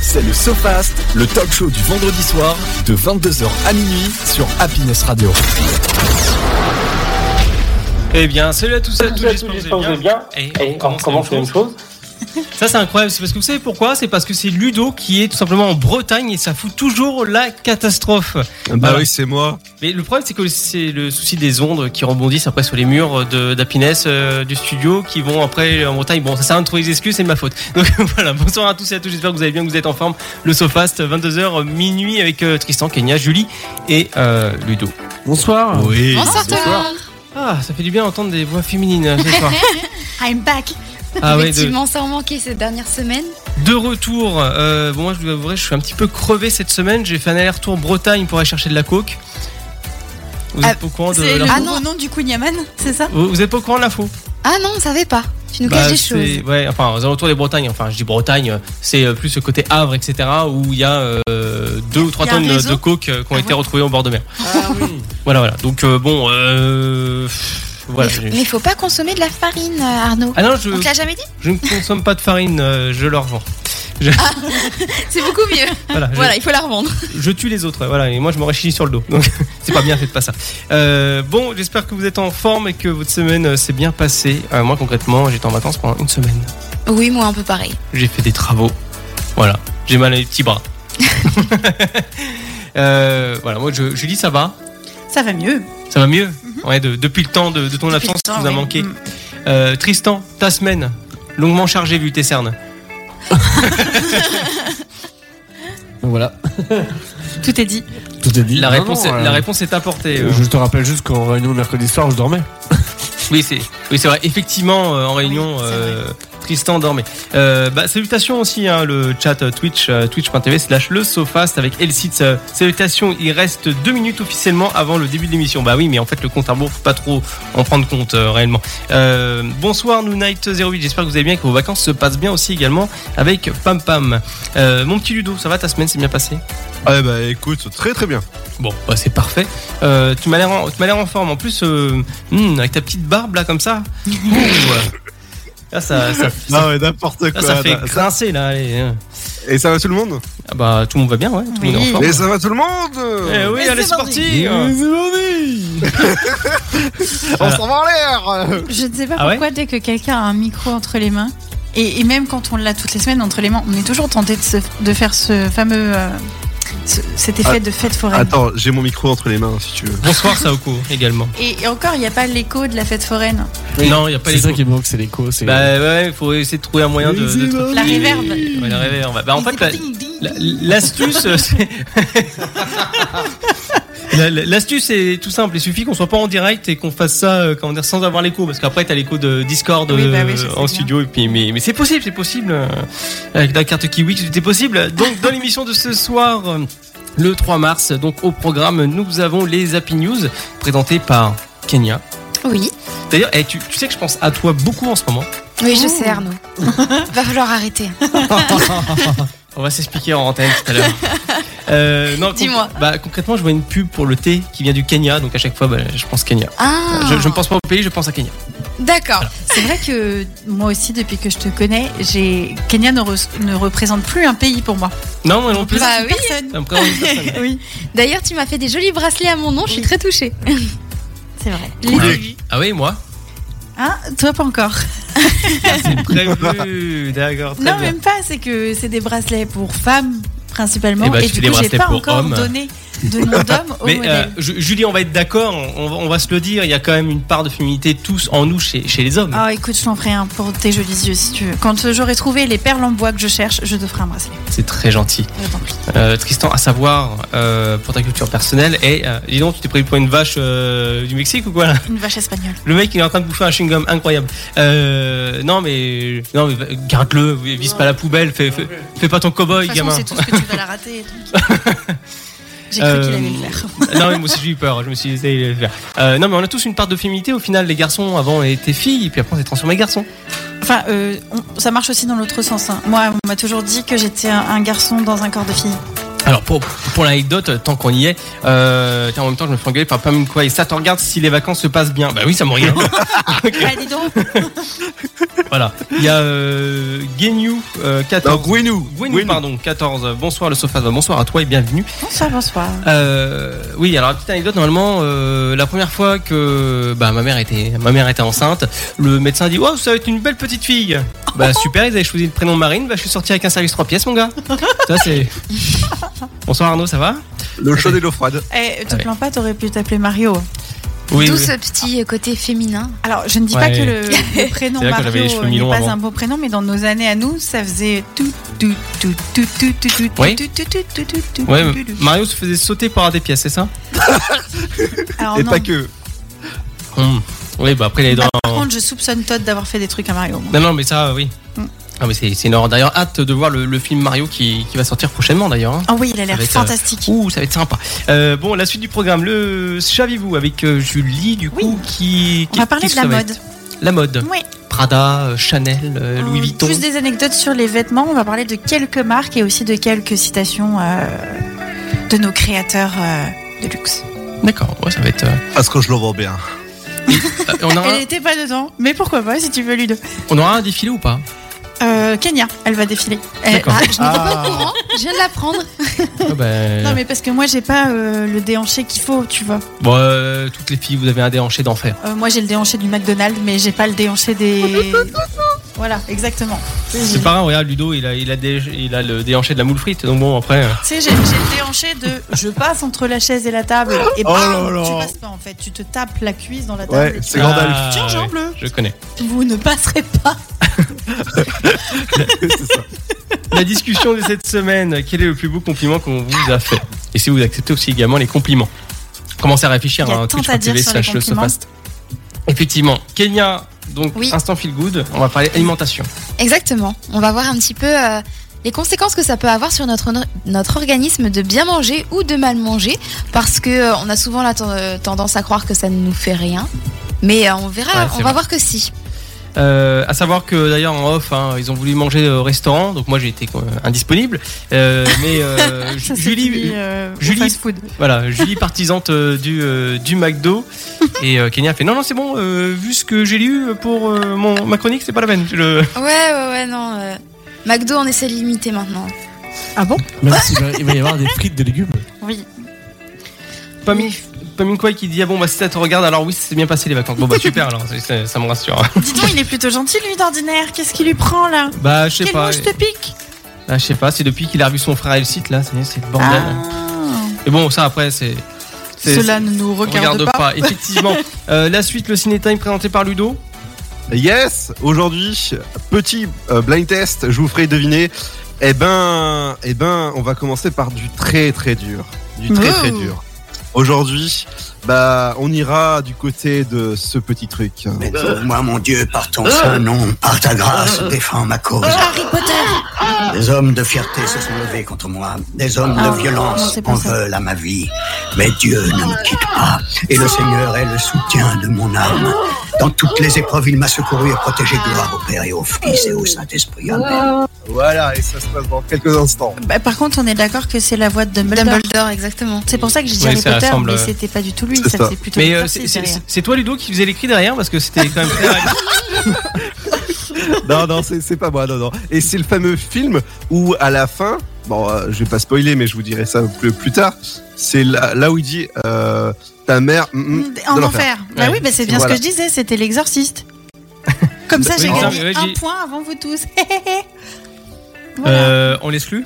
C'est le SoFast, le talk show du vendredi soir de 22h à minuit sur Happiness Radio. Eh bien, salut à tous et à toutes, Salut à tous, j'espère que j'espère vous que allez bien. bien. Et Et on on commence commence la la même même chose. Ça, c'est incroyable, c'est parce que vous savez pourquoi C'est parce que c'est Ludo qui est tout simplement en Bretagne et ça fout toujours la catastrophe. Bah Voilà. oui, c'est moi. Mais le problème, c'est que c'est le souci des ondes qui rebondissent après sur les murs de- d'Happiness euh, du studio qui vont après en Bretagne. Bon, ça sert à rien de trouver des excuses, c'est de ma faute. Donc voilà, bonsoir à tous et à toutes, j'espère que vous allez bien, que vous êtes en forme. Le SoFast, 22h minuit avec euh, Tristan, Kenya, Julie et euh, Ludo. Bonsoir. Oui. Bonsoir tout le monde. Ah, ça fait du bien d'entendre des voix féminines euh, ce soir. I'm back. Ah ouais, de- Effectivement, ça en manquait ces dernières semaines. De retour, euh, bon, moi je vous avouerai, je suis un petit peu crevé cette semaine. J'ai fait un aller-retour Bretagne pour aller chercher de la coke. Vous Ah, êtes pas au courant Oh, de C'est le l'info Ah Ah nouveau nom du Queen Yaman, c'est ça Vous vous êtes pas au courant de l'info Ah non, on savait pas. Tu nous Bah, caches des c'est- choses. Ouais, enfin, aux alentours des Bretagnes, enfin, je dis Bretagne, euh, c'est euh, plus le côté Havre, etc., où il y a euh, deux ou trois Il y a un tonnes de réseau coke euh, qui ont Ah été ouais. retrouvées au bord de mer. Ah oui. Voilà, voilà. Donc, euh, bon, euh, pff, voilà. mais, mais faut pas consommer de la farine, euh, Arnaud. Ah non, je, On te l'a jamais dit je ne consomme pas de farine, euh, je leur vends. C'est beaucoup mieux. Voilà, je- voilà, il faut la revendre. je tue les autres, voilà, et moi je m'en réchilie sur le dos. Donc c'est pas bien, faites pas ça. Euh, bon, j'espère que vous êtes en forme et que votre semaine euh, s'est bien passée. Euh, moi concrètement, j'étais en vacances pendant une semaine. Oui, moi un peu pareil. J'ai fait des travaux. Voilà, j'ai mal à les petits bras. Euh, voilà, moi je, Julie, ça va Ça va mieux. Ça va mieux Ouais, de- depuis le temps de, de ton Mhm. Depuis absence, le tu temps, nous as oui. manqué. Mm. Euh, Tristan, ta semaine longuement chargée vu tes cernes. Voilà, Tout est dit. tout est dit. La Non, réponse, non, est- euh, la réponse est apportée. euh. Je te rappelle juste qu'en réunion mercredi soir, je dormais. Oui, c'est oui, c'est vrai. Effectivement, euh, en réunion, c'est euh, Tristan dormait. Euh, bah, salutations aussi, hein, le chat euh, Twitch, euh, twitch.tv slash le SoFast avec Elsitz. Euh, Salutations, il reste deux minutes officiellement avant le début de l'émission. Bah oui, mais en fait, le compte à rebours, faut pas trop en prendre compte euh, réellement. Euh, bonsoir, New Night 08. J'espère que vous allez bien, que vos vacances se passent bien aussi également avec Pam Pam. Euh, mon petit Ludo, ça va, ta semaine s'est bien passée Ah bah écoute, très très bien. Bon, bah, c'est parfait. Euh, tu m'as l'air en, tu m'as l'air en forme. En plus, euh, hmm, avec ta petite barbe là comme ça. Ouh. Là, ça, ça, ça- Non mais n'importe là, quoi. Ah, ça fait là. grincer là. allez, hein. Et ça va tout le monde Ah bah tout le monde va bien, ouais. Tout le monde est en Oui. forme. Et ça va tout le Eh monde oui, Mais allez, c'est c'est parti. On s'en va en l'air Je ne sais pas Ah ouais pourquoi, dès que quelqu'un a un micro entre les mains, et, et même quand on l'a toutes les semaines entre les mains, on est toujours tenté de, se- de faire ce fameux. euh, ce- cet Ah. effet de fête foraine. Attends, j'ai mon micro entre les mains si tu veux. Bonsoir Saoko également. Et, et encore, il n'y a pas l'écho de la fête foraine. Oui. Non, il y a pas C'est les ça coups. qui me manque, c'est l'écho. c'est- Bah ouais, faut essayer de trouver un moyen de. de- de- La réverb. Ouais, la réverb. Bah en fait, la- Ding, ding, La- ding. L'astuce, euh, c'est. La- la- L'astuce est tout simple, il suffit qu'on soit pas en direct et qu'on fasse ça euh, comment dire, sans avoir l'écho, parce qu'après t'as l'écho de Discord Oui, euh, bah oui, je sais en bien. studio, et puis, mais, mais c'est possible, c'est possible, euh, avec la carte Kiwi, c'était possible. Donc dans l'émission de ce soir, euh, le 3 mars, donc au programme, nous avons les Happy News, présentés par Kenya. Oui. D'ailleurs, eh, tu, tu sais que je pense à toi beaucoup en ce moment. Oui, je Ouh. sais, Arnaud. Va falloir arrêter. On va s'expliquer en antenne tout à l'heure. Euh, non, Dis-moi. conc- Bah, concrètement, je vois une pub pour le thé qui vient du Kenya, donc à chaque fois, bah, je pense Kenya. Ah, Je, je ne pense pas au pays, je Ah. pense à Kenya. D'accord. Bah C'est vrai que moi aussi, depuis que je te connais, j'ai Kenya ne, re- ne représente plus un pays pour moi. Non, moi non plus. Bah oui. Personne. Ça me présente une personne. Oui, D'ailleurs, tu m'as fait des jolis bracelets à mon nom, je suis très touchée. c'est vrai. Ah oui. Ah oui, moi Hein Toi, pas encore. C'est prévu. D'accord, très Non, bien. même pas. C'est que c'est des bracelets pour femmes principalement. Eh ben, tu et fais du des coup, j'ai bracelets pas pour encore hommes. donné de nom d'homme au Mais euh, modèle. Ju- Julie, on va être d'accord, on, va- on va se le dire, il y a quand même une part de féminité tous en nous chez, chez les hommes. Ah, écoute, je t'en ferai un pour tes jolis yeux si tu veux. Quand euh, j'aurai trouvé les perles en bois que je cherche, je te ferai un bracelet. C'est très gentil. Je t'en prie. Euh, Tristan, à savoir, euh, pour ta culture personnelle, et euh, dis donc, tu t'es pris pour une vache euh, du Mexique ou quoi là Une vache espagnole. Le mec il est en train de bouffer un chewing-gum incroyable. Euh, non mais non mais va- garde-le, vise pas la poubelle, fais, fais, fais pas ton De cow-boy toute façon, gamin. c'est tout ce que tu vas la rater. donc. J'ai cru qu'il Euh, allait le faire. non mais moi aussi j'ai eu peur, je me suis dit ça, il allait le faire. Euh, non mais on a tous une part de féminité au final les garçons avant on était filles et puis après on s'est transformé garçon. Enfin, euh, on- ça marche aussi dans l'autre sens. hein. Moi, on m'a toujours dit que j'étais un, un garçon dans un corps de fille. Alors pour, pour l'anecdote, tant qu'on y est, euh, tiens, en même temps je me fais engueuler par Pamine quoi et ça te regarde si les vacances se passent bien. Bah oui ça me regarde. Ah, dis donc. voilà. Il y a euh, Guéniou, euh, 14. Non, Gwenou. Gwenou, Gwenou. pardon, 14. Bonsoir le sofa, bonsoir à toi et bienvenue. Bonsoir, bonsoir. Euh, oui, alors petite anecdote, normalement, euh, la première fois que bah, ma, mère était, ma mère était enceinte, le médecin dit Waouh, ça va être une belle petite fille Bah super, ils avaient choisi le prénom Marine, bah, je suis sorti avec un service 3 pièces, mon gars. Ça, c'est. Bonsoir Arnaud, ça va L'eau chaude et l'eau froide. Eh, te Ouais. plains pas, t'aurais pu t'appeler Mario. Tout ce petit côté féminin. Alors, je ne dis pas Ouais. que le, le prénom C'est vrai que j'avais les Mario cheveux n'est mi-longs pas avant. un beau prénom, mais dans nos années à nous, ça faisait tout, tout, tout, tout, tout, tout, tout, Oui. tout, tout, tout, tout, tout, tout, Ouais, tout, tout, tout. Mario se faisait sauter par des pièces, c'est ça Alors, et non. pas que. Hum. Oui, bah après, il est dans. Bah, Par contre, je soupçonne Todd d'avoir fait des trucs à Mario. moi. Non, non, mais ça, oui. Mm. Ah, mais c'est c'est une horreur. D'ailleurs, hâte de voir le, le film Mario qui, qui va sortir prochainement, d'ailleurs. hein. Ah oui, il a l'air Avec, euh, fantastique. Ouh, ça va être sympa. Euh, bon, la suite du programme, le Savez-vous avec euh, Julie, du coup, qui, On qui- va parler qu'est-ce de la que ça va mode. être La mode. Oui. Prada, euh, Chanel, euh, Louis Euh, Vuitton. Plus des anecdotes sur les vêtements, on va parler de quelques marques et aussi de quelques citations euh, de nos créateurs euh, de luxe. D'accord, ouais, ça va être. euh, Parce que je le vends bien. euh, on, aura, Elle n'était pas dedans, mais pourquoi pas si tu veux, Ludo. on aura un défilé ou pas Euh, Kenya, elle va défiler. Elle- D'accord. Ah, je n'étais pas au courant, je viens de l'apprendre. Ah, bah, Non mais parce que moi j'ai pas euh, le déhanché qu'il faut, tu vois. Bon, euh, toutes les filles, vous avez un déhanché d'enfer. Euh, moi j'ai le déhanché du McDonald's, mais j'ai pas le déhanché des. voilà, exactement. Tu C'est pas grave, regarde, Ludo, il a, il, a des- il a le déhanché de la moule frite. Donc bon, après. euh, sais, j'ai j'ai le déhanché de je passe entre la chaise et la table et Oh bam, là là. tu passes pas en fait, tu te tapes la cuisse dans la table. Ouais, et tu- c'est Gandalf. ah, Tiens, j'ai un oui, bleu. Je connais. Vous ne passerez pas. c'est ça. La discussion de cette semaine, quel est le plus beau compliment qu'on vous a fait Et si vous acceptez aussi également les compliments Commencez à réfléchir Il y a hein, tant à dire twitch.tv sur les slash le compliments. Sofast. Effectivement, Kenya, donc Oui. instant feel good, on va parler alimentation. Exactement. On va voir un petit peu euh, les conséquences que ça peut avoir sur notre, notre organisme de bien manger ou de mal manger, parce que euh, on a souvent la ten- euh, tendance à croire que ça ne nous fait rien. Mais euh, on verra, Ouais, on c'est va vrai. voir que si. Euh, à savoir que d'ailleurs en off, hein, ils ont voulu manger au restaurant, donc moi j'ai été euh, indisponible. Euh, mais euh, Ça, c'est Julie, fini, euh, au Julie- fast-food. Voilà, Julie partisante euh, du, euh, du McDo. Et euh, Kenya fait non, non, c'est bon, euh, vu ce que j'ai lu pour euh, mon, ma chronique, c'est pas la peine. Je- Ouais, ouais, ouais, non. euh, McDo, on essaie de limiter maintenant. Ah bon Même s'il va- il va y avoir des frites, des légumes. Oui. Pamine Paminkwai qui dit Ah bon, bah si ça te regarde, alors oui, c'est bien passé les vacances. Bon, bah super, alors c'est- c'est- ça me rassure. Dis donc, il est plutôt gentil lui d'ordinaire. Qu'est-ce qui lui prend là Bah, je sais Quelle pas. mouche te pique Ah, je sais pas, c'est depuis qu'il a revu son frère et le site là, ça y est, c'est le bordel. Et bon, ça après, c'est. c'est- Ah. Cela ne nous on regarde, pas. Effectivement, Euh, la suite, le Ciné Time présenté par Ludo. Yes Aujourd'hui, petit euh, blind test, je vous ferai deviner. Eh ben, eh ben, on va commencer par du très très dur. Du très très Oh. dur. Aujourd'hui, bah, on ira du côté de ce petit truc. Sauve-moi, mon Dieu, par ton saint nom, par ta grâce, défends ma cause. Ah, Harry Potter Des hommes de fierté se sont levés contre moi. Des hommes Ah, de non, non, violence c'est pas en ça. veulent à ma vie. Mais Dieu ne me quitte pas. Et le Seigneur est le soutien de mon âme. Dans toutes les épreuves, il m'a secouru et protégé. Gloire au Père et au Fils et au Saint-Esprit. Amen. Voilà, et ça se passe dans quelques instants. Bah, Par contre, on est d'accord que c'est la voix de Dumbledore. Dumbledore, exactement. C'est pour ça que j'ai dit Oui, Harry ça Potter, ressemble, mais euh, c'était pas du tout lui. c'est Ça ça. c'est plutôt. Mais euh, Percy c'est- c'est derrière. c'est toi, Ludo, qui faisait les cris derrière parce que c'était quand même très réactif. non, non, c'est c'est pas moi, non, non. Et c'est le fameux film où, à la fin, bon, euh, je vais pas spoiler, mais je vous dirai ça plus, plus tard. C'est là, là où il dit euh, ta mère. mm, mm, En de l'enfer. enfer. Bah Ouais. oui, bah, c'est bien Voilà. ce que je disais. C'était l'exorciste. Comme ça, Oui, j'ai non, gagné mais ouais, un j'ai- point avant vous tous. Voilà. Euh, on l'exclut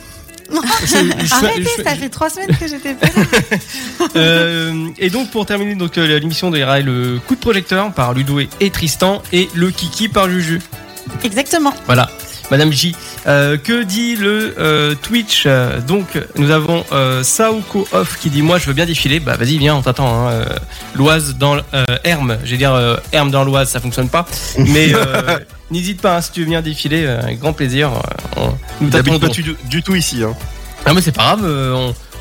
Arrêtez, je- ça fait trois semaines que j'étais pas là. Euh, et donc pour terminer donc euh, l'émission de Ira et le coup de projecteur par Ludo et- et Tristan et le kiki par Juju. Exactement. Voilà. Madame J, euh, que dit le euh, Twitch Euh, Donc, nous avons euh, Saoko Off qui dit Moi, je veux bien défiler. Bah, vas-y, viens, on t'attend. hein. Euh, L'Oise dans l- euh, Herme. Je vais dire euh, Herme dans l'Oise, ça fonctionne pas. Mais euh, n'hésite pas, hein, si tu veux venir défiler, euh, avec grand plaisir. euh, on, nous T'habites pas t'attendons. du, du tout ici. Hein. Ah mais c'est pas grave, euh,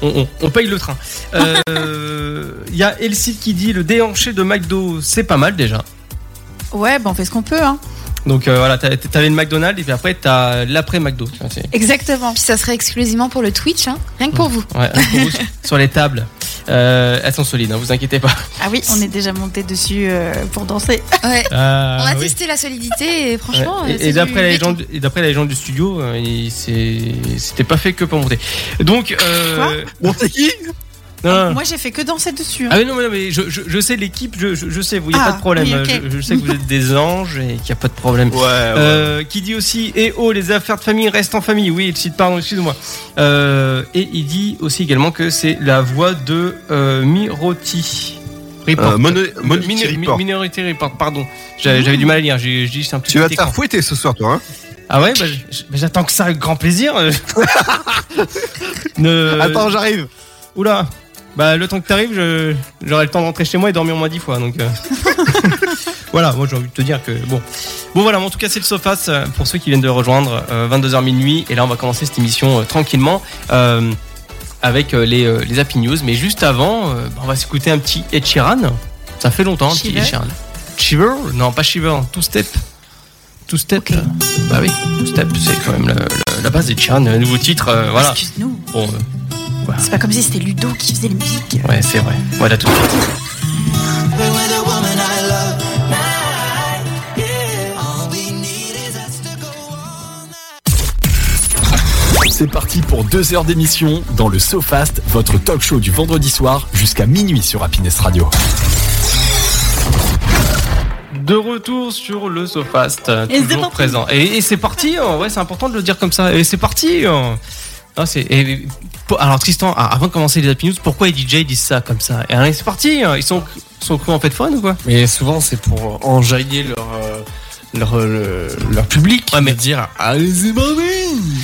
on, on- on- on paye le train. Euh, Il y a Elsie qui dit le déhanché de McDo, c'est pas mal déjà. Ouais, bah on fait ce qu'on peut. Hein. Donc euh, voilà, t'as- t'avais le McDonald's et puis après t'as l'après McDo. tu vois, c'est- Exactement. Puis ça serait exclusivement pour le Twitch, hein, rien que pour vous. Ouais, pour vous, sur les tables. Euh, elles sont solides, hein, vous inquiétez pas. Ah oui, on est déjà monté dessus euh, pour danser. Ouais. On a Ah, oui. testé la solidité et franchement. Ouais. euh, Et- c'est et, du d'après la béton. légende, et d'après la légende du studio, euh, il- c'est- c'était pas fait que pour monter. Donc, euh, Bon, c'est qui non, Ah, non, non. Moi, j'ai fait que danser dessus. hein. Ah mais non, mais, non, mais je, je- je sais l'équipe, je, je, je sais, vous, il n'y a Ah, pas de problème. oui, ok. je, je sais que vous êtes des anges et qu'il n'y a pas de problème. Ouais, Euh, qui dit aussi et oh les affaires de famille restent en famille oui il cite pardon excuse-moi Euh, et il dit aussi également que c'est la voix de euh, Miroti Report. Euh, Mono- Minority Minor- Report. Minority Report, pardon j'avais j'avais du mal à lire j'ai j'ai dit c'est un petit Tu vas te écran. faire fouetter ce soir, toi. Hein ah ouais bah, j- j- mais j'attends que ça avec grand plaisir ne... Attends, j'arrive. oula bah le temps que t'arrives je- j'aurai le temps de rentrer chez moi et dormir au moins dix fois donc euh. voilà moi j'ai envie de te dire que bon bon voilà mais en tout cas c'est le Sofas euh, pour ceux qui viennent de le rejoindre 22h minuit et là on va commencer cette émission euh, tranquillement euh, avec euh, les, euh, les Happy News mais juste avant euh, bah, on va s'écouter un petit Ed Sheeran ça fait longtemps un petit Shiver Ed Sheeran Shiver non pas Shiver hein. Two Step Two Step euh, bah oui Two Step c'est quand même la, la- la base d'Ed Sheeran euh, nouveau titre euh, voilà Excuse-nous. Bon, euh, C'est pas comme si c'était Ludo qui faisait les musiques. Ouais, c'est vrai. Voilà tout de suite. C'est parti pour deux heures d'émission dans le SoFast, votre talk show du vendredi soir jusqu'à minuit sur Happiness Radio. De retour sur le Sofast, euh, Et c'est toujours parti. présent. Et, et c'est parti, euh, ouais, c'est important de le dire comme ça. Et c'est parti. euh. Non, c'est- et- pour- alors Tristan, ah, avant de commencer les Happy News, pourquoi les DJ disent ça comme ça Et allez, c'est parti. euh, Ils sont sont crus en fait fun ou quoi Mais souvent, c'est pour enjailler leur, euh, leur, euh, le- leur public. Ouais, mais- De dire ah, Allez-y, mamie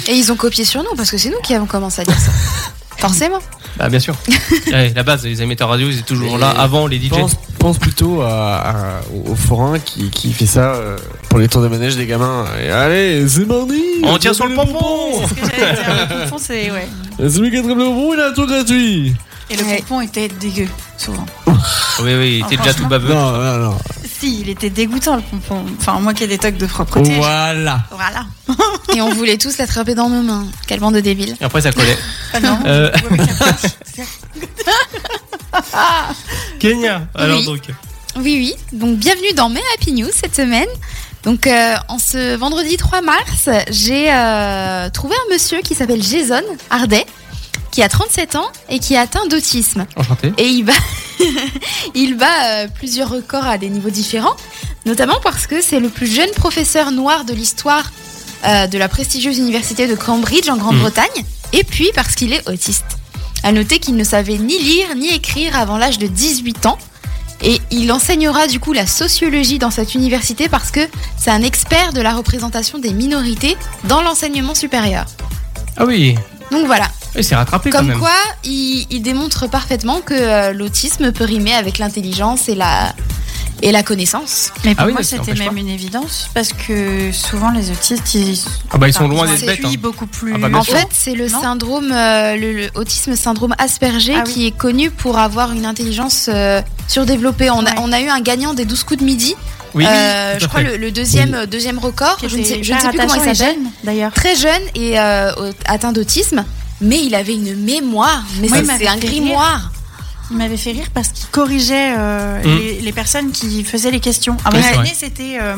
Et ils ont copié sur nous parce que c'est nous qui avons commencé à dire ça. Forcément. Bah bien sûr. Ouais, la base, les émetteurs radio, ils étaient toujours Et là avant les DJ. pense, pense plutôt à, à- au au forain qui, qui fait ça euh, pour les tours de manège des gamins. Et allez, c'est mardi On tient sur le pompon. C'est ce que j'allais dire. Le pompon, c'est. Ouais. Celui qui a attrapé le pompon, il a tout gratuit Et le Ouais. pompon était dégueu, souvent. Oui, oui, Ah, t'es déjà tout baveux. Non, non, non. Si, il était dégoûtant, le pompon. Enfin, moi qui ai des tocs de propreté. Voilà Voilà. Et on voulait tous l'attraper dans nos mains. Quel bande de débiles. Et après ça collait. Ah non. Euh, Ouais, mais ça- Kenya. Alors Oui. donc. Oui, oui. Donc, bienvenue dans mes Happy News cette semaine. Donc, euh, en ce vendredi 3 mars, j'ai euh, trouvé un monsieur qui s'appelle Jason Hardet, qui a 37 ans et qui est atteint d'autisme. Enchanté. Et il bat, il bat euh, plusieurs records à des niveaux différents, notamment parce que c'est le plus jeune professeur noir de l'histoire euh, de la prestigieuse université de Cambridge en Grande-Bretagne, et puis parce qu'il est autiste. À noter qu'il ne savait ni lire ni écrire avant l'âge de 18 ans. Et il enseignera du coup la sociologie dans cette université parce que c'est un expert de la représentation des minorités dans l'enseignement supérieur. Ah oui. Donc voilà, Il s'est rattrapé quand comme même. quoi, il, il démontre parfaitement que euh, l'autisme peut rimer avec l'intelligence et la, et la connaissance. Mais pour Ah oui, moi, mais ça c'était n'empêche même une évidence parce que souvent les autistes, ils, Ah bah ils sont enfin, loin ils d'être bêtes. s'appuient hein. beaucoup plus. Ah bah, bien en sûr. fait, c'est le Non syndrome, euh, le, le autisme syndrome Asperger Ah oui. qui est connu pour avoir une intelligence euh, surdéveloppée. On, Ouais. a, on a eu un gagnant des 12 coups de midi. Oui. Euh, tout je à crois fait. le, le deuxième, euh, deuxième record. Je ne sais, je ne sais plus comment il s'appelle. d'ailleurs. Très jeune et euh, au- atteint d'autisme. Mais il avait une mémoire. Mais Moi, il ça, m'avait c'est un fait rire. grimoire. Il m'avait fait rire parce qu'il corrigeait euh, Mm. les, les personnes qui faisaient les questions. À un Oui, c'est moment vrai. donné, c'était. euh,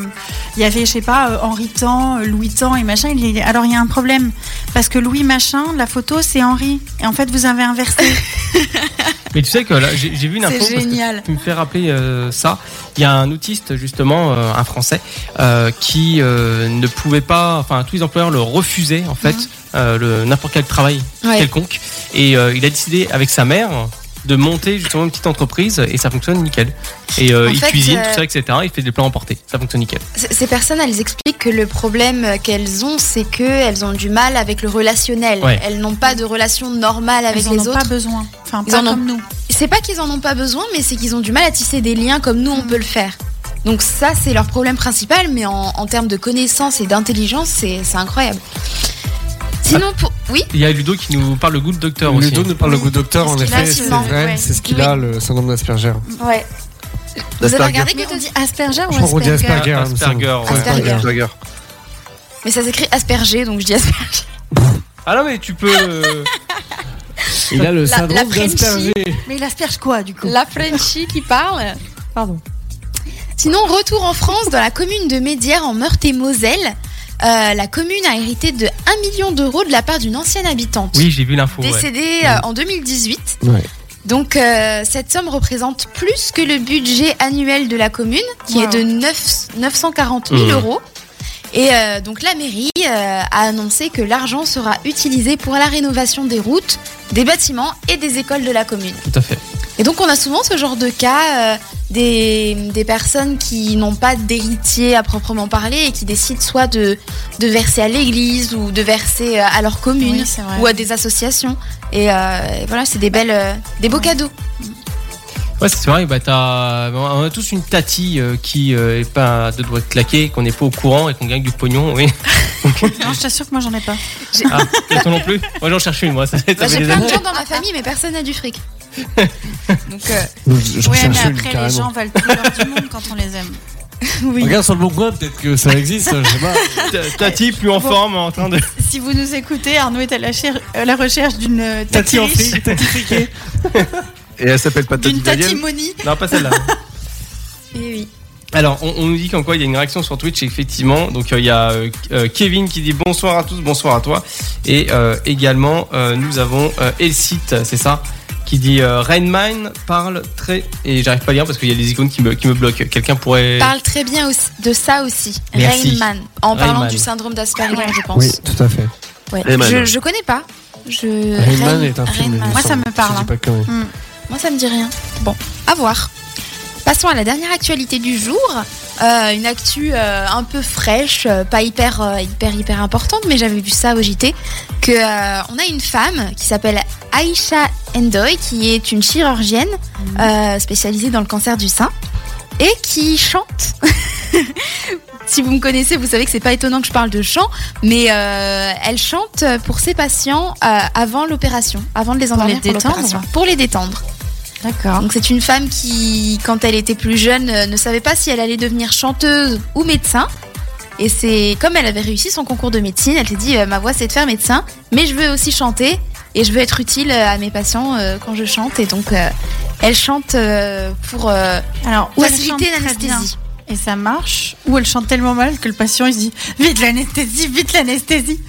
il y avait, je sais pas, euh, Henri Tan, euh, Louis Tan et machin. Il est- alors il y a un problème parce que Louis machin, la photo, c'est Henri. Et en fait, vous avez inversé. Mais tu sais que là, j'ai j'ai vu une info. parce que génial. Tu me fais rappeler euh, ça. Il y a un autiste, justement, euh, un Français, euh, qui euh, ne pouvait pas. Enfin, tous les employeurs le refusaient, en fait, euh, le- n'importe quel travail Ah. Ouais. quelconque. Et euh, il a décidé, avec sa mère, de monter justement une petite entreprise et ça fonctionne nickel. Et euh, En il fait, cuisine, euh, tout ça, etc. Il fait des plats emportés. Ça fonctionne nickel. C- Ces personnes, elles expliquent que le problème qu'elles ont, c'est que elles ont du mal avec le relationnel. Ouais. Elles n'ont pas de relation normale avec Ils en les ont pas autres. besoin. Enfin, Ils pas en ont- comme nous. C'est pas qu'ils en ont pas besoin, mais c'est qu'ils ont du mal à tisser des liens comme nous on Mm. peut le faire. Donc ça, c'est leur problème principal, mais en, en termes de connaissances et d'intelligence, c'est c'est incroyable. Ah. Sinon, pour... oui, Il y a Ludo qui nous parle le goût de docteur Le aussi. dos ne parle Oui. le goût docteur, en Parce qu'il a effet, ce c'est syndrome, vrai, ouais. Oh, c'est ce qu'il a, le syndrome d'Asperger. ouais. Vous avez Asperger. regardé que Mais on t'as dit dit Asperger ou Je crois qu'on dit Asperger Asperger. hein, Asperger, c'est bon. ouais. Asperger. Asperger. Mais ça s'écrit asperger, donc je dis asperger. Ah non, mais tu peux. euh, Il a le La- la syndrome Frenchie. d'Asperger. Mais il asperge quoi du coup La Frenchie qui parle. Pardon. Sinon, retour en France, dans la commune de Médières en Meurthe-et-Moselle. Euh, la commune a hérité de 1 million d'euros de la part d'une ancienne habitante. Oui, j'ai vu l'info. ouais. Décédée euh, en 2018. Ouais. Donc euh, cette somme représente plus que le budget annuel de la commune, qui Wow. est de 9, 940 000 Mhm. euros. Et euh, donc la mairie euh, a annoncé que l'argent sera utilisé pour la rénovation des routes, des bâtiments et des écoles de la commune. Tout à fait. Et donc on a souvent ce genre de cas euh, des, des personnes qui n'ont pas d'héritier à proprement parler et qui décident soit de, de verser à l'église ou de verser euh, à leur commune Oui, c'est vrai. ou à des associations. Et, euh, et voilà, c'est des belles, euh, des beaux cadeaux. Ouais, c'est vrai. Bah, t'as- On a tous une tati euh, qui euh, est pas à deux doigts de claquer, qu'on n'est pas au courant et qu'on gagne du pognon. Oui. Non, je t'assure que moi j'en ai pas. Ah, et toi non plus Moi, j'en cherche une, moi. Ça, ça fait Bah, J'ai des plein de années. gens dans ma famille, mais personne n'a du fric. Donc euh, Je ouais, mais recherche une après les carrément. gens valent tout l'or du monde quand on les aime. oui. Regarde sur le bon coin, peut-être que ça existe, je sais pas. Ta- Tati, plus en Bon. forme, en train de. Si vous nous écoutez, Arnaud est à la, cher- à la recherche d'une euh, tati, Tati en riche, fric, tati friquée. Et elle s'appelle pas Tati d'une tati Daniel. Moni. Non, pas celle-là. Oui, oui. Alors, on, on nous dit qu'en quoi il y a une réaction sur Twitch, effectivement. Donc, euh, il y a euh, euh, Kevin qui dit bonsoir à tous, bonsoir à toi. Et euh, également, euh, nous avons euh, Elsite, c'est ça qui dit euh, Rainmine parle très et j'arrive pas à lire parce qu'il y a les icônes qui me, qui me bloquent. Quelqu'un pourrait Parle très bien aussi- de ça aussi, Merci. Rainman, en parlant Rainman. du syndrome d'Asperger, je pense. Oui, tout à fait. Ouais. Rainman. Je, je connais pas. Je... Rainman Rain- est un film. Rainman. il Moi, ça semble, me parle, si je hein. dis pas de conneries. Moi, ça me dit rien. Bon, à voir. Passons à la dernière actualité du jour. Euh, une actu euh, un peu fraîche, euh, pas hyper, euh, hyper, hyper importante, mais j'avais vu ça au JT. Que, euh, on a une femme qui s'appelle Aisha Endoy, qui est une chirurgienne euh, spécialisée dans le cancer du sein et qui chante. si vous me connaissez, vous savez que c'est pas étonnant que je parle de chant, mais euh, elle chante pour ses patients euh, avant l'opération, avant de les endormir les pour détendre l'opération, pour les détendre. D'accord. Donc c'est une femme qui, quand elle était plus jeune, euh, ne savait pas si elle allait devenir chanteuse ou médecin. Et c'est comme elle avait réussi son concours de médecine, elle s'est dit euh, ma voix c'est de faire médecin, mais je veux aussi chanter et je veux être utile euh, à mes patients euh, quand je chante. Et donc euh, elle chante euh, pour euh, Alors, ou elle chante faciliter très bien l'anesthésie. Et ça marche, ou elle chante tellement mal que le patient il se dit Vite l'anesthésie, vite l'anesthésie.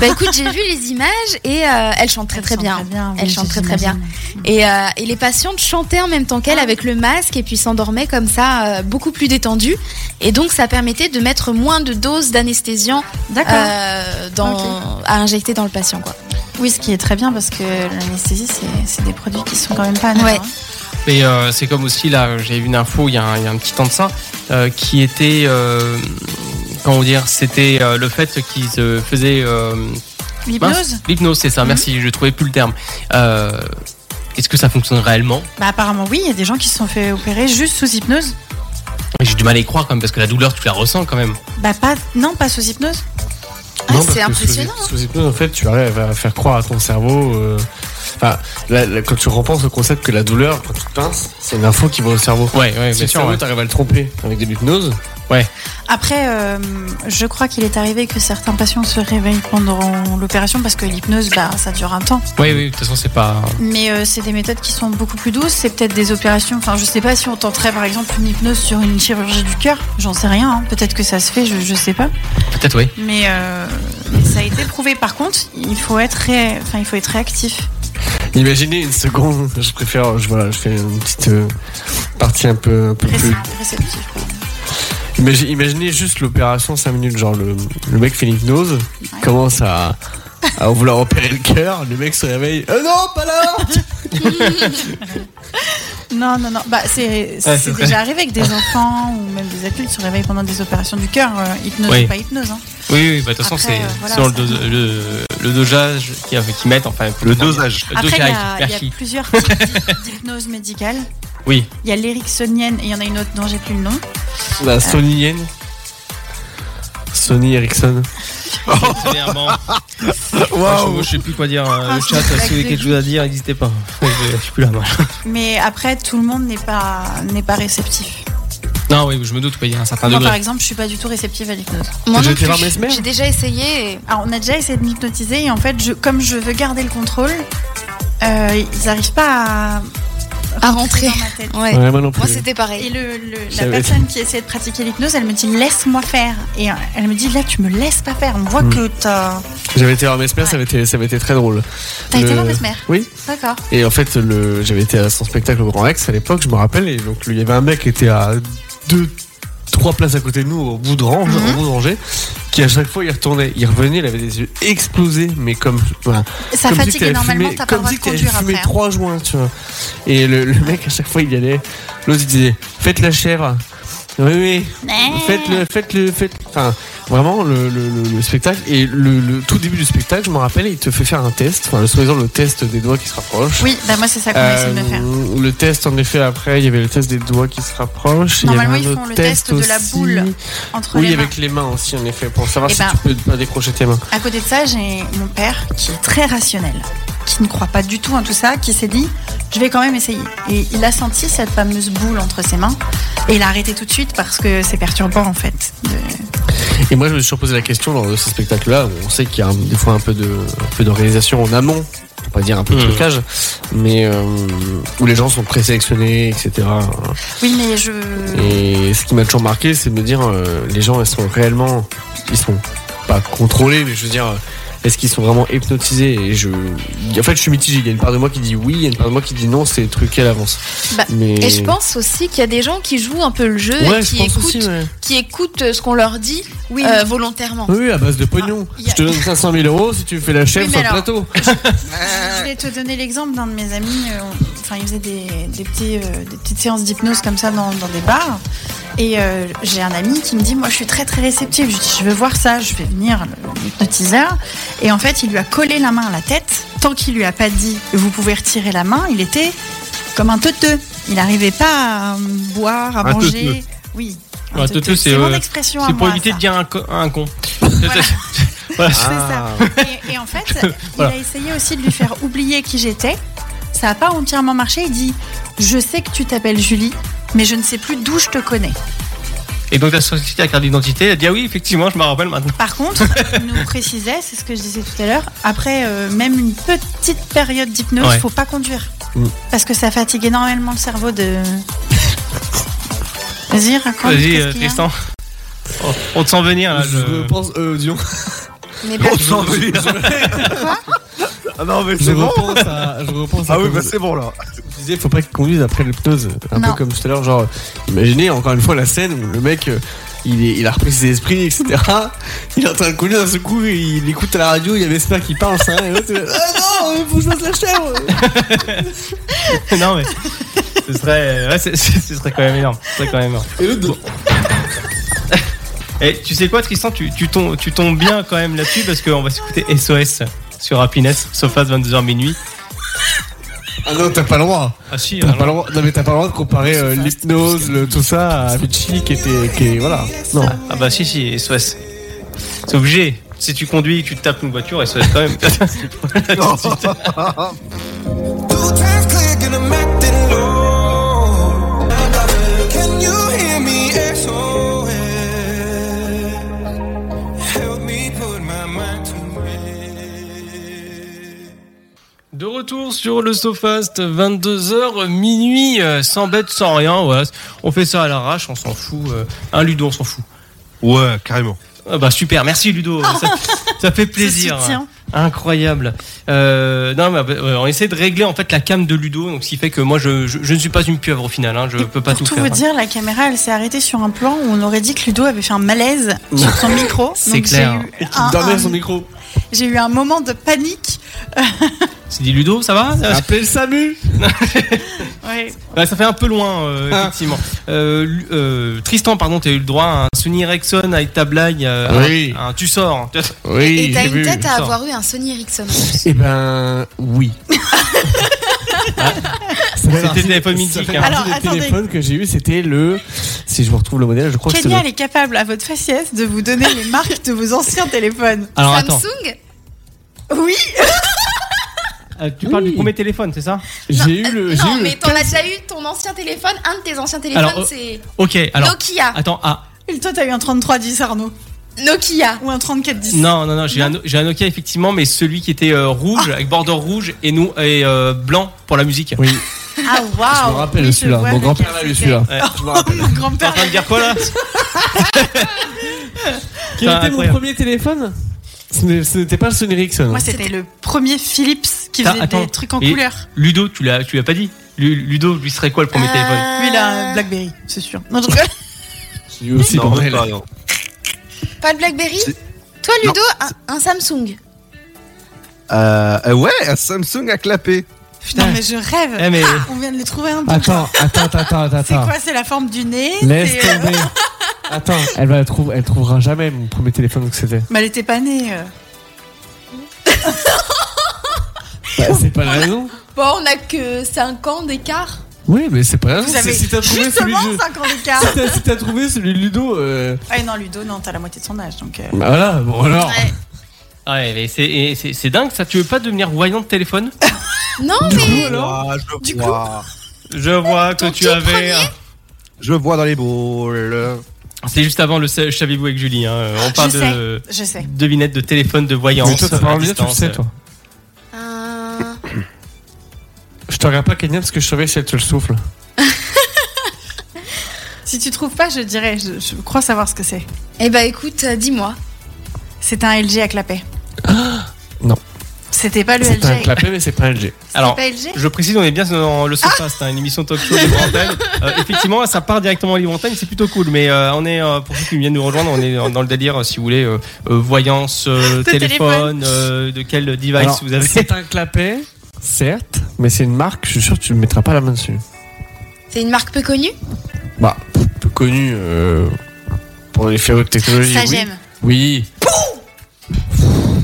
Bah écoute, j'ai vu les images et euh, elle chante très très bien. Elle chante très, très bien. Et, euh, et les patientes chantaient en même temps qu'elle avec le masque et puis s'endormaient comme ça, euh, beaucoup plus détendues. Et donc ça permettait de mettre moins de doses d'anesthésiant D'accord. euh, dans- à injecter dans le patient. Quoi. Oui, ce qui est très bien parce que l'anesthésie, c'est c'est des produits qui sont quand même pas anodins. Ouais. hein. Mais euh, c'est comme aussi là, j'ai vu une info il y, a un, il y a un petit temps de ça, euh, qui était, euh, comment dire, c'était euh, le fait qu'ils euh, faisaient euh, L'hypnose Mhm. mince, l'hypnose, c'est ça. Merci, je trouvais plus le terme. Euh, Est-ce que ça fonctionne réellement Bah apparemment oui, il y a des gens qui se sont fait opérer juste sous hypnose. J'ai du mal à y croire quand même parce que la douleur, tu la ressens quand même. Bah pas, non, pas sous hypnose. Ah, Non, c'est parce que sous- impressionnant. hein. Sous hypnose, en fait, tu arrives à faire croire à ton cerveau. euh, Enfin, la- la- quand tu repenses le concept que la douleur, quand tu te pinces, c'est une info qui va au cerveau. Ouais, ouais, Si le cerveau, t'arrives à le tromper avec de l'hypnose. Après, euh, je crois qu'il est arrivé que certains patients se réveillent pendant l'opération parce que l'hypnose, bah, ça dure un temps. Oui, oui, de toute façon, c'est pas. Mais euh, c'est des méthodes qui sont beaucoup plus douces. C'est peut-être des opérations. Enfin, je sais pas si on tenterait par exemple une hypnose sur une chirurgie du cœur. J'en sais rien. hein. Peut-être que ça se fait. Je, je sais pas. Peut-être, oui. Mais, euh, mais ça a été prouvé. Par contre, il faut être, ré- enfin, il faut être réactif. Imaginez une seconde. Je préfère, je, voilà, je fais une petite euh, partie un peu, un peu Ré- plus. réceptif. quoi. Imagine- imaginez juste l'opération 5 minutes. Genre, le, le mec fait l'hypnose, il commence à, à vouloir opérer le cœur. Le mec se réveille. Euh, non, pas là Non, non, non. Bah, c'est Ouais, Ah, c'est c'est vrai. déjà arrivé que des enfants ou même des adultes se réveillent pendant des opérations du cœur. euh, hypnose Oui. ou pas hypnose. hein. Oui, oui, bah, de toute façon, Après, c'est euh, voilà, selon le, ça- dose- le, le dosage qu'ils qui mettent, enfin. Le dosage. Le Après, il y dosage, a- il y, a merci. plusieurs types d'hypnose médicale. Oui. Il y a l'éricksonienne et il y en a une autre Bah, dont j'ai plus le nom. La Sony Yen. Sony Ericsson. Clairement. Ah, Je, je sais plus quoi dire. Ah, hein. Le chat, si vous avez quelque chose à dire, n'hésitez pas. Je, je suis plus là. moi. Mais après, tout le monde n'est pas, n'est pas réceptif. Non, oui, je me doute. oui, Il y a un certain Moi, par degré. exemple, je suis pas du tout réceptive à l'hypnose. hein. Moi J'ai non été voir Mesmer. plus. J'ai déjà essayé. et- Alors, on a déjà essayé de m'hypnotiser et en fait, je, comme je veux garder le contrôle, euh, ils n'arrivent pas à, À rentrer. dans ma tête. Ouais. Ouais, moi non Moi plus. c'était Et pareil. le, le- Ça la va. personne qui essayait de pratiquer l'hypnose, elle me dit laisse-moi faire. Et euh, elle me dit là, tu me laisses pas faire. On voit Mm. que t'as. J'avais été voir Mesmer, ça avait été, ça avait été très drôle. T'as été Le- voir Mesmer Oui. D'accord. Et en fait, le, j'avais été à son spectacle au Grand Rex à l'époque, je me rappelle, et donc il y avait un mec qui était à deux, trois places à côté de nous, au bout de range, Mhm. au bout de rangée, qui à chaque fois il retournait, il revenait, il avait des yeux explosés, mais comme, voilà, Ça comme fatigue normalement, fumé, t'as pas le comme droit si de que t'avais conduire fumé après. hein. trois joints, tu vois. Et le, le mec à chaque fois il y allait, l'autre il disait, faites la chèvre. Oui, oui, faites-le, faites-le, faites Enfin, vraiment, le, le- le- le spectacle. Et le, le tout début du spectacle, je me rappelle, il te fait faire un test, enfin, le soi-disant le test des doigts qui se rapprochent. Oui, bah moi c'est ça qu'on a essayé de me faire. Euh, le test, en effet, après, il y avait le test des doigts qui se rapprochent. il y avait Normalement, un ils autre font le test de la aussi. boule Entre Oui, les mains. avec les mains aussi, en effet, pour savoir Eh si ben. tu peux pas décrocher tes mains. À côté de ça, j'ai mon père qui est très rationnel, qui ne croit pas du tout en tout ça, qui s'est dit je vais quand même essayer. Et il a senti cette fameuse boule entre ses mains et il a arrêté tout de suite parce que c'est perturbant en fait. de- Et moi, je me suis toujours posé la question lors de ce spectacle-là. où On sait qu'il y a un- des fois un peu de, un peu d'organisation en amont, pour pas dire un peu de Mhm. trucage, mais euh, où les gens sont présélectionnés, etc. Oui, mais je. Et ce qui m'a toujours marqué, c'est de me dire, euh, les gens, ils sont réellement, ils sont pas contrôlés, mais je veux dire, euh, est-ce qu'ils sont vraiment hypnotisés Et je, en fait, je suis mitigé. Il y a une part de moi qui dit oui, il y a une part de moi qui dit non. C'est truqué à l'avance. Bah, mais Et je pense aussi qu'il y a des gens qui jouent un peu le jeu ouais, et je qui pense écoutent, aussi. ouais. qui écoutent euh, ce qu'on leur dit Oui, euh, volontairement. Oui, oui, à base de pognon. Ah, il y a- Je te donne 500 000 euros si tu me fais la chef Oui, mais sur le alors- plateau. Je voulais te donner l'exemple d'un de mes amis. euh, on- Enfin, il faisait des, des petits, euh, des petites séances d'hypnose comme ça dans, dans des bars. Et euh, j'ai un ami qui me dit Moi, je suis très très réceptive. Je dis Je veux voir ça, je vais venir, le- l'hypnotiseur. Et en fait, il lui a collé la main à la tête. Tant qu'il lui a pas dit Vous pouvez retirer la main, il était comme un teuteux. Il n'arrivait pas à euh, boire, à Un manger. teuteux. Oui. Ouais, un teuteux, c'est, C'est mon euh, expression à C'est pour moi, éviter ça. de dire un, co- un con. Voilà. Ah. C'est ça. Et, et en fait, Voilà. il a essayé aussi de lui faire oublier qui j'étais. Ça n'a pas entièrement marché. Il dit Je sais que tu t'appelles Julie, mais je ne sais plus d'où je te connais. Et donc la société à carte d'identité, elle dit ah oui, effectivement, je me rappelle maintenant. Par contre, il nous précisait, c'est ce que je disais tout à l'heure, après euh, même une petite période d'hypnose, Ouais. faut pas conduire. Mm. Parce que ça fatigue énormément le cerveau de. Vas-y, raconte. Vas-y, euh, Oh, qu'est-ce qu'il y a Tristan. On- On te sent venir là. Je je- pense, euh, disons, Mais oh, pas- Ah non, mais je c'est bon. repense à, je repense à Ah oui, comme- bah c'est bon là. Je disais, faut pas qu'ils conduisent après l'hypnose. Un Non. peu comme tout à l'heure, genre, imaginez encore une fois la scène où le mec, euh, il, est- il a repris ses esprits, etc. Il est en train de conduire d'un seul coup, il écoute à la radio, il y a Vespa qui parle, ça. Et l'autre, euh, ah non, faut que je fasse la chèvre. non mais. Ce serait, ouais, c'est- c'est- ce serait quand même énorme. Ce serait quand même énorme. Et l'autre, Et tu sais quoi, Tristan, tu, tu, tombes, tu tombes bien quand même là-dessus parce qu'on va s'écouter SOS sur Happiness, Sofas 22h minuit. ah non, t'as pas le droit. Ah si, T'as alors- pas le droit. Non, mais t'as pas le droit de comparer euh, l'hypnose, le, tout ça à Vichy qui était, qui, est- voilà. Non. Ah bah si, si, SOS. C'est obligé. Si tu conduis, tu te tapes une voiture, SOS quand même. Voilà, tu te- Can you hear me? SOS. Help me put my mind to it. De retour sur le Sofast, 22h minuit, euh, sans bête, sans rien. Voilà. On fait ça à l'arrache, on s'en fout. euh. Hein, Ludo, on s'en fout. Ouais, carrément. Ah bah super, merci Ludo, ça, ça fait Ce plaisir. soutien. Incroyable. Euh, non, mais, euh, on essaie de régler en fait la cam de Ludo, donc ce qui fait que moi je, je- je ne suis pas une pieuvre au final, hein, je Et peux pas pour tout, tout, faire. vous dire, la caméra, elle s'est arrêtée sur un plan où on aurait dit que Ludo avait fait un malaise sur son micro. C'est Donc, clair. j'ai eu ah, un- Dormait un- son micro. J'ai eu un moment de panique. C'est dit Ludo, ça va ça, Appelle Samu. Ouais, Bah, ça fait un peu loin, euh, Ah. effectivement. Euh, Lu- euh, Tristan, pardon, t'as eu le droit à un Sony Ericsson avec ta blague, euh, à un- Oui. à un, tu sors. Oui, et t'as j'ai une vu. ben, tête à Sors. avoir eu un Sony Ericsson. Eh ben, oui. C'était le téléphone mythique. hein. Alors, Alors, le attendez. téléphone que j'ai eu, c'était le. Si je me retrouve le modèle, je crois que Kenya, c'est. elle est capable, à votre faciès, de vous donner les marques de vos anciens téléphones. Alors attends, Samsung Oui, euh, tu parles Oui. du premier téléphone, c'est ça le- J'ai eu le. j'ai Non, eu mais le- t'en as déjà eu ton ancien téléphone. Un de tes anciens téléphones, Alors, euh, c'est Ok, alors. Nokia. Attends, ah, Et toi, t'as eu un 3310, Arnaud. Nokia. Ou un 3410. non, non, non, j'ai un, j'ai un Nokia effectivement, mais celui qui était euh, rouge, Ah. avec bordure rouge et, nous, et euh, blanc pour la musique. Oui, Ah, waouh. je me rappelle Oui, je celui-là. vois Mon lequel grand-père l'avait c'était. celui-là. Ouais. Je me Oh, rappelle. mon T'es en grand-père. train de dire quoi là Quel Putain, était mon incroyable. premier téléphone Ce n'est- ce n'était pas le Sony Ericsson. hein. Moi, c'était le premier Philips qui Ah, faisait attends. des trucs en Et- couleur. Ludo, tu l'as, tu l'as pas dit Lu- Ludo, lui serait quoi le premier téléphone Euh, Lui, il a un Blackberry, c'est sûr. Non, je rigole. J'ai eu aussi Non, bordel. même pas, non. Pas le Blackberry C'est- Toi, Ludo, un, un Samsung. Euh, euh, ouais, un Samsung a clapé. Putain. Non, mais je rêve. Ah, Eh, mais- On vient de les trouver un peu. Attends, attends, attends, attends, C'est Ah, attends. quoi C'est la forme du nez Laisse c'est, euh, tomber. Attends, elle va la trouver, elle trouvera jamais mon premier téléphone que c'était. Mais elle était pas née. euh. Ah, Bah, c'est pas la raison. Bon, on a que 5 ans d'écart. Oui, mais c'est pas la raison. Vous C'est- avez si t'as trouvé celui justement de... 5 ans d'écart. si t'as- si t'as trouvé celui de Ludo, euh... ah non, Ludo, non, t'as la moitié de son âge. Donc, euh, bah voilà, bon alors. Ouais. Ouais, mais c'est, et c'est, c'est dingue ça. Tu veux pas devenir voyant de téléphone Non, mais Ouah, je Du vois. Je vois que Ton tu tout avais. premier Je vois dans les boules. C'est juste avant le sa- Savez-vous avec Julie. hein. On parle je de sais. Je sais. devinette de téléphone, de voyance. Mais toi, t'as pas à envie, tu le distance. sais, toi. Euh, Je te regarde pas, Kenya, parce que je savais si elle te le souffle. Si tu trouves pas, je dirais. Je, je crois savoir ce que c'est. Eh bah écoute, euh, dis-moi. C'est un LG à clapet. Non. C'était pas le C'est LG. un clapet, mais c'est pas un LG. Alors, Pas LG je précise, on est bien dans le Sofast, hein, une émission talk show Libre Antenne. Euh, effectivement, ça part directement à Libre Antenne, c'est plutôt cool. Mais euh, on est, euh, pour ceux qui viennent nous rejoindre, on est dans le délire, euh, si vous voulez, euh, euh, voyance, euh, De téléphone, euh, de quel device Alors, vous avez. C'est un clapet, certes, mais c'est une marque, je suis sûr que tu ne mettras pas la main dessus. C'est une marque peu connue Bah, peu connue euh, pour les férus de technologie. Ça, oui. j'aime. Oui.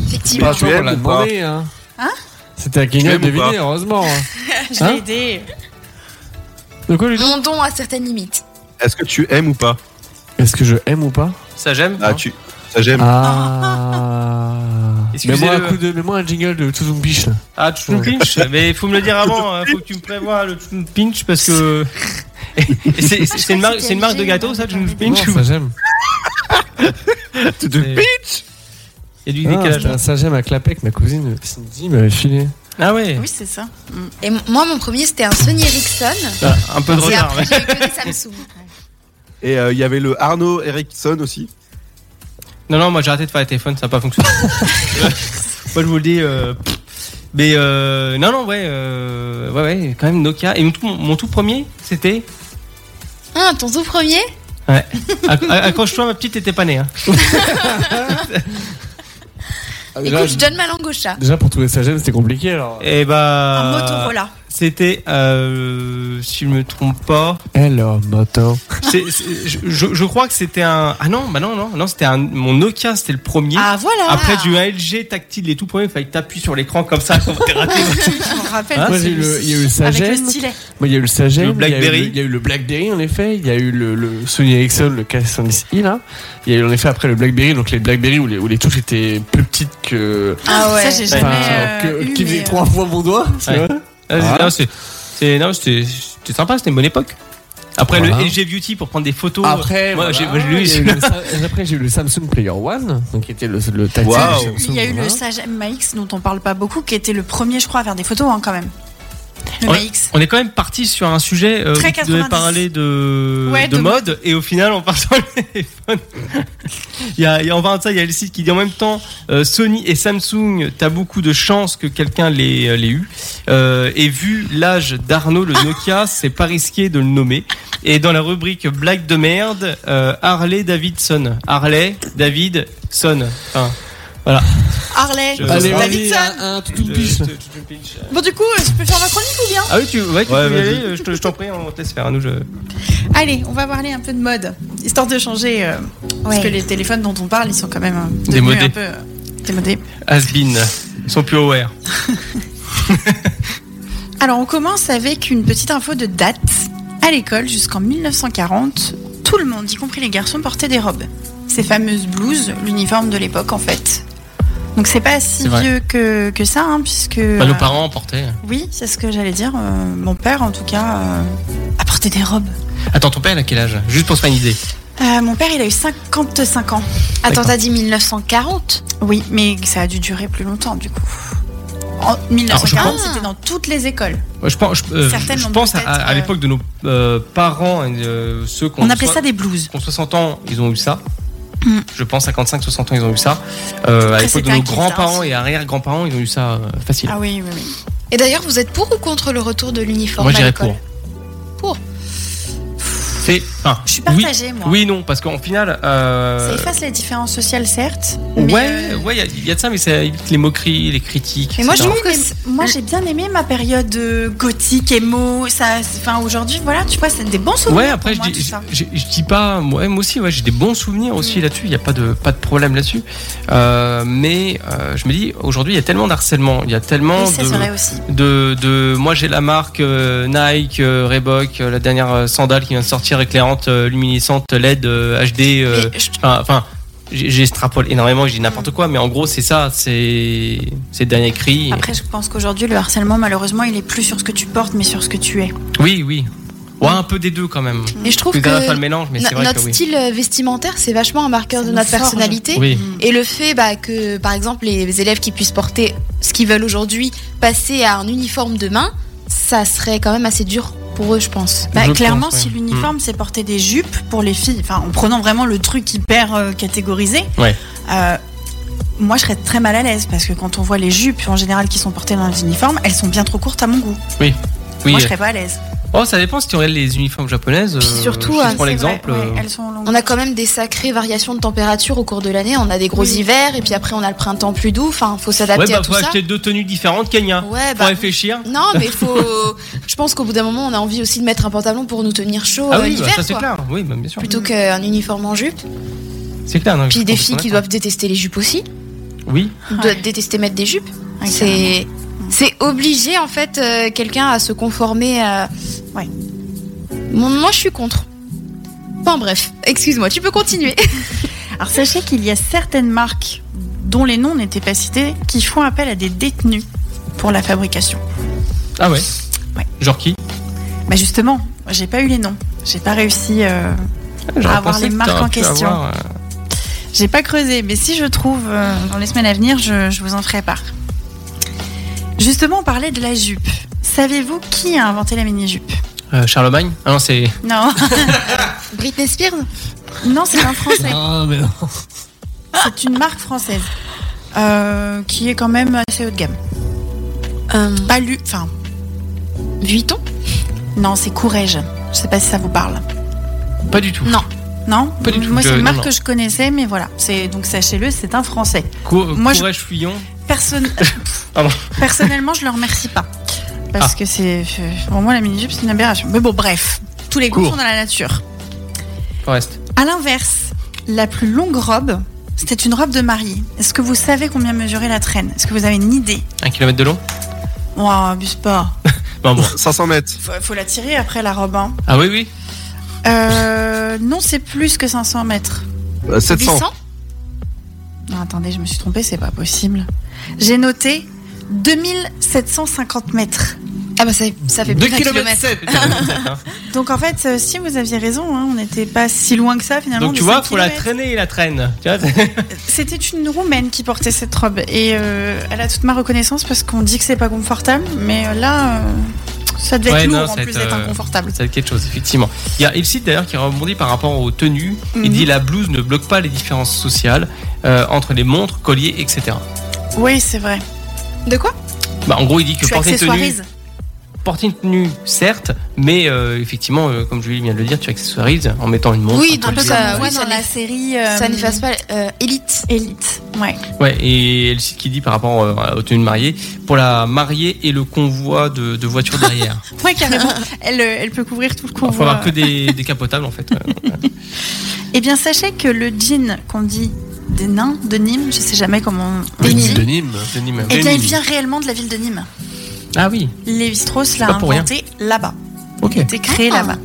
Effectivement. Bah, tu Heureusement aimes qu'on l'a ou pas demandé, hein. Hein C'était à Kenya aimes ou de pas deviner, heureusement. hein. Je Hein l'ai aidé. De quoi, Ludo Mon don à certaines limites. Est-ce que tu aimes ou pas Est-ce que je aime ou pas Ça, j'aime. Ah, hein. tu. Ça, j'aime. Ah. Mets-moi un, Excusez-le. coup de... mets-moi un jingle de Toutoum Biche, là. Ah, tu me pinch Mais faut me le dire avant, hein, faut que tu me prévois le tu me pinch parce que. Et c'est- c'est c'est une, marque- c'est une marque de gâteau ça, tu me Non, pinch ça j'aime. Tu te C'est- Il y a du Ah, décalage. c'était un ça j'aime à clapet que ma cousine euh, Cindy m'avait filé. Ah ouais Oui, c'est Hein ça. Et m- moi, mon premier, c'était un Sony Ericsson. Ah, Un peu de Et retard. après, j'ai eu que des Samsung. Et euh, il y avait le Arnaud Ericsson aussi. Non, non, moi j'ai arrêté de faire les téléphones, ça n'a pas fonctionné. moi je vous le dis. euh, pff. Mais euh, non, non, ouais, euh, ouais, ouais, quand même Nokia. Et mon tout, mon tout premier, c'était. Hein, ton tout premier Acc- Accroche-toi, ma petite, t'étais pas née. Hein. Écoute, je donne ma langue au chat. Déjà pour trouver ça j'aime c'était compliqué alors. Et bah. Un Motorola. C'était, euh, si je me trompe pas, Hello moto. C'est- c'est- je, je- je crois que c'était un. Ah non, bah non, non, non, c'était un. Mon Nokia, c'était le premier. Ah, voilà. Après, du LG tactile, les tout premiers, il fallait que t'appuies sur l'écran comme ça quand t'es raté. Je me rappelle. Moi, de j'ai eu Hein, le- celui-ci. il y a eu le ça, Avec le j'aime. stylet. Moi, il y a eu le Le Sagem, il y a eu Blackberry. Il y a eu le Blackberry en effet, il y a eu le, le Sony Ericsson, le K70i là. Il y a eu en effet après le Blackberry, donc les Blackberry où les, où les touches étaient plus petites que. Ah ouais. Ça, j'ai jamais. enfin, euh, que- eu, qui faisaient mais, trois fois mon doigt. tu Ouais. vois. Ah, c'est- Voilà. non, c'est- c'est- non, c'était c'était sympa, c'était une bonne époque. Après, Voilà. le LG Beauty pour prendre des photos. Après, moi, voilà, j'ai- moi, j'ai il y a eu lu. le Sa- après j'ai eu le Samsung Player One, donc qui était le, le tactile Wow. du Samsung, Il y a eu le voilà. Sage MAX dont on parle pas beaucoup, qui était le premier, je crois, à faire des photos hein, quand même. Le Ouais. MAX. On est quand même parti sur un sujet euh, Très où tu devais 90. parler de, Ouais, de de mode, et au final on part sur le téléphone. il y a, il y a- en parlant de ça, il y a le site qui dit en même temps euh, Sony et Samsung, t'as beaucoup de chance que quelqu'un l'ait euh, l'ait eu. Euh, et vu l'âge d'Arnaud, le Nokia, c'est pas risqué de le nommer. Et dans la rubrique blague de merde, euh, Harley Davidson. Harley Davidson. Enfin, Harley. Je- Allez, vas-y, Davidson. un, un toutou biche. Bon, du coup, euh, je peux faire ma chronique ou bien Ah oui, tu, ouais, tu Ouais, peux y vas-y. aller, euh, je te- je t'en prie, on te laisse faire. hein, Nous, je... Allez, on va parler un peu de mode, histoire de changer. euh, Parce Ouais. que les téléphones dont on parle, ils sont quand même euh, devenus Démodés. un peu euh, démodés. Has been. Ils sont plus aware. Alors on commence avec une petite info de date. À l'école, jusqu'en 1940, tout le monde, y compris les garçons, portait des robes. Ces fameuses blouses, l'uniforme de l'époque en fait. Donc c'est pas si C'est vrai. vieux que, que ça, hein, puisque... Bah, euh, nos parents portaient. Oui, c'est ce que j'allais dire. Euh, mon père, en tout cas, euh, a porté des robes. Attends, ton père, il a quel âge Juste pour se faire une idée. Euh, mon père, il a eu 55 ans. Attends, t'as dit 1940 Oui, mais ça a dû durer plus longtemps, du coup. Ah, En 1940, pense- c'était dans toutes les écoles. Ouais, Je pense, je, euh, Certaines je ont pense à, peut-être, à euh, l'époque de nos euh, parents, et, euh, ceux qu'on On appelait ça des blouses. Qui ont 60 ans, ils ont eu ça. Mm. Je pense 55-60 ans, ils ont eu ça. Euh, à Après, l'époque de c'était nos un kit, hein, grands-parents aussi. et arrière-grands-parents, ils ont eu ça euh, facile. Ah oui, oui, oui. Et d'ailleurs, vous êtes pour ou contre le retour de l'uniforme Moi, à j'irais l'école pour. Pour. C'est. Enfin, Je suis oui, partagée, moi. oui, non, parce qu'en final. Ça euh, efface les différences sociales, certes. mais, ouais, euh, ouais, il y a- il y, a de ça, mais ça évite les moqueries, les critiques. Mais moi, etc. je trouve que mais moi j'ai bien aimé ma période euh, gothique, émo. Ça, enfin aujourd'hui, voilà, tu vois, c'est des bons souvenirs. Ouais, après, pour moi, je, dis, tout ça. Mm. je, je- je dis pas. Moi, moi aussi, ouais, j'ai des bons souvenirs aussi là-dessus. Il n'y a pas de, pas de problème là-dessus. Euh, mais euh, je me dis, aujourd'hui, il y a tellement d'harcèlement. Il y a tellement Oui, de. ça c'est vrai aussi. de, de- moi j'ai la marque euh, Nike euh, Reebok euh, la dernière euh, sandale qui vient de sortir éclairante euh, luminescente LED euh, HD euh, Mais je- enfin enfin, j'ai- j'extrapole énormément je dis n'importe quoi mais en gros c'est ça c'est c'est le dernier cri Après, je pense qu'aujourd'hui, le harcèlement, malheureusement, il est plus sur ce que tu portes, mais sur ce que tu es. oui oui ouais un peu des deux quand même Mais je trouve plus que dernière fois le mélange mais no- c'est vrai notre que oui style euh, vestimentaire, c'est vachement un marqueur Ça de nous notre forge. personnalité. oui Et le fait bah, que, par exemple, les élèves qui puissent porter ce qu'ils veulent aujourd'hui, passer à un uniforme demain, ça serait quand même assez dur pour eux, je pense. Bah, Je clairement, pense, ouais. Mm. si l'uniforme, c'est porter des jupes pour les filles, enfin, en prenant vraiment le truc hyper euh, catégorisé, Ouais. euh, moi, je serais très mal à l'aise parce que quand on voit les jupes en général qui sont portées dans les uniformes, elles sont bien trop courtes à mon goût. oui Moi, je serais pas à l'aise. oh ça dépend si tu regardes les uniformes japonaises Puis euh, surtout, juste hein, pour C'est l'exemple vrai, ouais, euh, elles sont longues. On a quand même des sacrées variations de température au cours de l'année. On a des gros Oui. hivers et puis après on a le printemps plus doux. Enfin, faut s'adapter ouais bah à tout faut ça. acheter deux tenues différentes Kenya Ouais, pour bah. réfléchir Non, mais faut. je pense qu'au bout d'un moment, on a envie aussi de mettre un pantalon pour nous tenir chaud ah euh, oui bah, l'hiver, ça c'est quoi. clair oui bah, bien sûr Plutôt qu'un uniforme en jupe. c'est clair non, je Puis des comprends filles qui d'accord. doivent détester les jupes aussi. oui Ouais. doivent détester mettre des jupes. Ouais, carrément. C'est. C'est obligé en fait euh, quelqu'un à se conformer à. Ouais. Mon- Moi je suis contre. Enfin bref, excuse-moi, tu peux continuer. Alors, sachez qu'il y a certaines marques dont les noms n'étaient pas cités qui font appel à des détenus pour la fabrication. ah ouais Ouais. genre qui Bah justement, j'ai pas eu les noms. J'ai pas réussi. euh, J'aurais avoir pensé les que marques t'aurais en pu question. avoir, euh, J'ai pas creusé, mais si je trouve euh, dans les semaines à venir, je, je vous en ferai part. Justement, on parlait de la jupe. Savez-vous qui a inventé la mini-jupe euh, Charlemagne Ah non, c'est. Non, Britney Spears non, c'est un français. Ah, mais non. C'est une marque française euh, qui est quand même assez haut de gamme. euh, Pas lu, enfin, Vuitton non, c'est Courrèges. Je sais pas si ça vous parle. Pas du tout. Non. Non, Pas du tout, Moi, je- c'est une non, marque non. que je connaissais, mais voilà. C'est donc sachez-le, c'est un français. Cou- Moi, je- euh, Courage Fouillon. Personne- Pardon. Ah. Personnellement, je le remercie pas. Parce que c'est. euh, Pour moi, la mini-jupe, c'est une aberration. Mais bon, bref. Tous les goûts Court. sont dans la nature. Forest. À l'inverse, la plus longue robe, c'était une robe de mariée. Est-ce que vous savez combien mesurait la traîne Est-ce que vous avez une idée Un kilomètre de long Oh, abuse pas. Non, bon. 500 mètres. Faut, faut la tirer après la robe. hein. Ah oui, oui. Euh, non, c'est plus que 500 mètres. Euh, 700. 800 Non, attendez, je me suis trompée, c'est pas possible. J'ai noté 2750 mètres. Ah bah ça, ça fait plus d'un kilomètre. sept. Putain, deux kilomètres, hein. Donc en fait, euh, si vous aviez raison, hein, on n'était pas si loin que ça finalement. Donc des tu vois, cinq faut la kilomètres. traîner, la traîne. Tu vois, C'était une Roumaine qui portait cette robe et euh, elle a toute ma reconnaissance parce qu'on dit que c'est pas confortable, mais euh, là, euh, ça devait Ouais, être non, lourd ça en va plus être, d'être euh, inconfortable. c'est quelque chose, effectivement. Il y a Ilcid d'ailleurs qui rebondit par rapport aux tenues. Il Mhm. dit la blouse ne bloque pas les différences sociales euh, entre les montres, colliers, etc. Oui, c'est vrai. De quoi Bah, en gros, il dit que Tu porter une tenue, accessoirises. porter une tenue, certes, mais euh, effectivement, euh, comme Julie vient de le dire, tu accessoirises en mettant une montre. Oui, un un peu collier. ça, On oui, voit ça dans la n'eff- série. euh, Ça n'efface pas euh, élite. Elite. Ouais. Ouais, et le site qui dit par rapport euh, aux tenues de mariée, pour la mariée et le convoi de, de voitures derrière. Ouais, carrément. elle, euh, elle peut couvrir tout le Il faut convoi. avoir que des, des capotables en fait. Euh, Eh bien, sachez que le jean qu'on dit des nains de Nîmes, je sais jamais comment on Mais dit. De Nîmes. de Nîmes. Eh bien, il Nîmes. vient réellement de la ville de Nîmes. Ah oui. Lévi-Strauss l'a Pas pour rien. inventé là-bas. Ok. a été créé Ah. là-bas.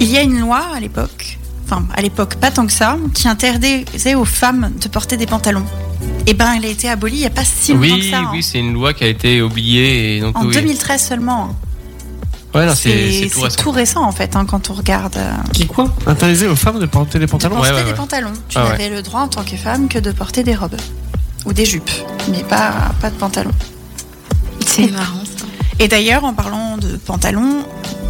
Il y a une loi à l'époque, enfin à l'époque pas tant que ça, qui interdisait aux femmes de porter des pantalons. Et ben, elle a été abolie il n'y a pas si longtemps que Oui, ça. hein. oui, c'est une loi qui a été oubliée et donc. En oui. 2013 seulement. hein. Ouais, non, c'est c'est tout récent. récent en fait hein, quand on regarde. euh, Qui quoi Interdisé aux femmes de porter les de pantalons porter ouais, des ouais. pantalons. Tu Ah ouais. n'avais le droit en tant que femme que de porter des robes ou des jupes, mais pas pas de pantalons. C'est marrant ça. Et d'ailleurs, en parlant de pantalons,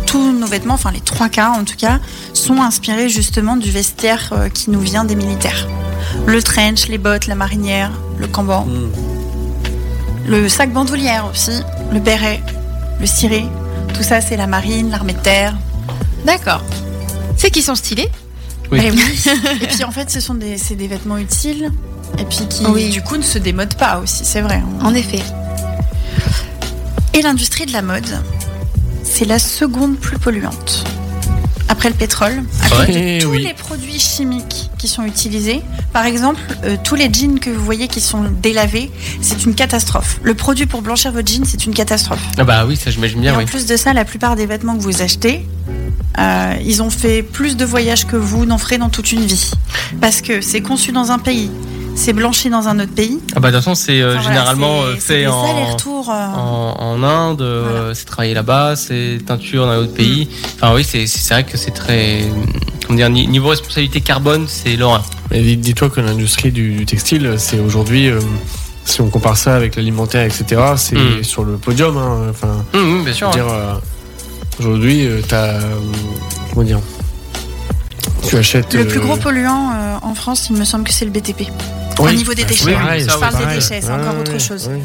tous nos vêtements, enfin les trois quarts en tout cas, sont inspirés justement du vestiaire euh, qui nous vient des militaires. Le trench, les bottes, la marinière, le camban, Hmm. le sac bandoulière aussi, le béret, le ciré. Tout ça, c'est la marine, l'armée de terre. D'accord. C'est qu'ils sont stylés. Oui. Eh Et puis en fait, ce sont des, c'est des vêtements utiles et puis qui Oui. du coup ne se démodent pas aussi, c'est vrai. hein. En effet. Et l'industrie de la mode, c'est la seconde plus polluante. Après le pétrole, à cause Eh de tous oui. les produits chimiques qui sont utilisés. Par exemple, euh, tous les jeans que vous voyez qui sont délavés, c'est une catastrophe. Le produit pour blanchir votre jean, c'est une catastrophe. Ah bah oui, ça j'imagine Et bien, en oui. plus de ça, la plupart des vêtements que vous achetez, euh, ils ont fait plus de voyages que vous n'en ferez dans toute une vie. Parce que c'est conçu dans un pays, c'est blanchi dans un autre pays. Ah bah de toute façon, c'est euh, Enfin, voilà, généralement c'est- euh, c'est fait des en. allers-retours. euh, En, en Inde, euh, c'est travaillé là-bas, c'est teinture dans un autre pays. Mm. Enfin oui, c'est c'est vrai que c'est très... Comment dire, ni- niveau responsabilité carbone, c'est l'horreur. Mais dis- dis-toi que l'industrie du, du textile, c'est aujourd'hui, euh, si on compare ça avec l'alimentaire, etc., c'est Mm. sur le podium. hein. Enfin, Mm, Hum, hum, bien je sûr. veux hein. dire, euh, aujourd'hui, euh, t'as. euh, comment dire Tu achètes. Le plus euh, gros polluant euh, en France, il me semble que c'est le BTP. Oui. Au niveau des Bah, c'est déchets. pareil, je ça, parle oui, des pareil. déchets, c'est encore Ouais, autre ouais, chose. ouais.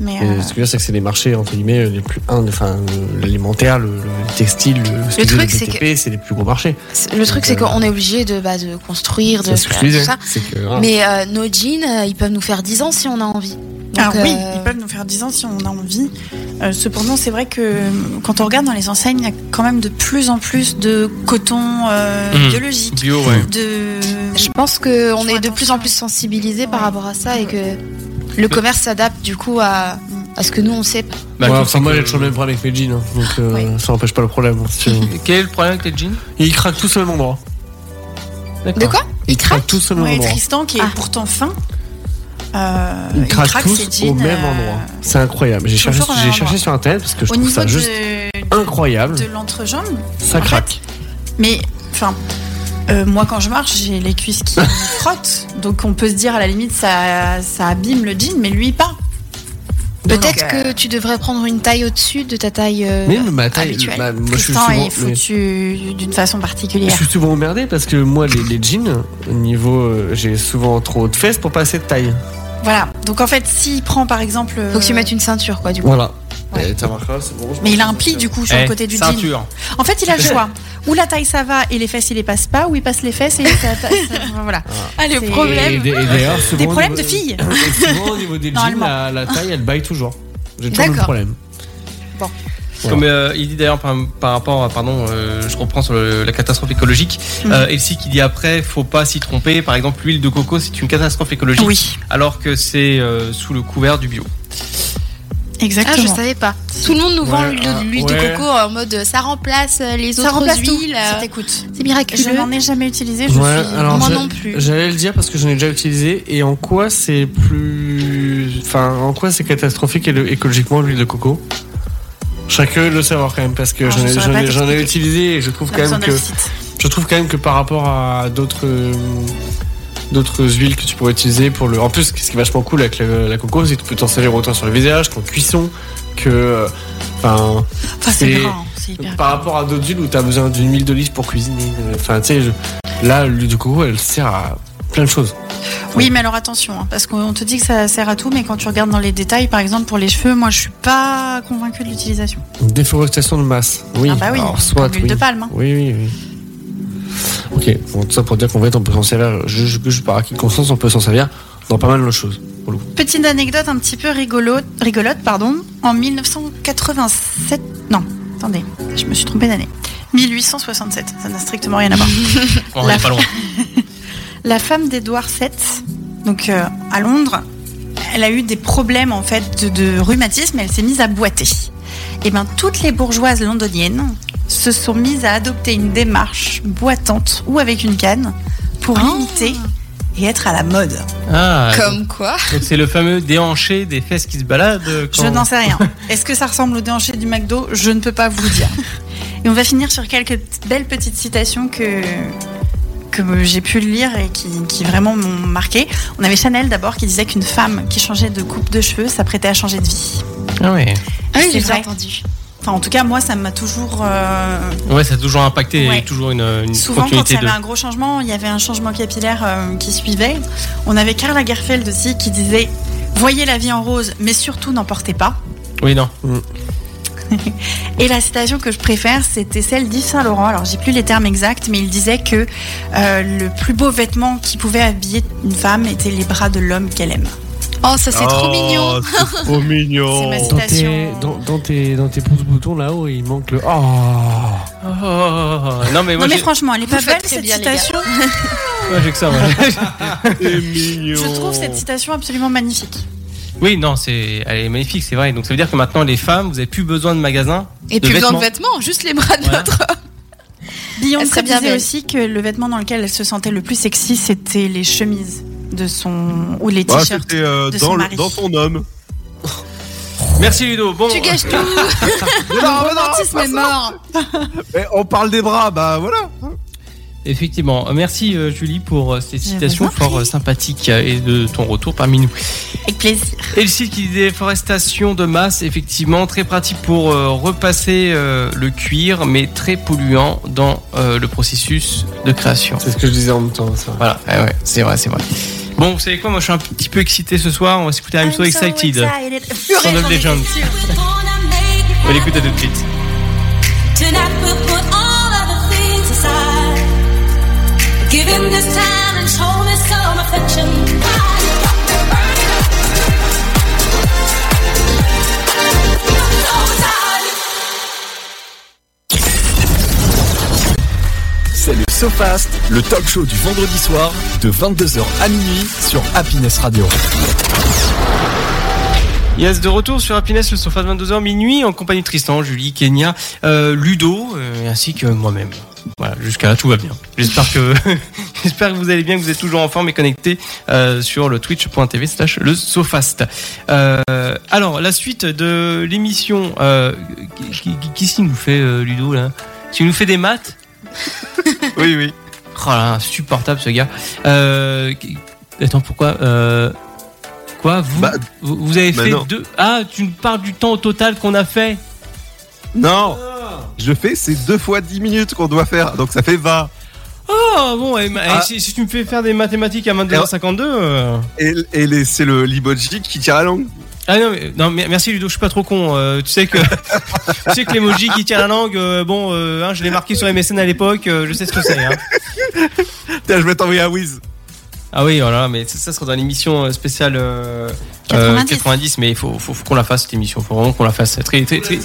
Mais, Et euh, ce que je veux dire, c'est que c'est les marchés, entre guillemets, les plus. un, Enfin, le- l'alimentaire, le, le textile, le, ce que je veux dire, truc, c'est que- BTP, c'est les plus gros marchés. C'est- Le truc, Donc, c'est euh, qu'on est obligé de, bah, de construire, de C'est ce que faire je disais. tout ça. C'est que. hein. voilà. Mais euh, nos jeans, euh, ils peuvent nous faire 10 ans si on a envie. Donc, ah oui, euh, ils peuvent nous faire 10 ans si on a envie. Euh, cependant, c'est vrai que euh, quand on regarde dans les enseignes, il y a quand même de plus en plus de coton euh, Mhm. biologique, Bio, ouais. de Je pense qu'on Ils font est de plus en attention. plus sensibilisés par Ouais. rapport à ça et que le commerce s'adapte du coup à, à ce que nous on sait. pas. Bah, Ouais, le truc, enfin, moi, c'est j'ai que- toujours le même problème avec mes jeans, hein. donc euh, Ouais. ça n'empêche pas le problème. hein, C'est- Quel est le problème avec les jeans Et ils craquent tous au même endroit. Ah. De quoi Ils Ils craquent craquent tous au même ouais, endroit. Tristan qui est Ah. pourtant fin. euh, Ils craquent ses tous jeans, au même euh, endroit. C'est incroyable. J'ai toujours au cherché, même j'ai endroit. cherché sur internet parce que je Au trouve niveau ça de, juste incroyable. de l'entrejambe, Ça en fait, craque. Mais, enfin, euh, moi quand je marche, j'ai les cuisses qui frottent. Donc on peut se dire à la limite, ça, ça abîme le jean, mais lui pas. Peut-être Donc, euh, que tu devrais prendre une taille au-dessus de ta taille. euh, mais ma taille, habituelle. ma- bah, moi, je suis Tristan souvent, est foutu d'une façon mais- je particulière. suis souvent emmerdé parce que moi, les, les jeans, au niveau, euh, j'ai souvent trop de fesses pour passer de taille. Voilà. Donc en fait, s'il prend par exemple. euh, Faut que tu mettes une ceinture quoi du coup. Voilà. Ouais. Et t'as remarqué, c'est bon, je- Mais il a un pli du coup sur Eh, le côté du jean. ceinture. En fait, il a le choix. Ou la taille ça va et les fesses il les passe pas, ou il passe les fesses et ça, ça- ça- voilà. Ah le C'est- Et, problème. et d'ailleurs, souvent, Des au problèmes de niveau- filles. Et souvent, au niveau des jeans, Normalement. la, la taille, elle baille toujours. J'ai toujours le même D'accord. problème. Voilà. Comme euh, il dit d'ailleurs par, par rapport à, pardon, euh, je reprends sur le- la catastrophe écologique, Mhm. euh, Elsie qui dit après, faut pas s'y tromper, par exemple l'huile de coco c'est une catastrophe écologique, Oui, alors que c'est euh, sous le couvert du bio. Ah je exactement. savais pas. Tout le monde nous vend Ouais, l'huile de, ah, l'huile de ouais. coco en mode euh, ça remplace euh, les ça autres remplace tout. huiles. Ça euh, t'écoute. C'est Ah, Je miraculeux. n'en ai jamais utilisé. Je Ouais, suis... alors, Moi je- non plus. J'allais le dire parce que j'en ai déjà utilisé et en quoi c'est plus. Enfin, en quoi c'est catastrophique élo- écologiquement l'huile de coco Chacun le savoir quand même parce que Alors, j'en je ai, saurais j'en pas ai- j'en ai t'expliquer. utilisé et je trouve On a quand besoin même d'un que site. je trouve quand même que par rapport à d'autres euh, d'autres huiles que tu pourrais utiliser pour le. En plus, ce qui est vachement cool avec le- la coco, c'est que tu peux t'en servir autant sur le visage qu'en cuisson que. euh, Enfin, Enfin, c'est c'est- gras, hein, c'est hyper par rapport à d'autres huiles où t'as besoin d'une huile d'olive pour cuisiner. euh, Enfin, tu sais, je- là, l'huile de coco, elle sert à plein de choses. Oui, mais alors attention, hein, parce qu'on te dit que ça sert à tout, mais quand tu regardes dans les détails, par exemple pour les cheveux, moi je suis pas convaincue de l'utilisation. Une Déforestation de masse. Oui. ah bah oui, Alors, soit, comme l'huile oui. de palme. hein. oui, oui, oui. Ok, bon, tout ça pour dire qu'en fait, on peut s'en servir, je, je, je, par acquis de conscience, on peut s'en servir dans pas mal de choses. Petite anecdote un petit peu rigolote, rigolote pardon. En 1987, non, attendez, je me suis trompée d'année. 1867, ça n'a strictement rien à voir. On La- est pas loin. La femme d'Édouard VII, donc euh, à Londres, elle a eu des problèmes en fait de, de rhumatisme, elle s'est mise à boiter. Et bien toutes les bourgeoises londoniennes se sont mises à adopter une démarche boitante ou avec une canne pour imiter et être à la mode. Ah, Comme quoi donc c'est le fameux déhanché des fesses qui se baladent. euh, Quand... Je n'en sais rien. Est-ce que ça ressemble au déhanché du McDo Je ne peux pas vous dire. Et on va finir sur quelques t- belles petites citations que, que j'ai pu lire et qui, qui vraiment m'ont marqué. On avait Chanel d'abord qui disait qu'une femme qui changeait de coupe de cheveux s'apprêtait à changer de vie. Ah ouais. Ah oui, C'est j'ai déjà vrai. entendu. Enfin, en tout cas, moi, ça m'a toujours. euh, Ouais, ça a toujours impacté, Ouais. toujours une, une Souvent, quand il y continuité avait de. un gros changement, il y avait un changement capillaire euh, qui suivait. On avait Karl Lagerfeld aussi qui disait Voyez la vie en rose, mais surtout n'en portez pas. Oui, non. Et la citation que je préfère, c'était celle d'Yves Saint Laurent. Alors, j'ai plus les termes exacts, mais il disait que euh, le plus beau vêtement qui pouvait habiller une femme était les bras de l'homme qu'elle aime. Oh, ça c'est Oh, trop mignon. C'est trop Oh. C'est ma mignon. Dans tes, Bah, citation. dans, dans tes, dans tes pouces boutons là-haut, il manque le. Oh Oh, non, mais moi, non, mais j'ai- franchement, elle est pas faites belle très cette bien, les citation. moi, j'ai que ça. moi. C'est mignon. Je trouve cette citation absolument magnifique. oui, non, c'est, elle est magnifique, c'est vrai. Donc ça veut dire que maintenant, les femmes, vous n'avez plus besoin de magasins. Et de puis besoin de vêtements. vêtements, juste les bras de Voilà. notre Elle Beyoncé serait bien disait belle. aussi que le vêtement dans lequel elle se sentait le plus sexy, c'était les chemises de son ou les Bah, Ah, t-shirts. c'était euh, de son dans, le- mari. dans ton homme. Merci Ludo. Bon, Tu gâches tout. Oh, non, Ah, Ton non, romantisme est mort. Eh, on parle des bras, bah voilà. Effectivement. Merci euh, Julie pour euh, ces vous citations en prie. fort euh, sympathiques euh, et de ton retour parmi nous. Avec plaisir. Et le site qui dit déforestation de masse, effectivement, très pratique pour euh, repasser euh, le cuir, mais très polluant dans euh, le processus de création. C'est ce que je disais en même temps, ça. Voilà, Ah ouais, ouais, c'est vrai, c'est vrai. Bon, vous savez quoi, moi je suis un petit peu excité ce soir, on va s'écouter I'm So Excited. Son of Legend. On l'écoute à tout de suite. Tonight we'll put all other things aside. Give him this time and show me some affection. C'est le SoFast, le talk show du vendredi soir de 22h à minuit sur Happiness Radio. Yes, de retour sur Happiness, le sofa de 22h minuit, en compagnie de Tristan, Julie, Kenya, euh, Ludo, euh, ainsi que moi-même. Voilà, jusqu'à là, tout va bien. J'espère que, j'espère que vous allez bien, que vous êtes toujours en forme et connectés euh, sur le twitch.tv slash le sofast. Euh, alors, la suite de l'émission, euh, qui- qui- qui- qu'est-ce qu'il nous fait, euh, Ludo, là Tu nous fais des maths Oui, oui. Oh là, insupportable ce gars. Euh, qui- attends, pourquoi euh, Quoi vous, Bah, vous vous avez bah fait non. deux Ah, tu nous parles du temps au total qu'on a fait Non. Ah. Je fais, c'est deux fois 10 minutes qu'on doit faire, donc ça fait 20. Oh bon, et ma- Ah. et si, si tu me fais faire des mathématiques à 22h52. euh, Et, et les- c'est le Liboji qui tire la langue. Ah non, mais- non, mais- merci Ludo, je suis pas trop con. euh, tu sais que tu sais que l'emoji qui tient la langue, euh, bon, euh, hein, je l'ai marqué sur MSN à l'époque, euh, je sais ce que c'est. hein. Tiens, je vais t'envoyer à Wiz. Ah oui, voilà, mais ça, ça sera dans l'émission euh, spéciale euh, euh, 90. 90, mais il faut, faut, faut qu'on la fasse cette émission, faut vraiment qu'on la fasse. C'est Très, très, très,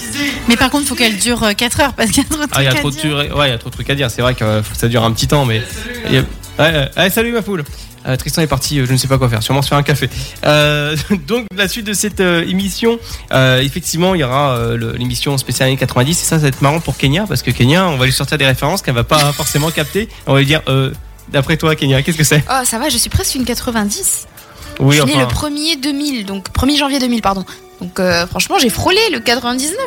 Mais par contre, faut qu'elle dure 4 heures parce qu'il y a trop de Ah, il y a trucs à trop de dire. trucs- ouais, il y a trop de trucs à dire. C'est vrai que euh, faut que ça dure un petit temps, mais. il y a- Ouais, ouais. Allez, salut ma foule. Euh, Tristan est parti, euh, je ne sais pas quoi faire, sûrement se faire un café. Euh, donc la suite de cette euh, émission, euh, effectivement, il y aura euh, le- l'émission spéciale années 90 et ça, ça va être marrant pour Kenya parce que Kenya, on va lui sortir des références qu'elle va pas forcément capter. On va lui dire, euh, d'après toi, Kenya, qu'est-ce que c'est Oh, ça va, je suis presque une 90. Oui, je suis née enfin, le 1er 2000, donc 1er janvier 2000, pardon. Donc euh, franchement, j'ai frôlé le 99.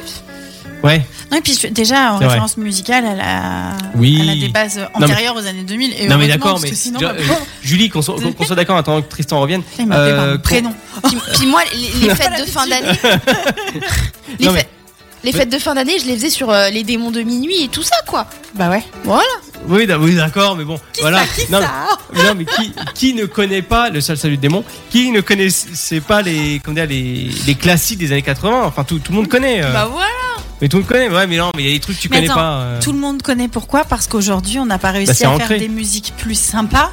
ouais. Non, et puis je- déjà, en C'est vrai. référence musicale, elle a, Oui. elle a des bases antérieures aux années 2000. Et Non mais heureusement, d'accord, parce mais que sinon, tu vois, bah, euh, Julie, qu'on soit, qu'on soit d'accord, attends que Tristan revienne. putain, il m'a appelé par euh, mon prénom. Puis, puis moi, les, les fêtes de fin d'année. les, Non, mais- fêtes- les fêtes de fin d'année, je les faisais sur euh, les démons de minuit et tout ça, quoi. Bah ouais. Oui, d'a- oui, d'accord, mais bon, voilà. Non, ça Mais Non, mais qui, qui ne connaît pas le seul salut du démon Qui ne connaissait pas les, comment dire, les, les classiques des années 80 Enfin, tout, tout le monde connaît. euh. Bah voilà. mais tout le monde connaît, ouais, mais non, mais il y a des trucs que tu Mais connais attends, pas. euh. Tout le monde connaît pourquoi Parce qu'aujourd'hui, on n'a pas Bah, réussi c'est à ancré. faire des musiques plus sympas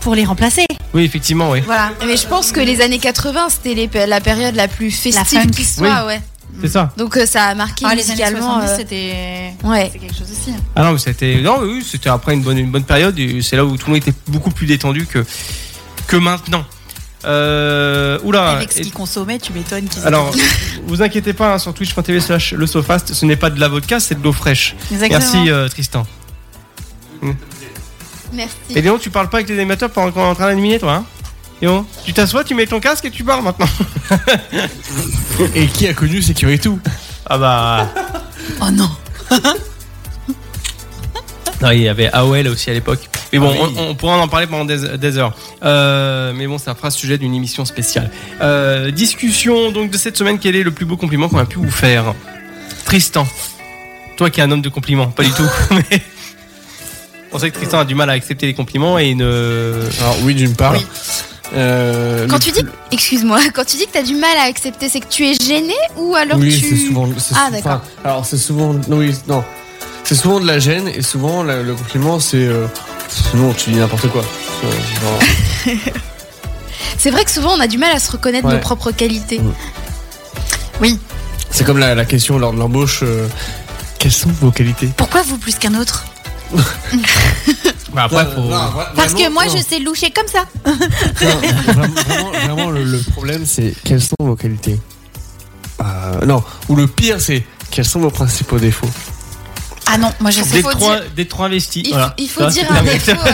pour les remplacer. Ah, Oui, effectivement, oui. Voilà. Mais je pense que les années 80, c'était les- la période la plus funk. festive qui soit, ouais. C'est ça. Donc euh, ça a marqué Ah, les années musicalement. 70, euh, c'était. ouais. C'est quelque chose aussi. hein. Ah non, mais c'était. Non, mais oui, c'était après une bonne, une bonne période. et C'est là où tout le monde était beaucoup plus détendu que, que maintenant. Euh, oula. Avec ce Et- qu'ils consommaient, tu m'étonnes qu'ils alors, vous inquiétez pas, hein, sur twitch.tv slash le sofast, ce n'est pas de la vodka, c'est de l'eau fraîche. Exactement. Merci euh, Tristan. Et Merci. Léon, tu parles pas avec les animateurs pendant qu'on est en train d'animer, toi hein Léon, tu t'assois, tu mets ton casque et tu pars maintenant. Et qui a connu Sécurité tout Ah bah. Oh non Non, il y avait AOL aussi à l'époque. Mais bon, Ah oui. on, on pourra en parler pendant des, des heures. Euh, mais bon, ça fera sujet d'une émission spéciale. Euh, discussion donc de cette semaine, quel est le plus beau compliment qu'on a pu vous faire Tristan, toi qui es un homme de compliments, pas du tout. mais on sait que Tristan a du mal à accepter les compliments et ne. Euh, Alors oui, d'une part. Oui. Euh, Quand le- tu dis, excuse-moi, quand tu dis que t'as du mal à accepter, c'est que tu es gêné ou alors oui, tu. c'est souvent. c'est Ah, sou- d'accord. enfin, Alors c'est souvent. non, Oui, non. C'est souvent de la gêne et souvent la- le compliment c'est. euh, Sinon tu dis n'importe quoi. Euh, genre, C'est vrai que souvent on a du mal à se reconnaître Ouais. nos propres qualités. Mm. c'est comme la, la question lors de l'embauche. euh, Quelles sont vos qualités Pourquoi vous plus qu'un autre Bah, après, faut- Parce que moi, Vraiment, Euh, non. je sais loucher comme ça Non, vraiment, vraiment- vraiment, le, le problème, c'est quelles sont vos qualités Euh, Non, ou le pire, c'est quels sont vos principaux défauts Ah non, moi, je sais Des faut trois, des trois investis. Il, f- voilà. il faut Ça, dire c'est la un même- défaut. euh,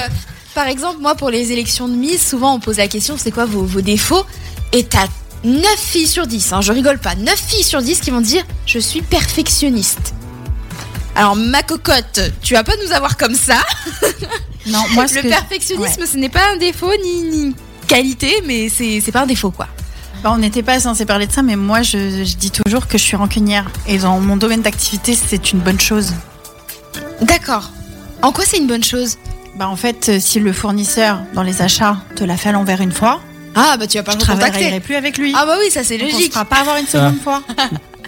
par exemple, moi pour les élections de Miss, souvent on pose la question c'est quoi vos, vos défauts Et t'as 9 filles sur 10, hein, je rigole pas, 9 filles sur 10 qui vont dire je suis perfectionniste. Alors ma cocotte, tu vas pas nous avoir comme ça. Non, moi, ce Le que- perfectionnisme, ce n'est pas un défaut ni, ni une qualité, mais c'est c'est pas un défaut quoi. Bah, on n'était pas censé parler de ça, mais moi, je, je dis toujours que je suis rancunière. Et dans mon domaine d'activité, c'est une bonne chose. D'accord. En quoi c'est une bonne chose Bah, en fait, euh, si le fournisseur, dans les achats, te l'a fait à l'envers une fois, Ah bah tu vas pas je me ne travaillerai contacter. plus avec lui. Ah bah oui, ça c'est Donc, On logique. ne pas avoir une seconde fois.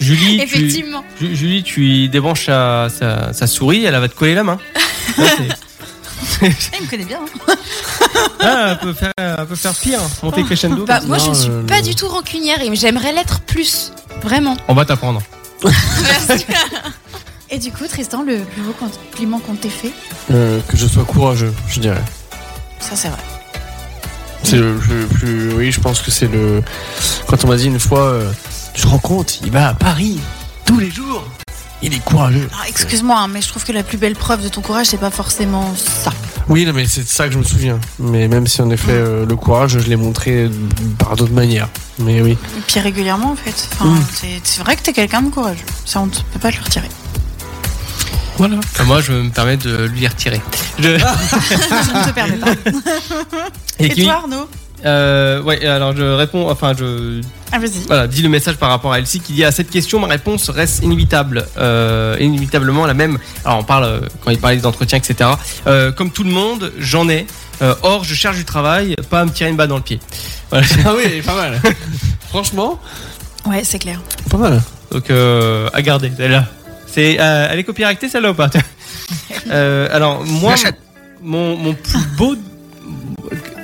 Julie, tu- Effectivement. Ju- Julie, tu y débranches sa, sa- sa souris, elle va te coller la main. Là, c'est- Il me connaît bien. hein. Ah, elle peut faire, elle peut faire pire, hein, monter crescendo. Bah, moi, je Non, ne suis le- pas le- du tout rancunière et j'aimerais l'être plus. Vraiment. On va t'apprendre. Merci. Et du coup, Tristan, le plus beau compliment qu'on t'ait fait, Euh, Que je sois courageux, je dirais. ça c'est vrai. C'est le plus, plus- Oui, je pense que c'est le. Quand on m'a dit une fois, euh, tu te rends compte, il va à Paris tous les jours. Il est courageux. Alors, excuse-moi, hein, mais je trouve que la plus belle preuve de ton courage, c'est pas forcément ça. Oui, non, mais c'est de ça que je me souviens. Mais même si en effet, euh, le courage, je l'ai montré par d'autres manières. Mais oui. Et puis régulièrement, en fait. Enfin, Mm. c'est- C'est vrai que t'es quelqu'un de courageux. Ça, on ne peut pas te le retirer. Voilà. Enfin, moi, je me permets de lui retirer. Je- je ne te permets pas. Et Et, qui- toi, Arnaud Euh, ouais, alors je réponds, enfin, je Ah, vas-y. voilà, dis le message par rapport à Elsie qui dit à cette question, ma réponse reste inévitable, euh, inévitablement la même. Alors, on parle, euh, quand il parlait des entretiens, etc. Euh, comme tout le monde, j'en ai. Euh, or, je cherche du travail, pas à me tirer une balle dans le pied. Voilà. Ah oui, pas mal. Franchement, Ouais, c'est clair. pas mal. Donc euh, à garder celle-là. C'est euh, elle est copyrightée celle-là ou pas Euh, Alors moi J'achète. mon mon plus beau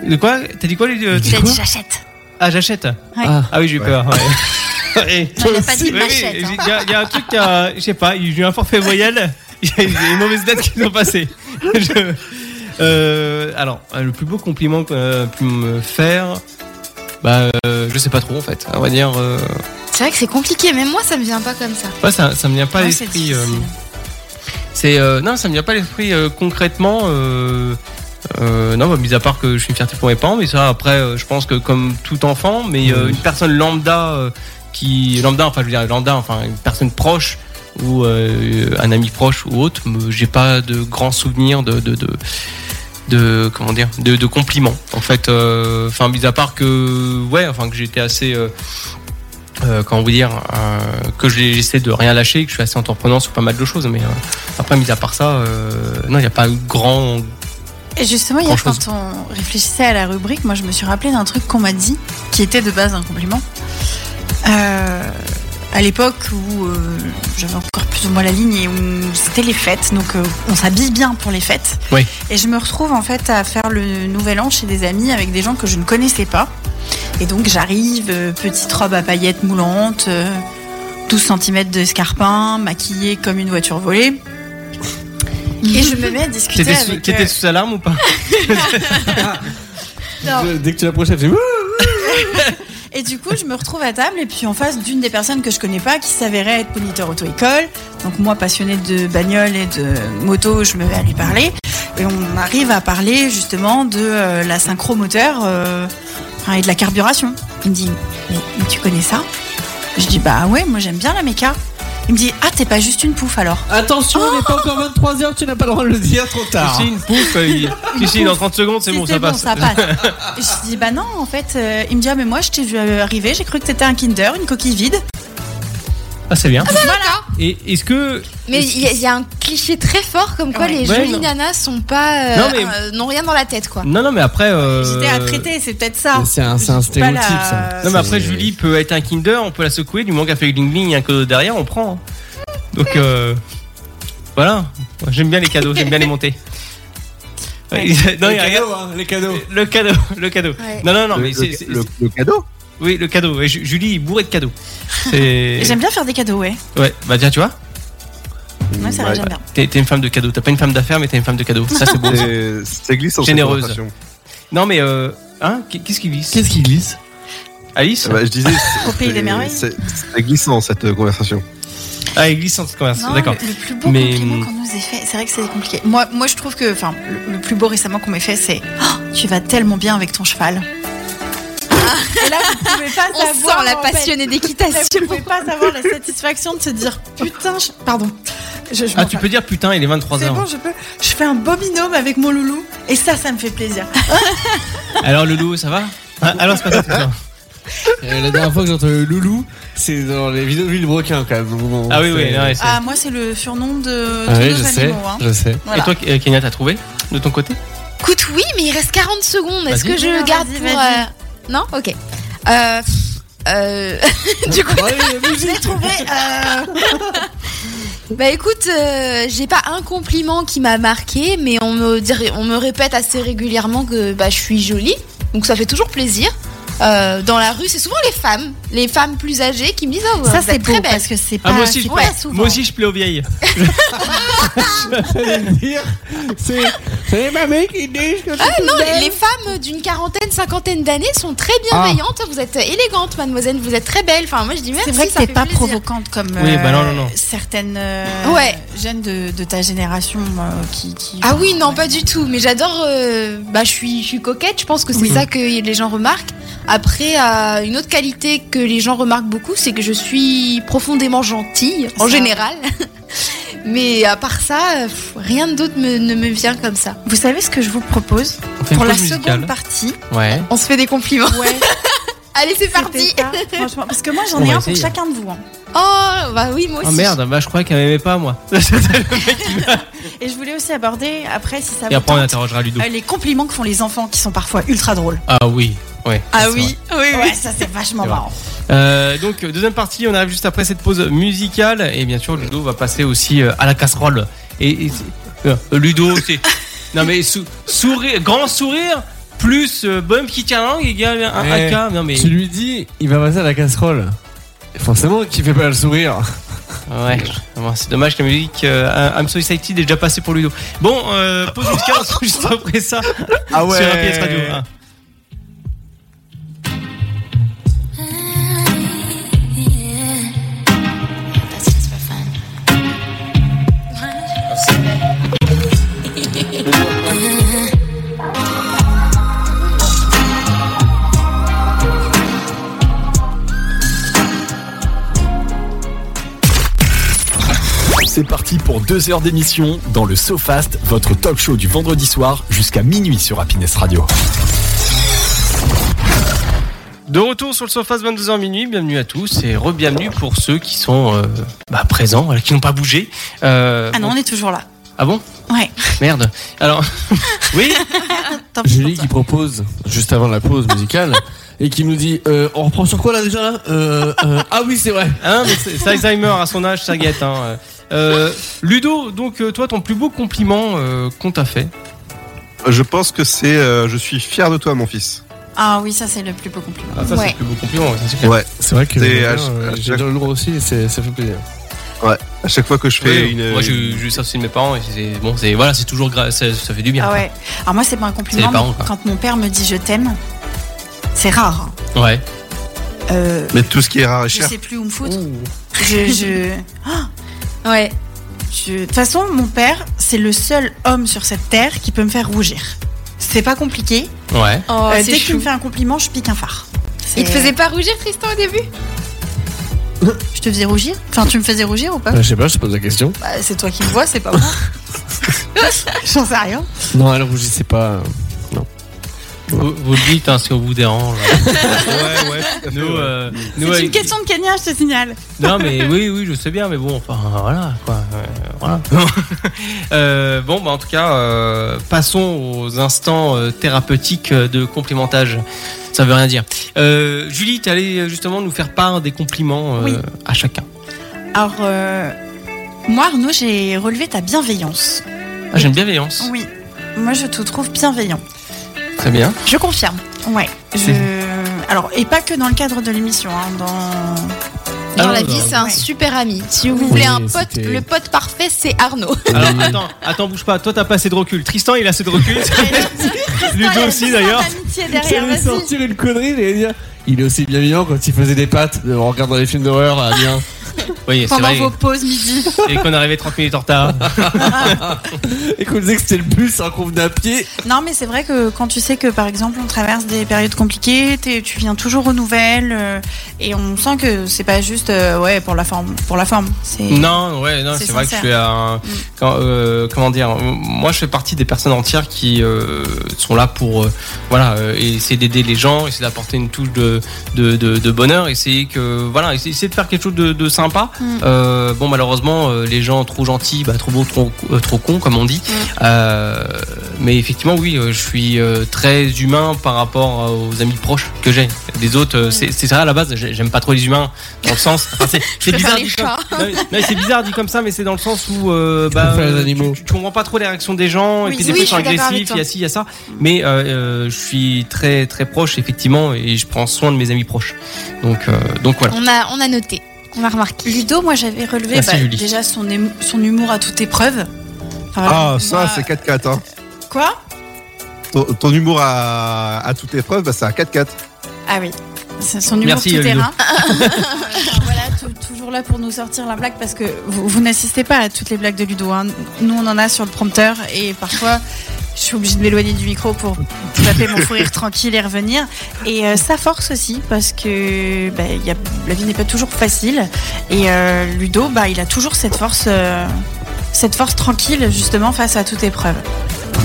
de quoi T'as dit quoi les deux Tu as dit j'achète. Ah j'achète. Ah. Ah oui j'ai eu peur. ouais. Et- Non, il a pas dit Oui, oui, machette, hein. Il y a- il y, a un truc qui a- je sais pas, il y a eu un forfait voyelle. Il y a eu des mauvaises dates qui sont passées. Je- euh, alors le plus beau compliment qu'on a pu me faire, bah euh, je sais pas trop en fait. On va dire. euh, C'est vrai que c'est compliqué, même moi, ça me vient pas comme ça. Ouais, ça, ça me vient pas à Ouais, c'est l'esprit. difficile. euh, C'est euh, non, ça me vient pas à l'esprit euh, concrètement. Euh, euh, non, bah, mis à part que je suis fierté pour mes parents, mais ça après, euh, je pense que comme tout enfant, mais euh, une personne lambda euh, qui lambda, enfin je veux dire lambda, enfin une personne proche ou euh, un ami proche ou autre, me- j'ai pas de grands souvenirs de de, de de- comment dire de, de compliments en fait euh, enfin mis à part que ouais enfin que j'étais assez euh, euh, comment vous dire euh, que j'ai- j'essaie de rien lâcher que je suis assez entreprenant sur pas mal de choses mais euh, après mis à part ça euh, non il n'y a pas eu grand Et justement, hier, Grand-chose. quand on réfléchissait à la rubrique, moi, je me suis rappelé d'un truc qu'on m'a dit, qui était de base un compliment. Euh, à l'époque où euh, j'avais encore plus ou moins la ligne et où c'était les fêtes, donc euh, on s'habille bien pour les fêtes. Oui. Et je me retrouve en fait à faire le nouvel an chez des amis avec des gens que je ne connaissais pas. Et donc j'arrive, euh, petite robe à paillettes moulantes, euh, 12 cm de escarpin, maquillée comme une voiture volée. Et je me mets à discuter t'étais sous, avec t'étais euh, sous alarme ou pas Non. Dès que tu l'approches, elle fait. Et du coup, je me retrouve à table et puis en face d'une des personnes que je connais pas qui s'avérait être moniteur auto-école. Donc moi, passionnée de bagnole et de moto, je me vais à lui parler. Et on arrive à parler justement de euh, la synchromoteur euh, enfin, et de la carburation. Il me dit, mais, mais tu connais ça Je dis, bah ouais, moi j'aime bien la méca. Il me dit, ah, t'es pas juste une pouffe alors Ah, Attention, il n'est pas encore 23h, tu n'as pas le droit de le dire trop tard. Si, une pouffe. euh, il- Si, si, dans 30 secondes, c'est Si, bon, ça passe. je dis bah non, en fait, euh, il me dit ah mais moi je t'ai vu arriver, j'ai cru que t'étais un Kinder, une coquille vide. Ah, c'est bien. Voilà. Et est-ce que. Mais il y, a- il y a un cliché très fort comme quoi Ouais. les Ouais, jolies non. nanas sont pas euh, Non, mais- euh, n'ont rien dans la tête quoi. Non, non, mais après. euh, J'étais à traiter, c'est peut-être ça. C'est un, Ah, c'est un Ah, Je suis pas stéréotype, la- ça. Non, mais après, C'est- Julie peut être un Kinder, on peut la secouer, du moment qu'elle fait gling gling, il y a un cadeau derrière, on prend. hein. Donc, euh, voilà. Moi, J'aime bien les cadeaux, j'aime bien les monter. non, il les, regarde- cadeaux, hein, les cadeaux. le cadeau, le cadeau. Ouais. Non, non, non, Le- mais c'est. le, c'est- le- le cadeau Oui, le cadeau. Et Ju- Julie est bourrée de cadeaux. Et C'est. J'aime bien faire des cadeaux, ouais. Ouais, bah tiens, tu vois, Moi ça va, Ouais. j'aime bien. t'es t'es une femme de cadeaux. T'as pas une femme d'affaires, mais t'es une femme de cadeaux. Ça, c'est beau. C'est- C'est glissant. cette Généreuse. conversation. non, mais. Euh, hein Qu'est-ce qui glisse Qu'est-ce qui glisse Alice Ah bah, je disais. Au pays des c'est- merveilles. C'est c'est glissant cette conversation. Ah, elle glisse sans commerce. Non, D'accord. Le, le plus beau Mais- compliment qu'on nous ait fait, c'est vrai que c'est compliqué. Moi, moi, je trouve que, enfin, le, le plus beau récemment qu'on m'ait fait, c'est Ah, tu vas tellement bien avec ton cheval. Ah. Et là, vous pouvez pas On savoir sent la en fait. passionnée Là, d'équitation. Vous pouvez pas savoir la satisfaction de se dire putain, je- pardon. Je, je Ah, m'en tu peux dire putain, il est 23h. C'est bon, je peux. Je fais un beau binôme avec mon loulou et ça, ça me fait plaisir. Ah, Alors, Loulou, ça va Ah, Alors, c'est pas ça, c'est ça. Euh, La dernière fois que j'ai entendu Loulou, c'est dans les vidéos de Villebrequin quand même. Bon, Ah oui, c'est- oui, non, ouais, c'est- Ah, moi, c'est le surnom de Ah tous oui, nos je animaux. sais, hein. je sais. Voilà. Et toi, K- euh, Kenya, t'as trouvé de ton côté Écoute, oui, mais il reste 40 secondes. Est-ce Vas-y. que je Non, le garde vas-y, pour. vas-y. euh, Non Ok. Euh, pff, euh, du coup, Je l'ai trouvé. euh, bah écoute, euh, j'ai pas un compliment qui m'a marqué, mais on me, dirait, on me répète assez régulièrement que bah, je suis jolie, donc ça fait toujours plaisir. Euh, dans la rue, c'est souvent les femmes, les femmes plus âgées qui me disent oh, Ça, vous c'est êtes beau très belle. parce que c'est pas. Ah, moi aussi, je c'est ouais, pas souvent. Moi aussi, je plais aux vieilles. J'allais le dire, c'est. C'est ma mec qui dit que Ah, je suis Non, Oh, belle. Ben, les, les femmes d'une quarantaine, cinquantaine d'années sont très bienveillantes. Vous êtes élégante, mademoiselle, vous êtes très belle. Enfin, moi je dis merci. C'est vrai que ça t'es fait pas plaisir. provocante comme Oui, bah non, non, non. certaines euh, Ouais. jeunes de, de ta génération euh, qui, qui- Ah oui, non, ouais. pas du tout. Mais j'adore. euh, bah, je suis, je suis coquette. Je pense que c'est ça que les gens remarquent. Après, euh, une autre qualité que les gens remarquent beaucoup, c'est que je suis profondément gentille en Ça. général. Mais à part ça, euh, pff, rien d'autre me- ne me vient comme ça. Vous savez ce que je vous propose On fait une pour la pause musicale. seconde partie Ouais. On se fait des compliments. Ouais, Allez, c'est parti. c'était ça, franchement, parce que moi j'en On ai va un essayer. pour chacun de vous. hein. Oh, bah oui, moi Oh aussi. merde, bah je croyais qu'elle m'aimait pas, moi. Et je voulais aussi aborder après si ça Et vous après, on tente, interrogera Ludo. euh, les compliments que font les enfants qui sont parfois ultra drôles. Ah oui, ouais. Ah c'est vrai. oui, oui, oui. Ouais, ça c'est vachement C'est vrai. marrant. Euh, donc, euh, deuxième partie, on arrive juste après cette pause musicale. Et bien sûr, Ludo va passer aussi euh, à la casserole. Et, et- euh, Ludo, c'est. Non, mais sou- sourire, grand sourire, plus euh, bum qui tient la langue, égal un Ouais. AK. Non, mais. Tu lui dis, il va passer à la casserole. Et Forcément qu'il fait pas le sourire. Ouais, Bon, c'est dommage que la musique euh, I'm So Excited est déjà passée pour Ludo. Bon, euh, pause musicale, on se retrouve juste après ça Ah sur RPS Radio. hein. That's just for fun. C'est parti pour deux heures d'émission dans le SoFast, votre talk show du vendredi soir jusqu'à minuit sur Happiness Radio. De retour sur le Sofas 22h minuit, bienvenue à tous et re-bienvenue pour ceux qui sont euh, bah, présents, voilà, qui n'ont pas bougé. Euh, Ah non, bon- on est toujours là. ah bon Ouais. Merde. Alors, oui, Tant pis Julie pour qui propose, juste avant la pause musicale, et qui nous dit, euh, on reprend sur quoi là déjà là Euh, euh, Ah oui, c'est vrai. hein, mais c'est c'est Alzheimer à son âge, ça guette. hein. Euh, Ludo, donc euh, toi, ton plus beau compliment euh, qu'on t'a fait Je pense que c'est. euh, je suis fier de toi, mon fils. toi. Ah oui, ça c'est le plus beau compliment. Ah, ça, c'est Ouais. le plus beau compliment. ouais, ça, c'est clair. Ouais. C'est vrai que C'est- j'aime bien, à- euh, à- j'ai le lourd aussi, et c'est- ça fait plaisir. À chaque fois que je fais Oui, une. Moi, je, je ça c'est de mes parents et c'est bon, c'est voilà, c'est toujours gra- ça, ça fait du bien. Ah ouais. Alors moi c'est pas un C'est compliment. les parents, mais quoi. quand mon père me dit je t'aime, c'est rare. hein. Ouais. Euh, Mais tout ce qui est rare et je cher. sais plus où me foutre. Je, je... Ouais. Je- De toute façon, mon père, c'est le seul homme sur cette terre qui peut me faire rougir. C'est pas compliqué. Ouais. Oh, Euh, c'est dès qu'il chou. me fait un compliment, je pique un phare. Il te C'est- faisait pas rougir, Tristan, au début Je te faisais rougir Enfin, tu me faisais rougir ou pas Ah, Je sais pas, je te pose la question. Bah, C'est toi qui me vois, c'est pas moi. J'en sais rien. Non, elle rougissait pas. Vous, vous le dites hein, si on vous dérange. ouais, ouais. Nous, euh, nous, C'est avec- une question de Kenya, je te signale. Non, mais oui, oui, je sais bien, mais bon, enfin, voilà, quoi. euh, voilà. Euh, bon, bah, en tout cas, euh, passons aux instants euh, thérapeutiques euh, de complimentage. Ça veut rien dire. Euh, Julie, tu allais justement nous faire part des compliments euh, Oui. à chacun. Alors, euh, moi, Arnaud, j'ai relevé ta bienveillance. Ah, J'aime bienveillance. Oui. Moi, je te trouve bienveillant. Très bien. Je confirme. Ouais. Je... Alors, et pas que dans le cadre de l'émission, hein, dans. Dans Ah, la bah, vie, c'est un ouais. super ami. Si vous voulez un pote, c'était- le pote parfait, c'est Arnaud. Alors, attends, attends, bouge pas. Toi, t'as pas assez de recul. Tristan, il a assez de recul. Ludo aussi, d'ailleurs. Amitié J'ai derrière, voulu vas-y. sortir une connerie, j'allais dire. Il est aussi bienveillant quand il faisait des pattes en regardant les films d'horreur à Amiens. Oui, c'est Pendant vrai. vos pauses midi. Et qu'on arrivait 30 minutes en retard. Et qu'on disait que c'était le bus, un qu'on venait à pied. Non, mais c'est vrai que quand tu sais que, par exemple, on traverse des périodes compliquées, t'es- tu viens toujours aux nouvelles, euh, et on sent que c'est pas juste, euh, ouais, pour la forme, pour la forme. C'est- Non, ouais, non, C'est c'est vrai que je sincère. Mm. suis un. quand- euh, comment dire euh, Moi, je fais partie des personnes entières qui euh, sont là pour, euh, voilà, euh, essayer d'aider les gens, essayer d'apporter une touche de, de, de, de bonheur, essayer que, voilà, essayer, essayer de faire quelque chose de, de sympa. Mm. Euh, bon, malheureusement, euh, les gens trop gentils, bah, trop beaux, trop, euh, trop cons, comme on dit. Mm. Euh, mais effectivement, oui, euh, je suis euh, très humain par rapport euh, aux amis proches que j'ai. Des autres, Mm. euh, c'est c'est ça à la base. j'ai- J'aime pas trop les humains dans le sens. Enfin, c'est- c'est préfère bizarre les dit comme, non, mais- non, mais c'est bizarre dit comme ça, mais c'est dans le sens où euh, bah, préfères les euh, tu- animaux. Tu, tu comprends pas trop les réactions des gens et Oui, puis des oui, fois ils je sont suis d'accord avec agressifs. toi. Il y a ci, il y a ça. Mais euh, euh, je suis très très proche effectivement et je prends soin de mes amis proches. Donc euh, donc voilà. On a, on a noté. On a remarqué. Ludo, moi, j'avais relevé Merci, bah, Julie. déjà son, émo- son humour à toute épreuve. Enfin, voilà, Ah, ça, moi- c'est 4-4. Hein. Quoi Ton, ton humour à, à toute épreuve, bah, c'est un 4-4. Ah oui. C'est Son humour Merci, tout terrain. voilà, tou- toujours là pour nous sortir la blague parce que vous, vous n'assistez pas à toutes les blagues de Ludo. hein. Nous, on en a sur le prompteur et parfois, je suis obligée de m'éloigner du micro pour taper mon fou rire tranquille et revenir. Et euh, ça force aussi parce que bah, il y a- la vie n'est pas toujours facile. Et euh, Ludo, bah, il a toujours cette force. euh, cette force tranquille justement face à toute épreuve.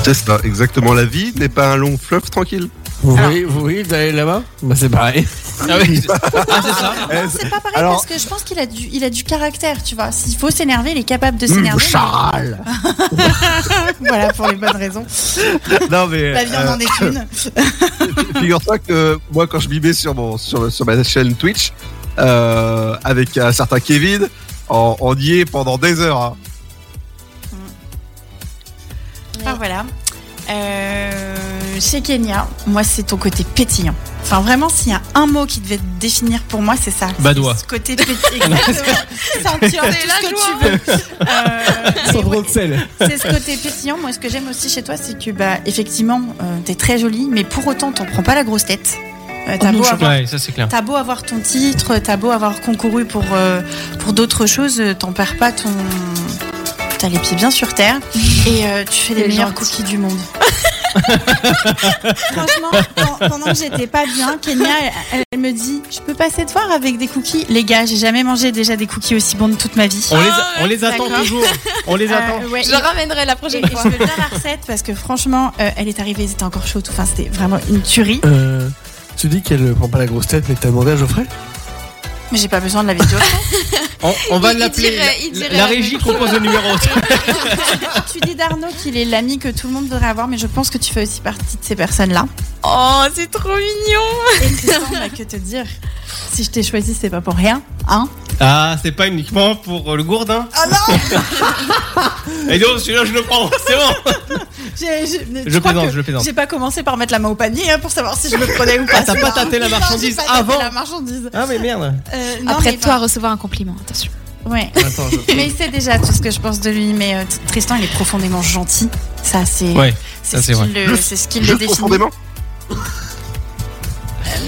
C'est ça, exactement. La vie n'est pas un long fleuve tranquille. Vous Ah. voyez, vous voyez d'aller là-bas Bah c'est pareil. Ah oui. Ah, c'est ça. Eh, C'est pas pareil Alors- parce que je pense qu'il a du, il a du caractère, tu vois. S'il faut s'énerver, il est capable Mmh, de s'énerver. mais- Charles voilà pour les bonnes raisons. Non, mais. La viande euh, en est une. Eh, Figure-toi que moi, quand je bibais sur, mon, sur, sur ma chaîne Twitch, euh, avec un certain Kevin, on, on y est pendant des heures. hein. Ah Enfin, voilà. Euh, chez Kenya, moi c'est ton côté pétillant. Enfin vraiment, s'il y a un mot qui devait te définir pour moi, c'est ça. Badois. Ce côté pétillant. Exactement. Ceinture, tout ce que tu veux. Euh, Sans mais trop ouais, de sel. c'est ce côté pétillant. Moi, ce que j'aime aussi chez toi, c'est que bah effectivement, euh, t'es très jolie, mais pour autant, t'en prends pas la grosse tête. Euh, Oh, T'as beau avoir Ouais, ça c'est clair. T'as beau avoir ton titre, t'as beau avoir concouru pour, euh, pour d'autres choses, euh, t'en perds pas ton. T'as les pieds bien sur terre et euh, tu fais les T'es meilleurs gentille. cookies du monde. Franchement, pen- pendant que j'étais pas bien, Kenya, elle, elle me dit Je peux passer te voir avec des cookies Les gars, j'ai jamais mangé déjà des cookies aussi bons de toute ma vie. Ah On les, a- on les attend d'accord. toujours. On les Euh, attend. ouais, Je et- le ramènerai la et- et prochaine fois. je veux bien la recette parce que franchement, euh, elle est arrivée, ils étaient encore chauds. tout. Enfin, c'était vraiment une tuerie. Euh, tu dis qu'elle prend pas la grosse tête, mais t'as demandé à Geoffrey Mais j'ai pas besoin de la vidéo. On, on va Il- il l'appeler. dirait- il La, dirait la la même régie propose le numéro. Tu dis d'Arnaud qu'il est l'ami que tout le monde devrait avoir, mais je pense que tu fais aussi partie de ces personnes-là. Oh, c'est trop mignon. Et Tristan, bah, que te dire Si je t'ai choisi, c'est pas pour rien, hein Ah, c'est pas uniquement pour euh, le gourdin. Ah non Et donc celui-là je le prends, c'est bon J'ai- Je, Je crois plaisante, que je plaisante. J'ai pas commencé par mettre la main au panier hein, pour savoir si je le prenais ou pas. Ah, t'as celui-là. pas tâté la Non, j'ai marchandise pas tâté avant. la marchandise. Ah mais merde Euh, non, Après mais toi, recevoir un compliment, attention. bah, Ouais. Attends, je... Mais il sait déjà tout ce que je pense de lui, mais euh, Tristan, il est profondément gentil. Ça, c'est Ouais, c'est ça, c'est ce qui le, c'est ce qui le Juste définit. profondément Euh,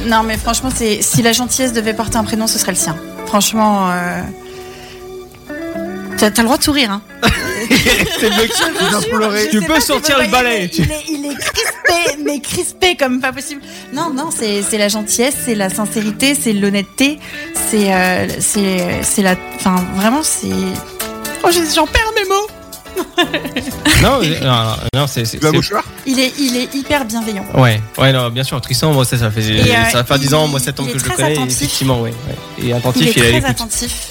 Non, mais franchement, c'est si la gentillesse devait porter un prénom, ce serait le sien. Franchement, euh... t'as t'as le droit de sourire. Hein. C'est mieux que ça. Il va pleurer. Tu sais peux pas si vous sortir le voyez, balai. mais Il est, il est crispé, mais crispé comme pas possible. Non, non, c'est c'est la gentillesse, c'est la sincérité, c'est l'honnêteté, c'est euh, c'est c'est la. Enfin, vraiment, c'est. Oh, j'ai- j'en perds mes mots. Non, euh, non, non, non, c'est. c'est- Tu veux un c'est- mouchoir Il est il est hyper bienveillant. Ouais, ouais, non, bien sûr, Tristan, moi ça, ça fait, Et, euh, ça va faire 10 ans, moi il- 7 ans il que est je le très connais, et attentif. effectivement, ouais, ouais. Et Il attentif, est il, est à très l'écoute. attentif.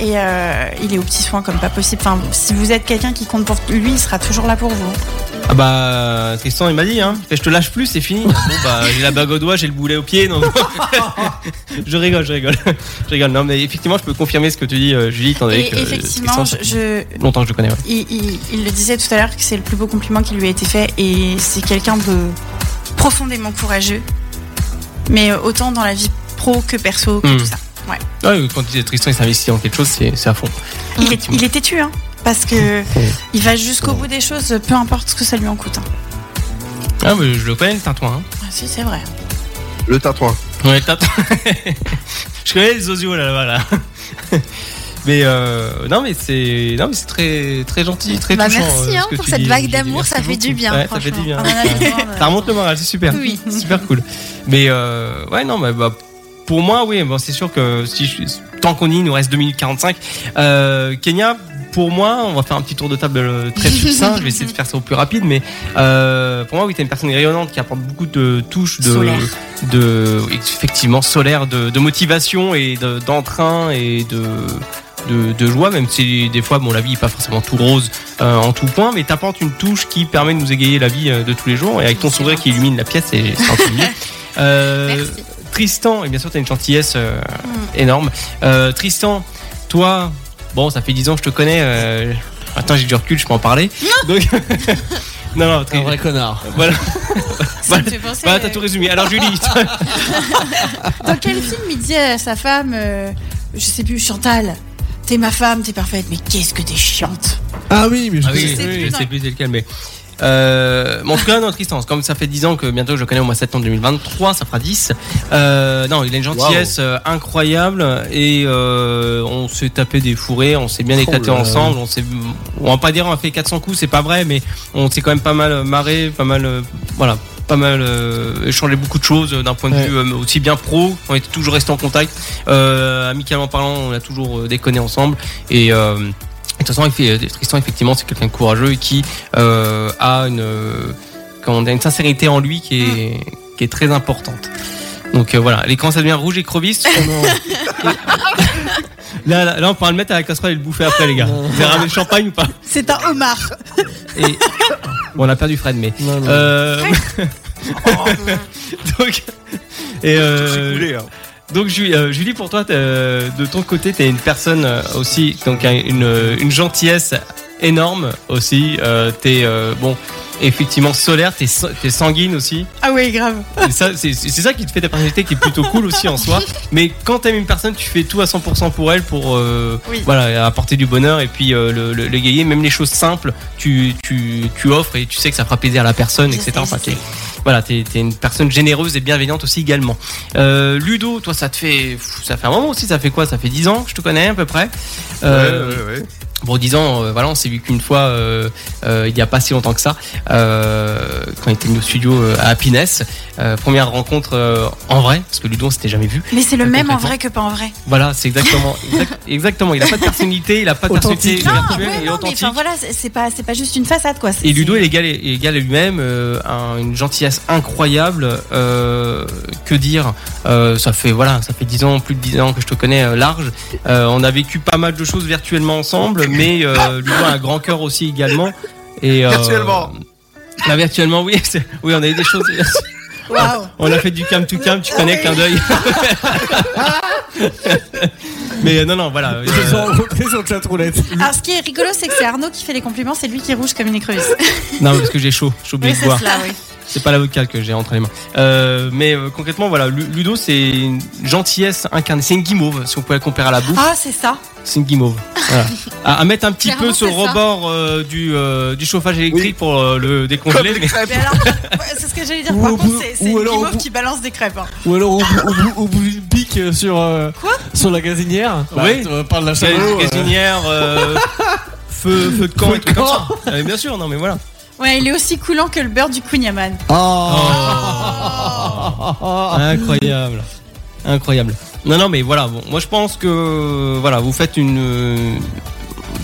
Et euh, il est aux petits soins comme pas possible. Enfin, si vous êtes quelqu'un qui compte pour lui, il sera toujours là pour vous. Ah bah, Tristan, il m'a dit, hein, fait, je te lâche plus, c'est fini. bon, bah, j'ai la bague au doigt, j'ai le boulet au pied, non, non. je rigole, je rigole. Je rigole, non, mais effectivement, je peux confirmer ce que tu dis, euh, Julie, étant donné que. Et euh, effectivement, je, Tristan, je- Longtemps que je le connais, ouais. il, il- il le disait tout à l'heure que c'est le plus beau compliment qui lui a été fait et c'est quelqu'un de profondément courageux, mais autant dans la vie pro que perso que Mm. tout ça. Ouais. Ouais, quand tu dis Tristan, il s'investit dans quelque chose, c'est c'est à fond. Il est, il est têtu, hein, parce que il va jusqu'au bout des choses, peu importe ce que ça lui en coûte. hein. Ah, mais je le connais, le tintouin. Hein. Ah, si, c'est vrai. Le tatouin. Ouais, le tintouin. je connais les osios là-bas, là. Mais euh, non, mais c'est non mais c'est très très gentil, très Bah, touchant. merci, euh, ce hein, que pour tu cette dis, vague Julie. d'amour, Merci ça fait du beaucoup. bien, Ouais, ça fait du bien. franchement. On en a besoin, Ça euh, remonte le moral, c'est super. Oui. C'est Super cool. Mais euh, ouais, non, bah, bah, pour moi, oui, bon, c'est sûr que si je- tant qu'on y est, il nous reste 2 minutes 45. Euh, Kenya, pour moi, on va faire un petit tour de table euh, très succinct. je vais essayer de faire ça au plus rapide, mais euh, pour moi, oui, t'es une personne rayonnante qui apporte beaucoup de touches de, Solaire. de effectivement solaire, de, de motivation et de- d'entrain et de. De, de joie, même si des fois, bon, la vie n'est pas forcément tout rose euh, en tout point, mais t'apportes une touche qui permet de nous égayer la vie euh, de tous les jours et avec ton sourire qui illumine la pièce, c'est c'est encore mieux. Euh, Merci. Tristan, et bien sûr, tu as une gentillesse euh, énorme. Euh, Tristan, toi, bon, ça fait 10 ans que je te connais. euh, attends, j'ai du recul, je peux en parler. Donc, non, non, Un Tristan. vrai connard. Voilà, Ça me fait penser, voilà Bah, t'as euh, tout résumé. Alors, Julie, Dans quel film il dit à sa femme, euh, je sais plus, Chantal, t'es ma femme, t'es parfaite, mais qu'est-ce que t'es chiante Ah oui, mais je Ah oui, Je sais plus, je non. sais plus c'est lequel, mais. Euh, mais en tout cas, non, Tristan, comme ça fait 10 ans que bientôt je le connais, au mois de septembre 2023, ça fera 10. Euh, non, il a une gentillesse euh, incroyable et euh, on s'est tapé des fourrés, on s'est bien éclaté Oh là là. ensemble. On, s'est, on va pas dire on a fait 400 coups, c'est pas vrai, mais on s'est quand même pas mal marré, pas mal. euh, voilà, pas mal euh, échangé beaucoup de choses euh, d'un point de Ouais. vue euh, aussi bien pro. On était toujours resté en contact. Euh, amicalement parlant, on a toujours euh, déconné ensemble. Et. euh, de toute façon, il fait- Tristan, effectivement, c'est quelqu'un de courageux et qui euh, a une, euh, comment dire, une sincérité en lui qui est, qui est très importante. Donc euh, voilà, et quand ça devient rouge et crevisse, on en- là, là, là, on pourra le mettre à la casserole et le bouffer après, les gars. Vous avez ramené le champagne ou pas C'est un homard. Et- Bon, on a perdu Fred, mais. Non, non. Euh, Donc, et euh, Coulé, hein. donc Julie, euh, Julie, pour toi, t'es, euh, de ton côté, t'es une personne euh, aussi, donc un- une, une gentillesse énorme aussi. Euh, t'es euh, bon, effectivement solaire, t'es sa- t'es sanguine aussi. Ah oui, grave. Et ça, c'est c'est ça qui te fait ta personnalité, qui est plutôt cool aussi en soi. Mais quand t'aimes une personne, tu fais tout à 100% pour elle, pour euh, Oui. voilà apporter du bonheur et puis euh, le- le- l'égayer. Même les choses simples, tu, tu, tu offres et tu sais que ça fera plaisir à la personne, Je etc. sais, je Enfin, sais. t'es- voilà, t'es t'es une personne généreuse et bienveillante aussi également. Euh, Ludo, toi, ça te fait, pff, ça fait un moment aussi. Ça fait quoi Ça fait 10 ans que je te connais à peu près. Euh, Ouais, ouais, ouais. Bon, 10 ans, euh, voilà, on s'est vu qu'une fois, euh, euh, il n'y a pas si longtemps que ça, euh, quand il était venu au studio euh, à Happiness. Euh, première rencontre euh, en vrai, parce que Ludo, on s'était jamais vu. Mais c'est le Euh, même en complètement. vrai que pas en vrai. Voilà, c'est exactement, exact- exactement. Il n'a pas de personnalité, il n'a pas de personnalité, il est virtuel, il est Ah, non, mais authentique. enfin voilà, c'est- c'est pas, c'est pas juste une façade quoi. C'est- Et Ludo, c'est- il est égal, il est égal à lui-même, euh, un- une gentillesse incroyable. euh, que dire Euh, Ça fait voilà, ça fait 10 ans, plus de 10 ans que je te connais euh, large. Euh, on a vécu pas mal de choses virtuellement ensemble, mais euh, Ludo a un grand cœur aussi également. Et, euh, Virtuellement. bah, virtuellement, oui. c'est- Oui, on a eu des choses. Waouh. On a fait du cam to cam, tu connais, clin d'œil. mais euh, non, non, voilà. euh, Ils ont rencontré sur le chat roulette. Alors ce qui est rigolo, c'est que c'est Arnaud qui fait les compliments, c'est lui qui est rouge comme une écrevisse. Ah non, parce que j'ai chaud, j'ai oublié de boire. cela, oui. C'est pas la vocale que j'ai entre les mains. Euh, mais euh, concrètement, voilà, Lu- Ludo, c'est une gentillesse incarnée. C'est une guimauve, si on pouvait la comparer à la bouffe. Ah, c'est ça. C'est une guimauve. Voilà. À, à mettre un petit Clairement, peu sur le c'est ça. rebord euh, du, euh, du chauffage électrique pour euh, le décongeler. mais- Mais alors, ouais, c'est ce que j'allais dire. Ou Par au contre, bout- c'est c'est ou une alors au guimauve bout- qui balance des crêpes. hein. Ou alors au, bout- au bout- au bout d'une pique euh, sur, euh, Quoi sur la gazinière. Oui. Bah, euh, parle de la C'est chamallow, une euh, gazinière, euh, feu, feu de camp et tout comme ça. Ah, mais bien sûr, non mais voilà. Ouais, il est aussi coulant que le beurre du Kunyaman. Oh. Incroyable. Incroyable. Non, non, mais voilà, bon, moi je pense que voilà, vous faites une euh,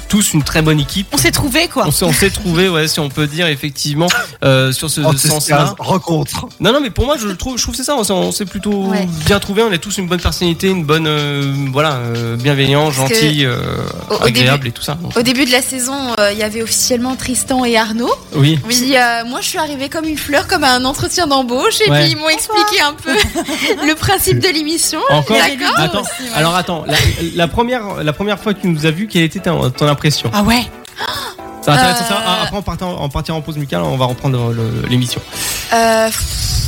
tous une très bonne équipe. On s'est trouvé quoi. On s'est, on s'est trouvé, ouais, si on peut dire effectivement euh, sur ce Oh, c'est sens-là. ça, rencontre. Non, non, mais pour moi, je trouve, je trouve que c'est ça. On s'est, on s'est plutôt Ouais. bien trouvé. On est tous une bonne personnalité, une bonne, euh, voilà, euh, bienveillant, Parce que gentil, euh, au- au agréable et tout ça. Donc, Au début de la saison, euh, il y avait officiellement Tristan et Arnaud. oui. Puis euh, moi, je suis arrivée comme une fleur, comme à un entretien d'embauche. Et Ouais. puis ils m'ont expliqué un peu le principe de l'émission. Encore. D'accord. Attends. Alors attends, la, la première, la première fois que tu nous as vu, quelle était ta- ton impression Ah ouais. Ça intéresse, ça. Euh, Ah, Après, en partant, en partir en pause musicale, on va reprendre le- le- l'émission. Euh, pff,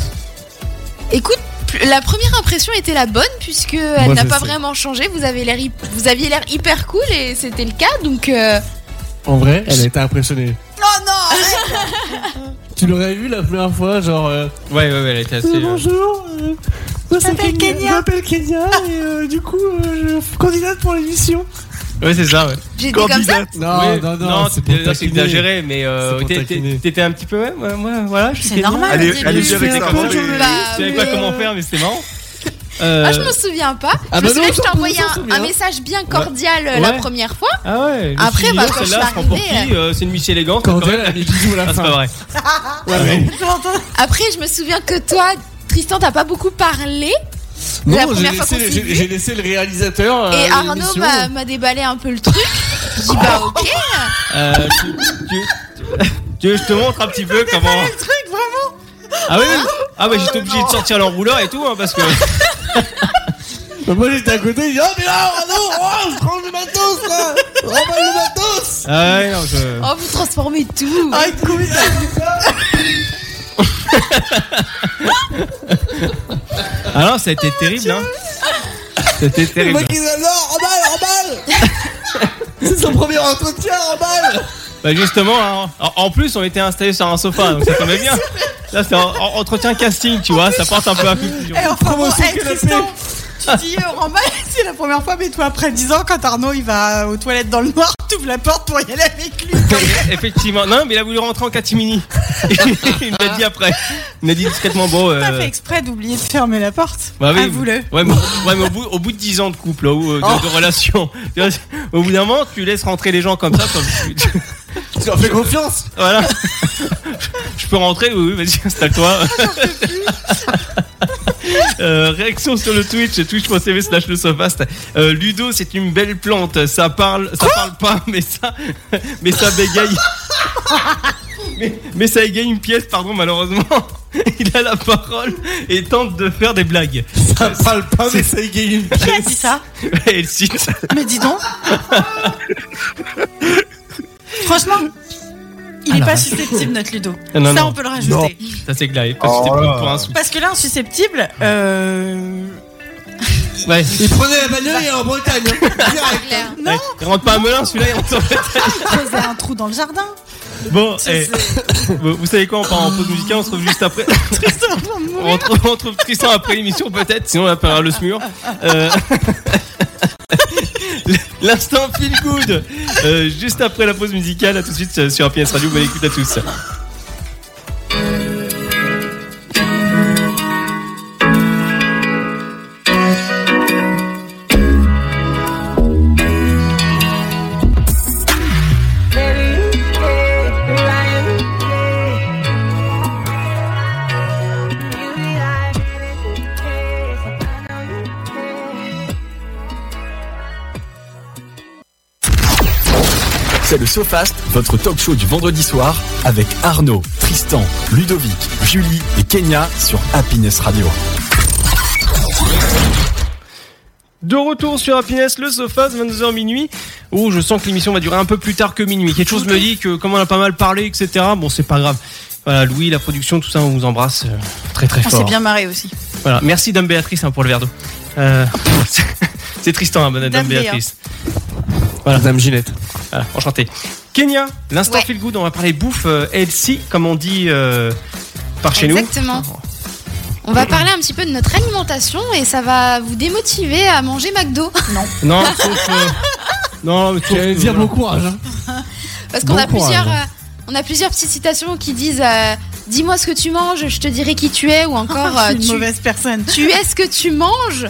écoute, pl- la première impression était la bonne puisque elle n'a je pas sais. vraiment changé. Vous avez l'air, hy- vous aviez l'air hyper cool et c'était le cas. Donc euh, En vrai, elle a été impressionnée. Non, non Tu l'aurais vu la première fois, genre. euh, Ouais, ouais, ouais, elle était assez. Euh, euh, bonjour, euh, moi c'est m'appelle Kenya, Kenya. je m'appelle Kenya et euh, du coup euh, je suis candidate pour l'émission. euh, Ouais, c'est ça, ouais. j'étais comme ça. Non, Ouais, non, non, c'est c'était- pour non, c'est taquiner. exagéré, mais euh, C'est pour t'é- taquiner. t'é- t'étais un petit peu, ouais, ouais, ouais, voilà, je suis C'est Kenya. normal. Allez, au début. allez, Je bien fais avec un ça. peu moi, de j'ai- journaliste. Je savais pas comment faire, mais c'était marrant. Ah, Euh, je me souviens pas. je Ah me bah non, souviens que je t'ai surtout, envoyé on s'en un, souvient. un message bien cordial euh, la Ouais. première fois. ah ouais. je me Après, suis dit, bah, oh, quand je celle-là, suis je prends pour arrivée, qui Euh, C'est une Michel élégante. Quand quand elle même. a des bisous à la Ah, c'est fin. pas vrai. Ouais. Après, je me souviens que toi, Tristan, t'as pas beaucoup parlé. Non, La première j'ai fois laissé, qu'on le- s'est j'ai- vu. j'ai laissé le réalisateur. euh, et à Arnaud bah. l'émission. m'a- m'a déballé un peu le truc. J'ai dit bah ok. Euh, tu, tu- tu veux que je te montre un petit peu comment. Le truc vraiment. Ah oui, oui. Ah ouais, j'étais obligé de sortir l'enrouleur et tout, hein, parce que. Bah, moi j'étais à côté, il dit Ah, mais là, Arnaud, oh, je prends le matos là Remballe le matos Ah ouais, non, je. Oh vous transformez Ah, tout. Arrête de courir. Ah non, ça a été terrible, hein. C'était Oh Le terrible. mec il oh, dit Non, remballe, remballe C'est son premier entretien, oh, remballe Bah justement, hein, en, en plus on était installé sur un sofa, donc ça tombait bien. Là c'est en- en- entretien casting, tu vois, ça porte un peu à confusion. Eh, enfin, bon, Promotion eh, canapé. Tristan, tu dis euh, remballe, c'est la première fois, mais toi après 10 ans, quand Arnaud il va euh, aux toilettes dans le noir, t'ouvres la porte pour y aller avec lui. Euh. Effectivement, non mais il a voulu rentrer en catimini. il m'a dit après. Il m'a dit discrètement bon. euh, T'as fait exprès d'oublier de fermer la porte. bah oui, Avoue-le. ouais, mais, ouais, mais au bout, au bout de 10 ans de couple ou euh, de, de relation, tu vois, au bout d'un moment tu laisses rentrer les gens comme ça. comme- tu- Tu leur fais confiance voilà. Je peux rentrer, oui, oui, vas-y, installe-toi. Euh, réaction sur le Twitch, twitch.tv slash le sofast. Euh, Ludo, c'est une belle plante. Ça parle, ça parle pas, mais ça, mais ça bégaye. Mais, mais ça égaye une pièce, pardon, malheureusement. Il a la parole et tente de faire des blagues. Ça parle pas, mais ça égaye une Qui a dit ça Et il cite. Mais dis donc. Franchement, il n'est Alors, pas susceptible, notre Ludo. Ah, Non, ça, non. on peut le rajouter. Ça, c'est clair. Parce que Oh c'était là. pour un sou. Parce que là, insusceptible, euh... Ouais. Il prenait la bagnole et en Bretagne hein. Direct. Claire. Non. Ouais. Il rentre pas à Melun, celui-là, il rentre en il creusait un trou dans le jardin. Bon, eh, vous vous savez quoi, on part en pause musicale, on se retrouve juste après. on, trouve, on trouve Tristan après l'émission peut-être, sinon on appellera le SMUR. Euh, L'instant feel good, Euh, juste après la pause musicale, à tout de suite euh, sur RPS Radio, bonne écoute à tous. C'est le SoFast, votre talk show du vendredi soir avec Arnaud, Tristan, Ludovic, Julie et Kenya sur Happiness Radio. De retour sur Happiness, le sofa, 22h minuit. Oh, je sens que l'émission va durer un peu plus tard que minuit. Quelque chose me dit que, comme on a pas mal parlé, etc., bon, c'est pas grave. Voilà, Louis, la production, tout ça, on vous embrasse euh, très très On fort. s'est Ah, bien marré aussi. Voilà, merci Dame Béatrice hein, pour le verre d'eau. Euh, c'est Tristan, hein, Dame, Dame Béa. Béatrice. Madame Ginette. Voilà, enchanté. Kenya, l'instant Ouais. feel good, on va parler bouffe euh, healthy, comme on dit euh, par chez Exactement. nous. On va parler un petit peu de notre alimentation et ça va vous démotiver à manger McDo. Non, sauf, euh, non, mais sauf que, voilà. courage. Parce qu'on Bon a courage. hein. plusieurs, euh, on a plusieurs petites citations qui disent euh, Dis-moi ce que tu manges, je te dirai qui tu es, ou encore Je euh, suis Ah, une tu, mauvaise personne. tu es ce que tu manges.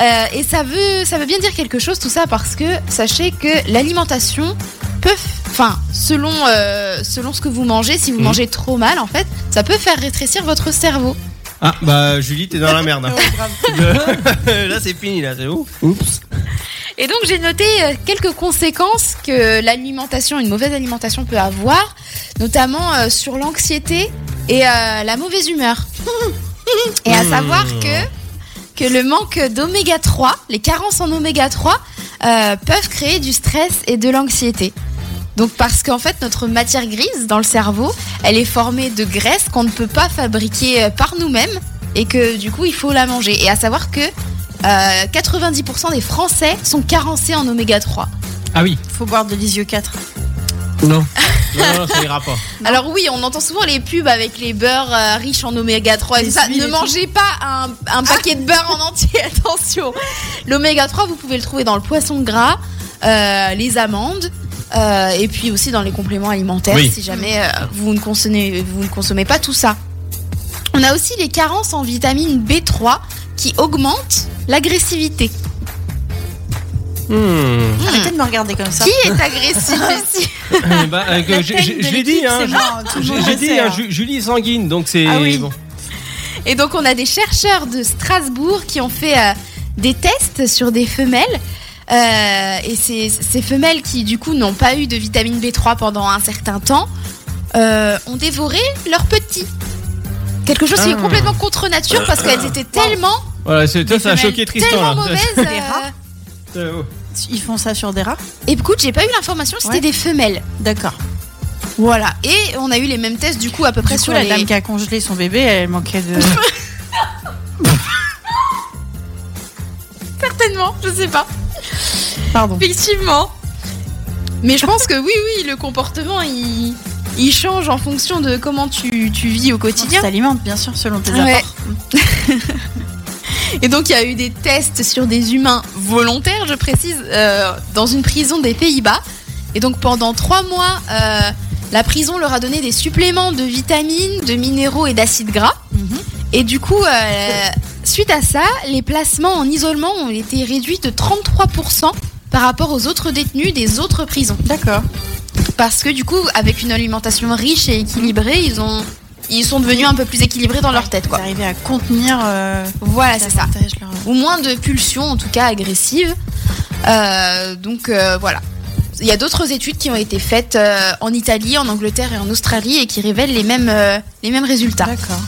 Euh, et ça veut, ça veut bien dire quelque chose tout ça parce que sachez que l'alimentation peut, f- enfin selon euh, selon ce que vous mangez, si vous Mmh. Mhm. mangez trop mal en fait, ça peut faire rétrécir votre cerveau. Ah, bah Julie, t'es dans la merde. hein. Ouais, grave. là, c'est fini, là, c'est ouf. Oups. Et donc j'ai noté euh, quelques conséquences que l'alimentation, une mauvaise alimentation peut avoir, notamment euh, sur l'anxiété et euh, la mauvaise humeur. Et à savoir que, que le manque d'oméga 3, les carences en oméga 3, euh, peuvent créer du stress et de l'anxiété. Donc parce qu'en fait notre matière grise dans le cerveau, elle est formée de graisse qu'on ne peut pas fabriquer euh, par nous-mêmes et que du coup il faut la manger. Et à savoir que euh, 90% des Français sont carencés en oméga 3. Ah oui, Faut boire de l'isio 4. Non. non, non, ça ira pas. Alors oui, on entend souvent les pubs avec les beurres euh, riches en oméga 3 et Les tout ça. huiles Ne et mangez pas un, un paquet de beurre en entier, attention. L'oméga 3, vous pouvez le trouver dans le poisson gras, euh, les amandes. euh, et puis aussi dans les compléments alimentaires, Oui. si jamais euh, vous, ne consommez, vous ne consommez pas tout ça. On a aussi les carences en vitamine B3 qui augmentent l'agressivité. Hmm. Arrêtez de me regarder comme ça. Qui est agressif ici Eh bah, euh, que La je tête je- de je l'ai l'équipe, dit, hein. c'est je- mort, tout le J'ai monde j'ai le dit, sait, hein, hein. Ju- Julie est sanguine, donc c'est Ah oui. bon. Et donc on a des chercheurs de Strasbourg qui ont fait euh, des tests sur des femelles. Euh, et ces, ces femelles qui du coup n'ont pas eu de vitamine B3 pendant un certain temps euh, ont dévoré leurs petits. Quelque chose qui est Ah. complètement contre nature parce qu'elles étaient tellement, Voilà, c'est- toi, Des ça a femelles choqué Tristan tellement là. mauvaises. Des rats. euh, Euh, Ils font ça sur des rats Et écoute, j'ai pas eu l'information, c'était Ouais. des femelles. D'accord. Voilà. Et on a eu les mêmes tests du coup à peu près Du coup, sur la les- dame qui a congelé son bébé, elle manquait de. Certainement, je sais pas. Pardon. Effectivement. Mais je pense que oui, oui, le comportement, il, il change en fonction de comment tu, tu vis au Tu quotidien. t'alimentes, bien sûr, selon tes Ouais. apports. Et donc, il y a eu des tests sur des humains volontaires, je précise, euh, dans une prison des Pays-Bas. Et donc, pendant trois mois, euh, la prison leur a donné des suppléments de vitamines, de minéraux et d'acides gras. Mhm. Et du coup, euh, suite à ça, les placements en isolement ont été réduits de 33% par rapport aux autres détenus des autres prisons. D'accord. Parce que du coup, avec une alimentation riche et équilibrée, ils ont ils sont devenus un peu plus équilibrés dans leur tête quoi. T'arrivais à contenir. euh, Voilà, c'est ça. davantage leur- Ou moins de pulsions en tout cas agressives. Euh, donc euh, voilà. Il y a d'autres études qui ont été faites euh, en Italie, en Angleterre et en Australie et qui révèlent les mêmes euh, les mêmes résultats. D'accord.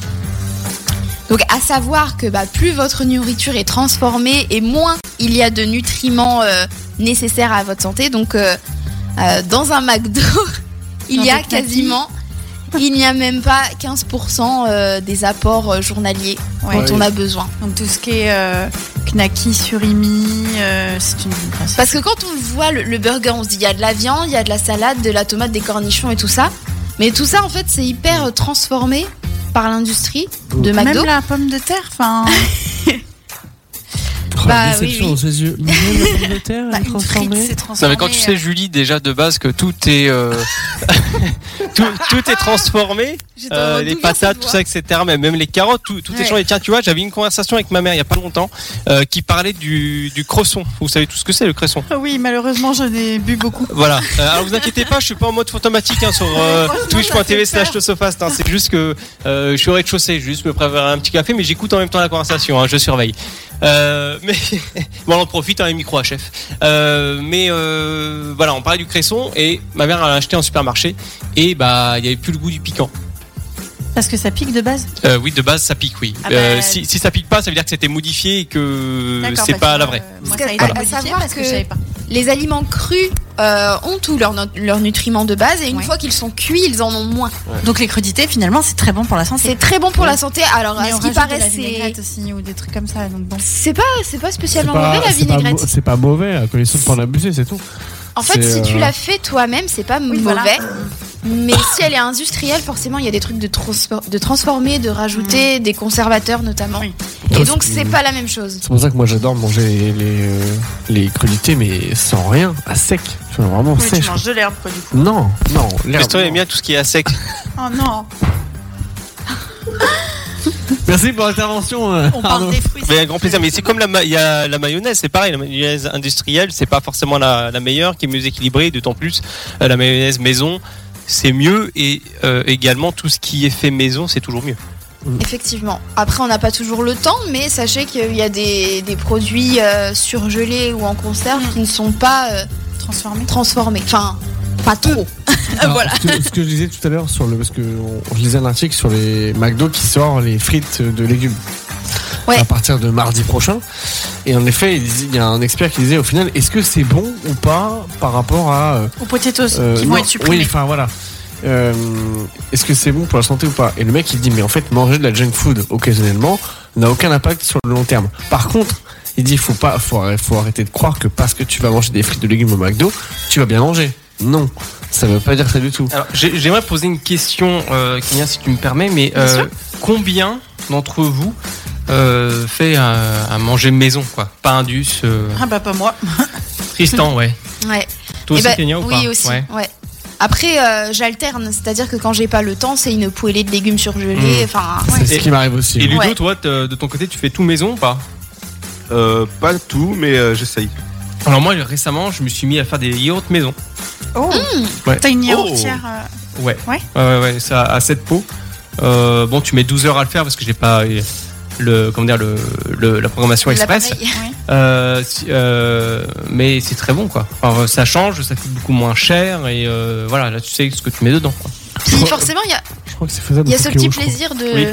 Donc à savoir que bah, plus votre nourriture est transformée et moins il y a de nutriments euh, nécessaires à votre santé. Donc euh, euh, dans un McDo, il Dans y a des knackis. quasiment, il n'y a même pas 15% euh, des apports euh, journaliers Ouais. dont on a besoin. Donc tout ce qui est euh, knacky, surimi, euh, c'est une. enfin, c'est- Parce que quand on voit le, le burger, on se dit il y a de la viande, il y a de la salade, de la tomate, des cornichons et tout ça. Mais tout ça en fait c'est hyper euh, transformé par l'industrie de Même McDo. la pomme de terre, enfin. Oh, Bah, la déception oui, oui. dans ses yeux. Même la pomme de terre, elle est bah, une frite, transformée. c'est Non transformé. mais quand euh, tu sais Julie déjà de base que tout est euh, Tout, tout est transformé, euh, les patates, tout ça, etc. Mais même les carottes, tout, tout est Ouais. changé. Tiens, tu vois, j'avais une conversation avec ma mère il y a pas longtemps euh, qui parlait du, du cresson. Vous savez tout ce que c'est le cresson Ah Oui, malheureusement, je n'ai bu beaucoup. Voilà. Euh, alors vous inquiétez pas, je suis pas en mode fantomatique hein, sur euh, Franchement, ça fait twitch.tv peur. slash tosofast. hein. C'est juste que euh, je suis au rez-de-chaussée, je vais juste me préparer un petit café, mais j'écoute en même temps la conversation, hein, je surveille. Euh, mais bon, on en profite, hein, les micros à chef. Euh, mais euh, voilà, on parlait du cresson et ma mère elle l'a acheté en supermarché et bah il y avait plus le goût du piquant. Parce que ça pique de base. Euh, oui, de base ça pique, oui. Ah bah, Euh, si, si ça pique pas, ça veut dire que c'était modifié et que D'accord, c'est parce pas que, la vraie. euh, moi, Parce ça a que- été à modifié savoir parce que que- je savais pas. les aliments crus euh, ont tous leurs no- leurs nutriments de base et une Ouais. fois qu'ils sont cuits, ils en ont moins. Donc les crudités, finalement, c'est très bon pour la santé. C'est très bon pour la santé. Alors, Mais à on ce qui rajoute de paraît, la c'est vinaigrette aussi ou des trucs comme ça. Donc bon. c'est pas c'est pas C'est spécialement pas, mauvais la c'est pas vinaigrette. mau- c'est pas mauvais hein, à condition de pas en abuser, c'est tout. En fait, c'est, si tu euh, la fais toi-même, c'est pas Oui, mauvais. voilà. Mais si elle est industrielle, forcément, il y a des trucs de, transfor- de transformer, de rajouter, des conservateurs notamment. Oui. Et Toi, donc, c'est- c'est pas la même chose. C'est pour ça que moi j'adore manger les, les, euh, les crudités, mais sans rien, à sec. Tu vois, vraiment Oui, tu sèche. manges de l'herbe, quoi, du coup. Non, non, Parce l'herbe. que toi, aime bien tout ce qui est à sec. Oh non, Merci pour l'intervention. euh, on Arnaud. parle des fruits. Mais un grand plaisir. Mais c'est comme la, ma- il y a la mayonnaise, c'est pareil. La mayonnaise industrielle, c'est pas forcément la, la meilleure, qui est mieux équilibrée. D'autant plus, euh, la mayonnaise maison, c'est mieux. Et euh, également, tout ce qui est fait maison, c'est toujours mieux. Mm. Effectivement. Après, on n'a pas toujours le temps, mais sachez qu'il y a des, des produits euh, surgelés ou en conserve Mm. qui ne sont pas euh, transformés. transformés. Enfin, pas trop. Euh, Alors, ce, que, ce que je disais tout à l'heure sur le, parce que on- je lisais un article sur les McDo qui sort les frites de légumes Ouais. à partir de mardi prochain. Et en effet, il dis- il y a un expert qui disait au final, est-ce que c'est bon ou pas par rapport à euh, Ou potatoes, euh, qui vont non, être supprimés. Oui, enfin voilà. Euh, est-ce que c'est bon pour la santé ou pas Et le mec il dit mais en fait manger de la junk food occasionnellement n'a aucun impact sur le long terme. Par contre, il dit faut pas faut, arr- faut arrêter de croire que parce que tu vas manger des frites de légumes au McDo, tu vas bien manger. Non, ça veut pas dire ça du tout. Alors, j'ai- j'aimerais poser une question, euh, Kenya, si tu me permets. Mais Bien euh, sûr. combien d'entre vous euh, fait un, un manger maison, quoi Pas indus. euh, Ah bah pas moi. Tristan, ouais. Ouais. Toi Eh aussi, ben, Kenya, ou oui, pas aussi. Ouais. ouais. Après, euh, j'alterne, c'est-à-dire que quand j'ai pas le temps, c'est une poêlée de légumes surgelés. Enfin, Mm. C'est ce Et- qui m'arrive aussi. Et Ludo, Ouais. toi, t'es- de ton côté, tu fais tout maison ou pas Euh, pas tout, mais euh, j'essaye. Alors moi, récemment, je me suis mis à faire des yaourts maison. Oh. Ouais. T'as une Oh. yaourtière. euh, Ouais. Ouais. ouais, ouais, ça à 7 pots. Euh, bon, tu mets 12 heures à le faire parce que j'ai pas euh, le comment dire le, le- la programmation express. l'appareil. Euh, si- euh, mais c'est très bon quoi. Enfin, ça change, ça coûte beaucoup moins cher et euh, voilà, là tu sais ce que tu mets dedans. Quoi. Puis forcément, il y a Je crois que c'est faisable. Il y a au ce Tokyo, petit je crois. plaisir de. Oui.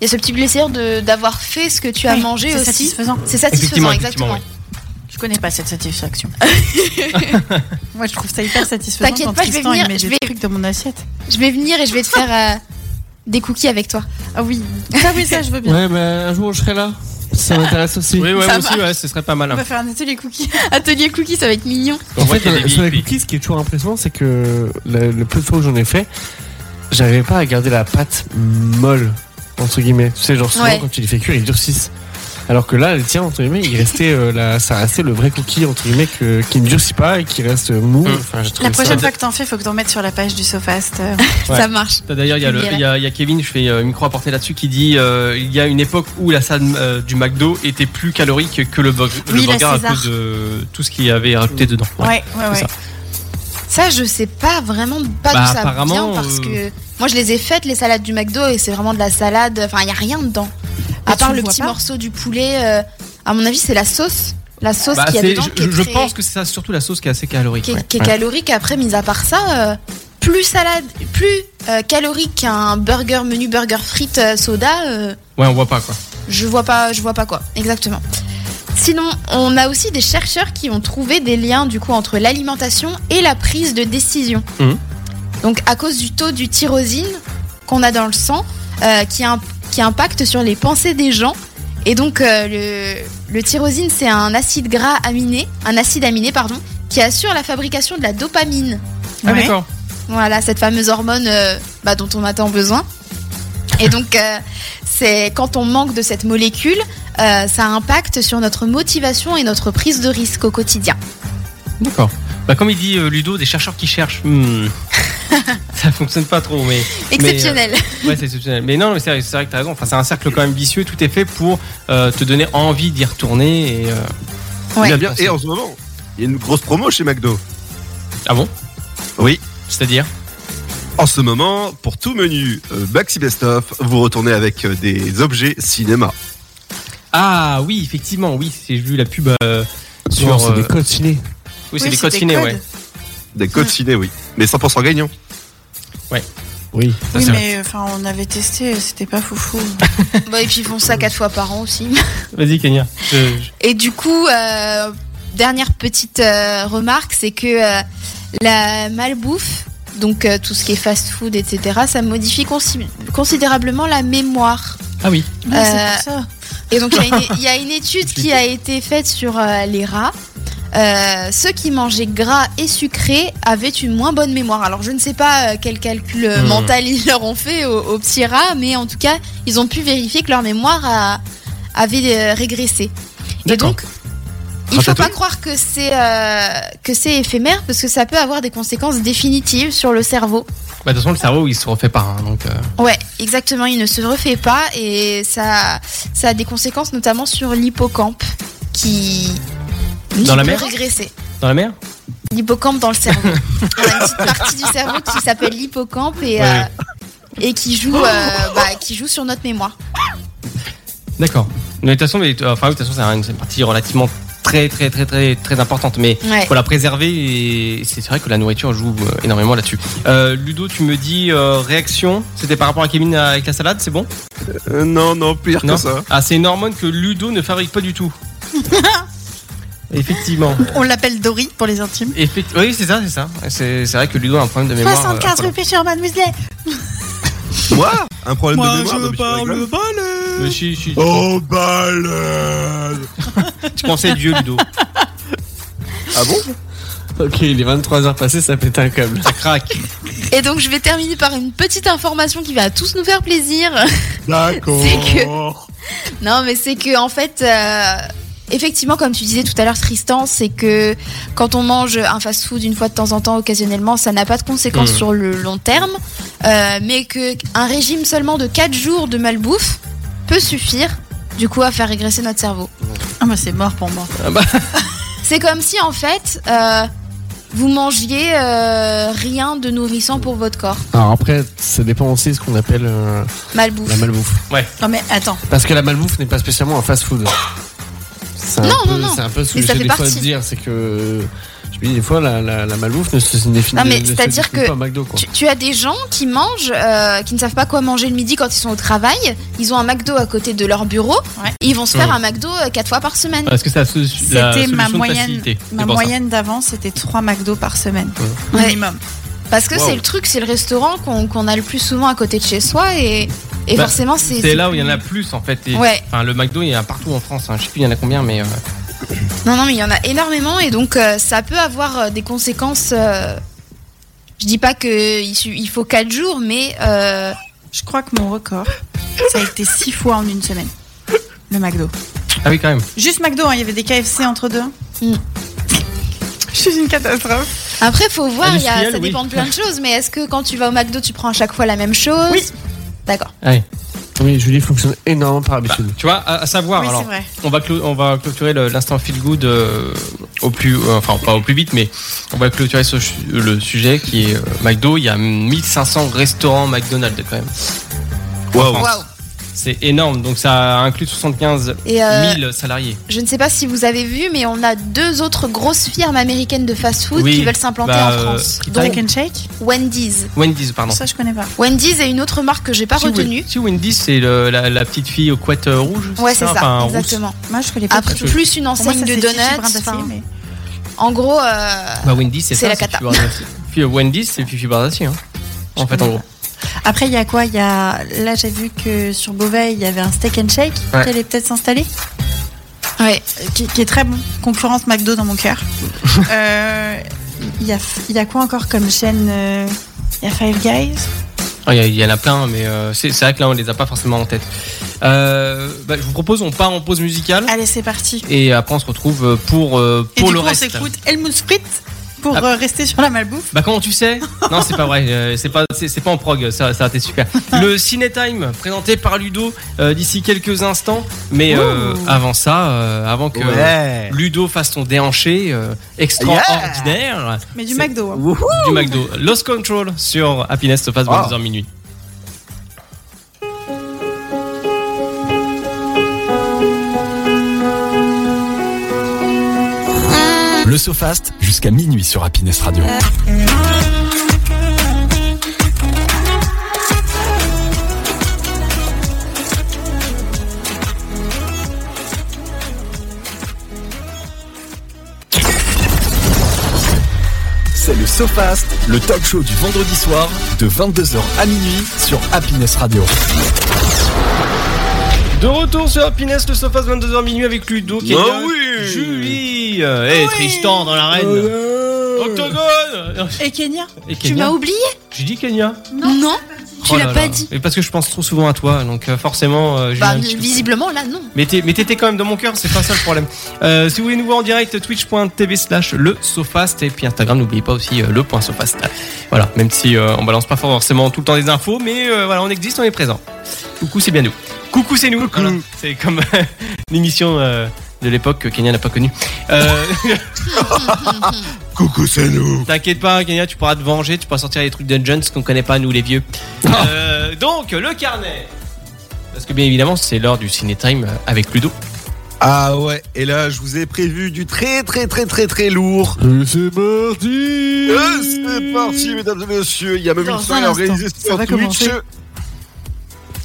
Il y a ce petit plaisir de d'avoir fait ce que tu as oui, mangé c'est aussi. satisfaisant. C'est satisfaisant, Ah, exactement. Je connais pas cette satisfaction. Moi, je trouve ça hyper satisfaisant. T'inquiète quand pas, je vais Tristan, il venir, met je des vais- trucs dans mon assiette. Je vais venir et je vais te faire euh, des cookies avec toi. Ah oui. Ah oui, ça, je veux bien. Ouais, mais un jour je serai là. Ça m'intéresse aussi. Oui, ouais, Ça moi aussi, ouais, ce serait pas mal. On hein. va faire un atelier cookies. Atelier cookies, ça va être mignon. En fait, qu'il y a euh, des sur les vieilles cookies, ce qui est toujours impressionnant, c'est que le, le peu de fois où j'en ai fait, j'arrivais pas à garder la pâte molle, entre guillemets. Tu sais, genre souvent Ouais. quand tu les fais cuire, ils durcissent. Alors que là, le tien, entre guillemets, il restait, euh, la- ça restait le vrai cookie, entre guillemets, que- qui ne durcit pas et qui reste Mm. mou. Mmh, Enfin, j'ai trouvé La prochaine ça... fois que t'en fais, faut que t'en mettes sur la page du SoFast. euh, Ouais. Ça marche. T'as D'ailleurs, il y, a le- il y a- il y a Kevin, je fais euh, une micro apportée là-dessus, qui dit euh, il y a une époque où la salle euh, du McDo était plus calorique que le, bug- le Oui, la burger à César. cause de tout ce qu'il y avait rajouté dedans. Ouais. Ouais, ouais, ouais. ça. Ça, je sais pas vraiment pas Bah, d'où ça apparemment, vient parce euh, que moi, je les ai faites les salades du McDo et c'est vraiment de la salade. Enfin, il y a rien dedans. Mais à tu part le le vois petit pas morceau du poulet. euh, à mon avis, c'est la sauce, la sauce Bah, qu'il y a c'est- dedans qui je est je très- pense que c'est ça, surtout la sauce qui est assez calorique. qui est, ouais. qui est calorique. Après, mis à part ça, euh, plus salade, plus euh, calorique qu'un burger menu burger frites euh, soda, euh, Ouais, on voit pas quoi. je vois pas, je vois pas quoi. Exactement. Sinon, on a aussi des chercheurs qui ont trouvé des liens du coup entre l'alimentation et la prise de décision. Mhm. Donc, à cause du taux du tyrosine qu'on a dans le sang, euh, qui, imp- qui impacte sur les pensées des gens. Et donc, euh, le, le tyrosine, c'est un acide gras aminé, un acide aminé, pardon, qui assure la fabrication de la dopamine. Ah, Ouais. d'accord. Voilà, cette fameuse hormone euh, bah, dont on a tant besoin. Et donc, euh, c'est quand on manque de cette molécule, euh, ça impacte sur notre motivation et notre prise de risque au quotidien. D'accord. Bah, comme il dit euh, Ludo, des chercheurs qui cherchent. Hmm. ça fonctionne pas trop, mais. Exceptionnel. Ouais, c'est exceptionnel. Mais non, mais c'est vrai, c'est vrai que t'as raison. Enfin, c'est un cercle quand même vicieux. Tout est fait pour euh, te donner envie d'y retourner. Et, euh, Ouais. Bien, bien. Et en ce moment, il y a une grosse promo chez McDo. Ah bon Oui. C'est-à-dire En ce moment, pour tout menu euh, Maxi Best Of, vous retournez avec euh, des objets cinéma. Ah oui, effectivement, oui. c'est- J'ai vu la pub euh, sur. Genre, c'est des euh, codes ciné. oui, c'est des codes ciné, ouais. Des codes ciné, oui. Mais 100% gagnant. Oui. Oui, c'est mais enfin, on avait testé, c'était pas foufou. Bah, et puis ils font ça quatre fois par an aussi. Vas-y, Kenya. Je- je- Et du coup, euh, dernière petite euh, remarque, c'est que euh, la malbouffe, donc euh, tout ce qui est fast-food, etc., ça modifie consi- considérablement la mémoire. Ah oui. Oui, Euh, c'est pour ça. Et donc, il y a une- il y, a une étude qui a été faite sur euh, les rats. Euh, ceux qui mangeaient gras et sucré avaient une moins bonne mémoire. Alors, je ne sais pas euh, quel calcul euh, Hmm. mental ils leur ont fait aux, aux petits rats, mais en tout cas, ils ont pu vérifier que leur mémoire a- avait euh, régressé. Et D'accord. donc, il faut pas Ratatouille croire que c'est euh, que c'est éphémère, parce que ça peut avoir des conséquences définitives sur le cerveau. Bah, de toute façon, le cerveau, il se refait pas. hein, donc, euh, Ouais, exactement, il ne se refait pas et ça, ça a des conséquences notamment sur l'hippocampe qui. qui Dans la peut mer régresser. dans la mer L'hippocampe dans le cerveau. On a une petite partie du cerveau qui s'appelle l'hippocampe Ouais. et, euh, et qui, joue, euh, bah, qui joue sur notre mémoire. D'accord. Mais de toute façon, mais, euh, enfin, oui, de toute façon, c'est un- c'est une partie relativement très, très, très, très, très importante. Mais Ouais. faut la préserver et c'est vrai que la nourriture joue euh, énormément là-dessus. Euh, Ludo, tu me dis euh, réaction. C'était par rapport à Kevin euh, avec la salade, c'est bon Euh, non, non, pire Non. que ça. Ah, c'est une hormone que Ludo ne fabrique pas du tout. Effectivement. On l'appelle Dory pour les intimes. Effect- Oui, c'est ça, c'est ça. C'est c'est vrai que Ludo a un problème de mémoire. euh, 75 affolant. rue Fisherman Muselet. Moi Un problème de mémoire non, mais tu rigoles. balle. Mais si, si, Oh, balade tu pensais Dieu, Ludo. Ah bon Ok, il est 23h passé, ça pète un câble. Ça craque. Et donc je vais terminer par une petite information qui va tous nous faire plaisir. D'accord. C'est Non, mais c'est que en fait, euh, effectivement, comme tu disais tout à l'heure, Tristan, c'est que quand on mange un fast-food une fois de temps en temps, occasionnellement, ça n'a pas de conséquences Mhm. sur le long terme, euh, mais que un régime seulement de 4 jours de malbouffe peut suffire. Du coup, à faire régresser notre cerveau. Ah bah c'est mort pour moi. C'est comme si, en fait, euh, vous mangiez euh, rien de nourrissant pour votre corps. Alors après, ça dépend aussi de ce qu'on appelle euh, Malbouffe. la malbouffe. Non mais attends. Parce que la malbouffe n'est pas spécialement un fast-food. C'est un Non, peu- non, non. C'est un peu ce que Mais ça j'essaie fait des fois de partie. dire, c'est que. Je me dis, des fois, la, la, la malbouffe ne se définit Non, mais ne se c'est-à-dire définit que pas à McDo, quoi. Tu, tu as des gens qui mangent, euh, qui ne savent pas quoi manger le midi quand ils sont au travail. Ils ont un McDo à côté de leur bureau. Ouais. Et ils vont se faire Ouais. un McDo euh, quatre fois par semaine. Parce que c'est la, solu- la C'était solution ma de moyenne. facilité. hein. Ma C'est pour ça. moyenne d'avant c'était 3 McDo par semaine. Ouais. Minimum. Parce que Wow. c'est le truc, c'est le restaurant qu'on qu'on a le plus souvent à côté de chez soi. Et, et Bah, forcément, c'est. C'est là où il y en a plus en fait. Et- Ouais. Enfin, le McDo, il y en a partout en France. hein. Je sais plus il y en a combien, mais euh, Non, non, mais il y en a énormément. Et donc, euh, ça peut avoir euh, des conséquences. euh, Je dis pas qu'il il faut quatre jours, mais. euh, Je crois que mon record, ça a été 6 fois en une semaine. Le McDo. ah oui quand même. Juste McDo, hein, il y avait des KFC entre deux. Mm. Je suis une catastrophe. Après, faut voir, il y a- Industriel, ça oui. dépend de plein de choses. Mais est-ce que quand tu vas au McDo, tu prends à chaque fois la même chose Oui. D'accord. Oui, Julie fonctionne énormément par habitude. Bah, Tu vois, à, à savoir. oui, c'est Ah, alors, vrai. on va clo- on va clôturer le- l'instant feel good euh, au plus, euh, enfin pas au plus vite, mais on va clôturer ce su- le sujet qui est euh, McDo. Il y a 1500 restaurants McDonald's quand même. Waouh. En France. Waouh. C'est énorme. Donc ça inclut 75 Et. euh, 000 salariés. Je ne sais pas si vous avez vu, mais on a deux autres grosses firmes américaines de fast-food Oui, qui veulent s'implanter bah, en France. euh, Donc Break and Shake Wendy's. Wendy's, pardon. Ça, je connais pas. Wendy's est une autre marque que j'ai pas Si retenue. Wen- Si Wendy's, c'est le- la, la petite fille aux couettes euh, rouges. Ouais, c'est Enfin, ça, rousse. exactement. Moi, je connais pas. Après, du tout. plus une Pour moi, enseigne ça, de c'est Fifi donuts. Brindacier, enfin, mais- En gros, euh, Bah Wendy c'est C'est ça. la Fifi cata. Bardassy. Puis euh, Wendy c'est Fifi Bardassy hein. En fait en gros. Après, il y a quoi Il y a là, j'ai vu que sur Beauvais, il y avait un steak and shake Ouais. qui allait peut-être s'installer, ouais. euh, qui, qui est très bon. Concurrence McDo dans mon cœur. Euh, Il y, a, il y a quoi encore comme chaîne euh, Il y a Five Guys. Ah, Il y, a- il y en a plein mais euh, c'est c'est vrai que là on les a pas forcément en tête. Euh, bah, je vous propose on part en pause musicale Allez, c'est parti. et après on se retrouve euh, pour euh, Et pour du le coup, on reste. s'écoute Helmut Sprit pour Ah. euh, rester sur la malbouffe. Bah comment tu sais Non c'est pas vrai, euh, c'est pas c'est c'est pas en prog, ça ça t'es super. Le Ciné Time présenté par Ludo euh, d'ici quelques instants, mais euh, avant ça, euh, avant que Ouais. Ludo fasse ton déhanché euh, extraordinaire Mais du C'est- McDo. hein. du McDo, Lost Control sur Happiness se passe Ah. 22h minuit. Le SoFast jusqu'à minuit sur Happiness Radio. C'est le SoFast, le talk show du vendredi soir de 22h à minuit sur Happiness Radio. De retour sur Happiness, le sofa 22h minuit avec Ludo, qui Ah oui Julie euh, et Oui. Tristan dans l'arène. Octogone Et Kenya Et Tu m'as Kenya oublié J'ai dit Kenya Non, tu Oh l'as là pas là. dit. Mais parce que je pense trop souvent à toi, donc euh, forcément, euh, j'ai Bah, un petit peu- visiblement, là, non. Mais t'es- mais t'étais quand même dans mon cœur, c'est pas ça le problème. Euh, si vous voulez nous voir en direct, twitch.tv slash le Sofast et puis Instagram, n'oubliez pas aussi euh, le point Sofast. Voilà, même si euh, on balance pas forcément tout le temps des infos, mais euh, voilà, on existe, on est présent. Coucou, c'est bien nous. Coucou, c'est nous. Voilà, c'est comme l'émission euh, de l'époque que Kenya n'a pas connue. Euh, Coucou, c'est nous. T'inquiète pas, Kenya, tu pourras te venger, tu pourras sortir les trucs Dungeons qu'on connaît pas, nous les vieux. Ah. Euh, donc, le carnet. Parce que bien évidemment, c'est l'heure du Ciné Time avec Ludo. Ah ouais, et là, je vous ai prévu du très, très, très, très, très lourd. C'est parti Et c'est parti, mesdames et messieurs. Il y a même Dans une un soirée instant, organisée ça sur va Twitch. commencer.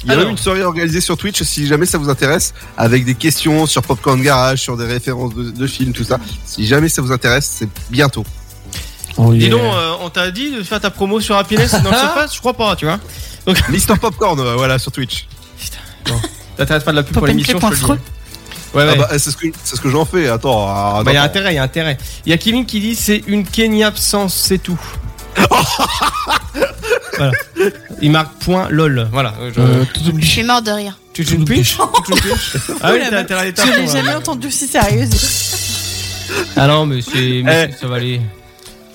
Il y a Alors. même une soirée organisée sur Twitch si jamais ça vous intéresse, avec des questions sur Popcorn Garage, sur des références de, de films, tout ça. Si jamais ça vous intéresse, c'est bientôt. Oh, Dis donc, euh, on t'a dit de faire ta promo sur Happiness dans le sofa Je crois pas, tu vois. Mister Popcorn, euh, voilà, sur Twitch. T'intéresses pas de la pub pour Pop and l'émission, play je te le point dis. Ouais, ouais. Ah bah, c'est ce que, c'est ce que j'en fais. Attends, ah, Bah, y a attends. intérêt, y a intérêt. Y a Kevin qui dit c'est une Kenya absence, c'est tout. voilà. Il marque point lol. Voilà. Euh, je- Je suis mort de rire. Tu tu une piche Ah oui, t'as intérêt à les Je l'ai tartons, jamais là. entendu si sérieuse. Ah non, mais c'est. mais c'est- Ça va aller.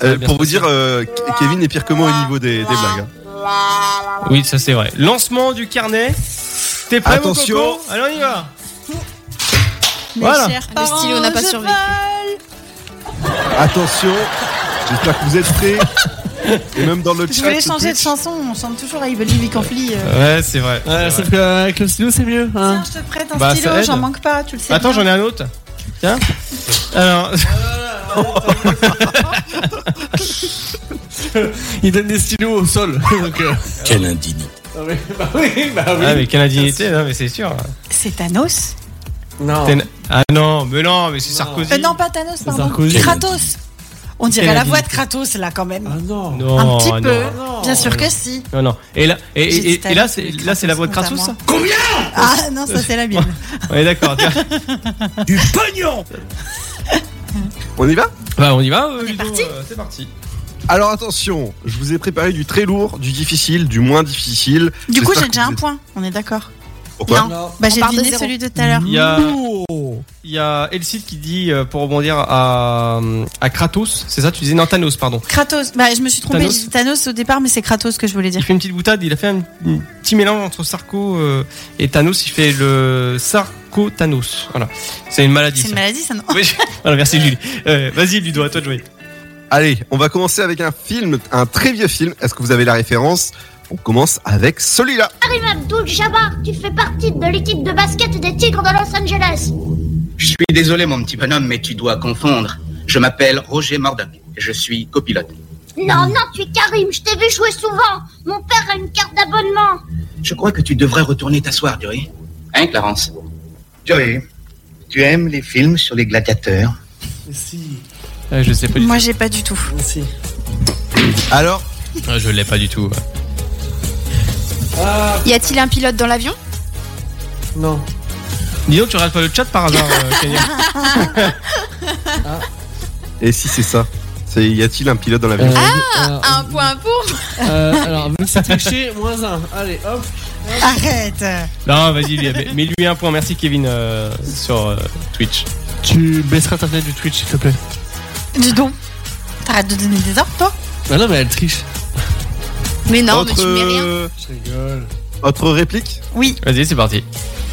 Euh, bien pour vous passé. dire, euh, Ke- Kevin est pire que moi au niveau des, des blagues. hein. Oui, ça c'est vrai. Lancement du carnet. T'es prêt, mon Attention. coco Allez, on y va. Mes Voilà. chers Le stylo n'a parents, pas je survécu. Attention, j'espère que vous êtes prêts. Et même dans le chat. Je voulais sur changer de Twitch. chanson, on chante toujours à I Believe Can Fly. euh. Ouais, c'est vrai. Ah, c'est sauf vrai. qu'avec le stylo, c'est mieux. Hein. Tiens, je te prête un Bah, ça stylo, aide. j'en manque pas, tu le sais. Attends, j'en ai un autre. Tiens. Alors. Il donne des stylos au sol. Donc, euh, Quelle indignité. ah ouais, bah oui, bah oui. Ah, mais quelle indignité, non, mais c'est sûr. C'est Thanos Non. T'es- Ah non, mais non, mais c'est Sarkozy. Euh, Non, pas Thanos, pardon. Sarkozy. Kratos. On dirait Quel la indice. voix de Kratos là quand même. Ah non. Non, un petit peu. Oh, non, Bien sûr que si. Non, non. Et là, et, J'ai et, dit et- et là, Thanos, c'est mais là, c'est la voix de Kratos, Kratos. Ça Ah non, ça c'est la Bible. on est d'accord. tiens. On y va bah, on y va. euh, est Ludo, parti euh, C'est parti. Alors attention, je vous ai préparé du très lourd, du difficile, du moins difficile. Du coup, J'espère j'ai que déjà vous un êtes- point, on est d'accord. Pourquoi non. Bah, On j'ai part de deviné zéro. celui de tout à l'heure. Il y a, il y a Elcide qui dit euh, pour rebondir à, euh, à Kratos. C'est ça, tu disais non Thanos, pardon. Kratos, bah je me suis trompée, Thanos. j'ai dit Thanos au départ, mais c'est Kratos que je voulais Il dire. fait une petite boutade. Il a fait un, un petit mélange entre Sarko euh, et Thanos. Il fait le Sarko Thanos. Voilà. C'est une maladie. C'est une ça. maladie, ça non Oui, je- voilà, merci Julie. Euh, Vas-y Ludo, à toi de jouer. Allez, on va commencer avec un film, un très vieux film. Est-ce que vous avez la référence On commence avec celui-là. Abdul Jabbar, tu fais partie de l'équipe de basket des Tigres de Los Angeles. Je suis désolé, mon petit bonhomme, mais tu dois confondre. Je m'appelle Roger Mordoc. Je suis copilote. Non, non, tu es Karim, je t'ai vu jouer souvent. Mon père a une carte d'abonnement. Je crois que tu devrais retourner t'asseoir, Joey. Hein, Clarence Joey, tu aimes les films sur les gladiateurs Si, Euh, je sais pas du Moi, j'ai pas du tout. si. Alors, tout. Euh, Je l'ai pas du tout. Ah, Y a-t-il un pilote dans l'avion non. Dis donc, tu regardes pas le chat par hasard, euh, Kenya et si c'est ça C'est y a-t-il un pilote dans l'avion ah Un point pour euh, Alors, vu que c'est triché, moins un. Allez, hop. Arrête. Non, vas-y, lui, mais- mais lui un point. Merci, Kevin, euh, sur euh, Twitch. Tu baisseras ta fenêtre du Twitch, s'il te plaît. Dis donc. T'arrêtes de donner des ordres, toi Ah non, mais elle triche. Mais non, Oh, mais Autre- tu mets rien. Je rigole. Autre réplique Oui. Vas-y, c'est parti.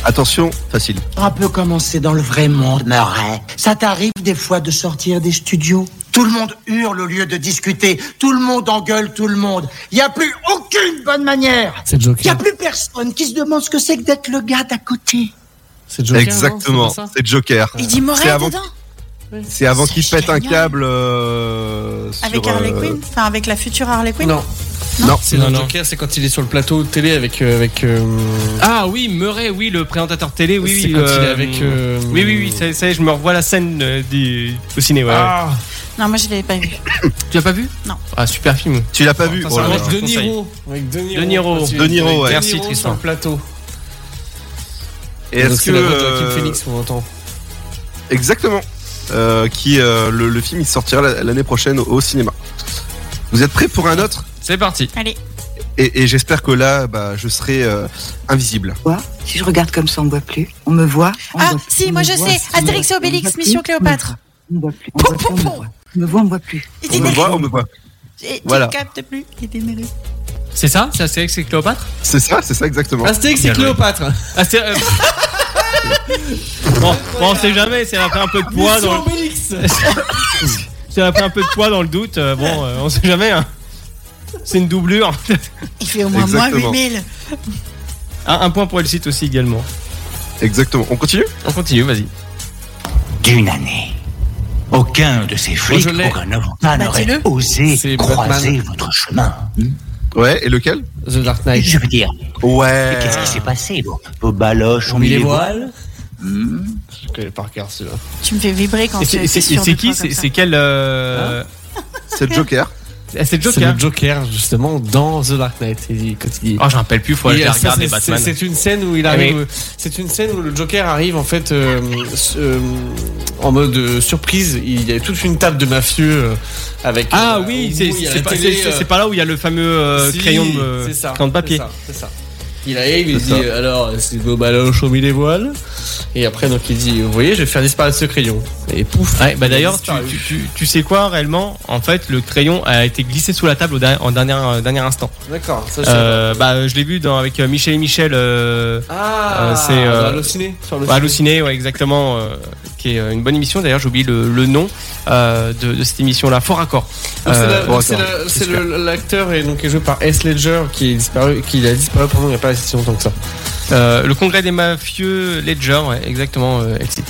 Attention, facile. On peut commencer dans le vrai monde, Murray. Ça t'arrive des fois de sortir des studios Tout le monde hurle au lieu de discuter. Tout le monde engueule tout le monde. Il n'y a plus aucune bonne manière. Ah, C'est le Il n'y a Joker. plus personne qui se demande ce que c'est que d'être le gars d'à côté. C'est le Joker. non Exactement, C'est pas ça c'est Joker. Il Euh, dit C'est Morel avant- dedans C'est avant C'est qu'il pète un génial. câble euh, sur, avec Harley euh, Quinn, enfin avec la future Harley Quinn. Non, Non, c'est Non, le non. Joker, c'est quand il est sur le plateau de télé avec. euh, avec euh, Ah oui, Murray, oui, le présentateur télé, Ah, oui, c'est oui. quand euh, il est avec. euh, Oui, oui, oui, ça, ça y est, je me revois la scène euh, du, au ciné, ouais, ouais. Ah, Non, moi je l'avais pas vu. Tu l'as pas vu Non. Ah, super film. Tu l'as pas vu Ça, Oh là c'est là. vrai. Avec De conseil. Niro. Avec De Niro. De Niro. Parce que- De Niro, avec ouais. Merci, sur Tristan. le plateau. Et est-ce Donc, que c'est la voix de Joaquin euh, Phoenix qu'on entend Exactement. Euh, qui euh, le, le film il sortira la- l'année prochaine au cinéma. Vous êtes prêts pour un autre C'est parti. Allez, Et, et j'espère que là, bah, je serai euh, invisible. Quoi Si je regarde comme ça, on ne voit plus. On me voit. on Ah, me voit si, plus, on moi, me je voit, sais. on me Astérix et voit, on me Obélix, voit plus, Mission on me voit Cléopâtre. plus, On me voit plus. On me voit plus, on me voit. On me voit, on me voit plus. On il me t'énerve. voit, on me voit. Et Tu Voilà. ne captes plus, il est énervé. C'est ça C'est Astérix et Cléopâtre C'est ça, c'est ça exactement. Astérix Bien et joué. Cléopâtre. Asté- euh, bon, bon, on sait jamais, si elle a pris un peu de poids dans le... Obélix. Si elle a pris un peu de poids dans le doute, euh, bon, euh, on sait jamais. hein. C'est une doublure. Il fait au moins moins Exactement. 8000. Un, un point pour le site aussi également. Exactement. On continue On continue, vas-y. D'une année, aucun de ces flics je l'ai. pour un avocat Bah, n'aurait dis-le. osé C'est croiser votre chemin. Ouais, et lequel The Dark Knight. Je veux dire, Ouais. qu'est-ce qui s'est passé vos, vos baloches ont On met mis les les voiles. voiles. Je connais par cœur celui-là. Tu me fais vibrer quand Et tu c'est- C'est et c'est qui C'est c'est quel. euh, C'est Joker. Ah, C'est le Hein C'est Joker. le Joker justement dans The Dark Knight. Il dit- quand il dit- Oh, je rappelle plus, faut aller Et, euh, ça, regarder c'est- Batman. Ah, c'est- C'est une scène où il arrive. euh, C'est une scène où le Joker arrive en fait euh, s- euh, en mode euh, surprise. Il y a toute une table de mafieux euh, avec. Ah euh, oui, au c'est bout, il y a c'est la pas, télé, c'est- euh, c'est pas là où il y a le fameux euh, si, crayon, de, euh, c'est ça, crayon de papier. c'est ça, C'est ça. Il arrive, il C'est dit ça. euh, alors c'est vos baloches ont mis les voiles. Et après donc il dit vous voyez je vais faire disparaître ce crayon. Et pouf. Ouais, bah il a d'ailleurs, tu, disparu. tu- tu- tu sais quoi réellement En fait, le crayon a été glissé sous la table au dernier, en dernier, euh, dernier instant. D'accord. ça, je savais Euh, bah, je l'ai vu dans, avec euh, Michel et Michel euh, pas. Ah. euh, c'est, euh, dans Allociné, sur le bah, halluciné, ouais, exactement, euh, qui est euh, une bonne émission. D'ailleurs, j'oublie le, le nom euh, de, de cette émission-là. Fort accord. Donc, Ah, c'est la- Euh, donc, c'est la- c'est le- l'acteur et donc qui est joué par S. Ledger qui est disparu, qui a disparu pendant il n'y a pas si longtemps que ça. Euh, le congrès des mafieux Ledger, ouais, exactement, euh, Exit.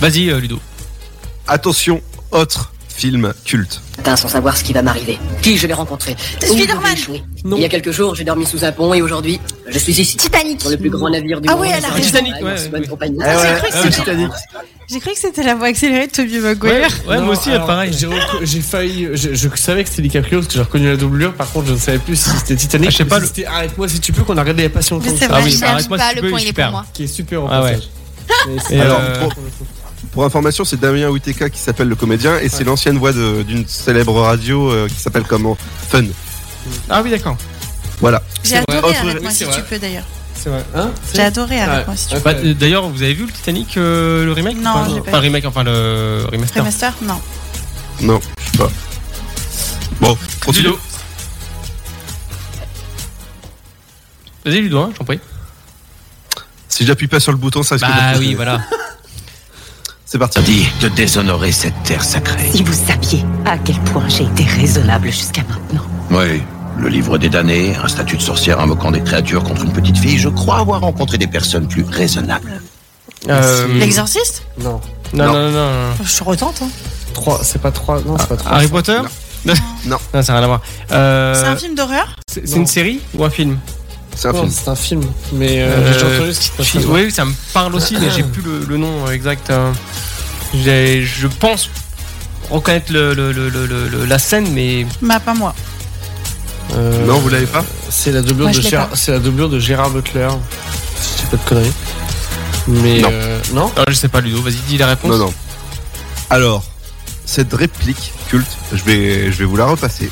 Vas-y, euh, Ludo. Attention, autre film culte. matin sans savoir ce qui va m'arriver. Qui je vais rencontrer. Où je Spider-Man. vais échouer. Non. Il y a quelques jours, j'ai dormi sous un pont et aujourd'hui, je suis ici. Titanic. Sur le plus grand navire du Ah monde. oui, elle a sur raison. Titanic, un ouais, immense bonne ouais. compagnie. Ah ouais, cru que ah ouais, c'était- Titanic. J'ai cru que c'était la voix accélérée de Toby Maguire. ouais, Non, moi aussi, alors, pareil. J'ai recou- j'ai failli. Je, je savais que c'était DiCaprio parce que j'ai reconnu la doublure. Par contre, je ne savais plus si c'était Titanic. Ah, je sais ou pas, si le- c'était Arrête-moi si tu peux qu'on a regardé les patients Mais c'est Ah vrai, oui, je bah, cherche arrête-moi pas, si tu le peux, point, il est super. pour moi. qui est super en Ah ouais. passage. Mais c'est- Et Alors, euh, pour, pour information, c'est Damien Witeka qui s'appelle le comédien et c'est l'ancienne voix de- d'une célèbre radio euh, qui s'appelle comment Fun. Ah oui, d'accord. Voilà. J'ai vrai. adoré Autre- Arrête-moi oui, si c'est tu vrai. peux d'ailleurs. C'est vrai. Hein J'ai adoré Arrête-moi Ouais. si tu Ouais. Bah, euh, D'ailleurs, vous avez vu le Titanic, euh, le remake Non, Enfin, j'ai pas Enfin, vu. remake, enfin le peux. remaster. Remaster Non. Non, je sais pas. Bon, continue. Ludo. Vas-y, Ludo, hein, j'en prie. Si j'appuie pas sur le bouton, ça Bah risque de- voilà. C'est parti. Dit de déshonorer cette terre sacrée. Si vous saviez à quel point j'ai été raisonnable jusqu'à maintenant. Oui. Le livre des damnés, un statut de sorcière invoquant des créatures contre une petite fille, je crois avoir rencontré des personnes plus raisonnables. Mhm. L'exorciste Non. Euh, non, non, non, non, non. Je retente. hein. 3, c'est pas 3. Non, Ah, c'est pas 3. Harry Potter Non. Non. Non, ça n'a rien à voir. Euh, C'est un film d'horreur c'est c'est une série ou un Ah, film C'est un film. C'est un film. Mais euh, Euh, j'ai entendu ce qui se Fi- passe. Oui, oui, ça me parle aussi, mais j'ai plus le, le nom exact. hein. J'ai- Je pense reconnaître le, le- le- le- le- le- la scène, mais Bah, pas moi. Euh, Non, vous l'avez pas C'est la doublure Moi, de je l'ai Gérard, pas. c'est la doublure de Gérard Butler. Si j'ai pas de conneries. Mais Non. euh, non. Non, ah, je sais pas, Ludo. Vas-y, dis la réponse. Non, non. Alors, cette réplique culte, je vais, je vais vous la repasser.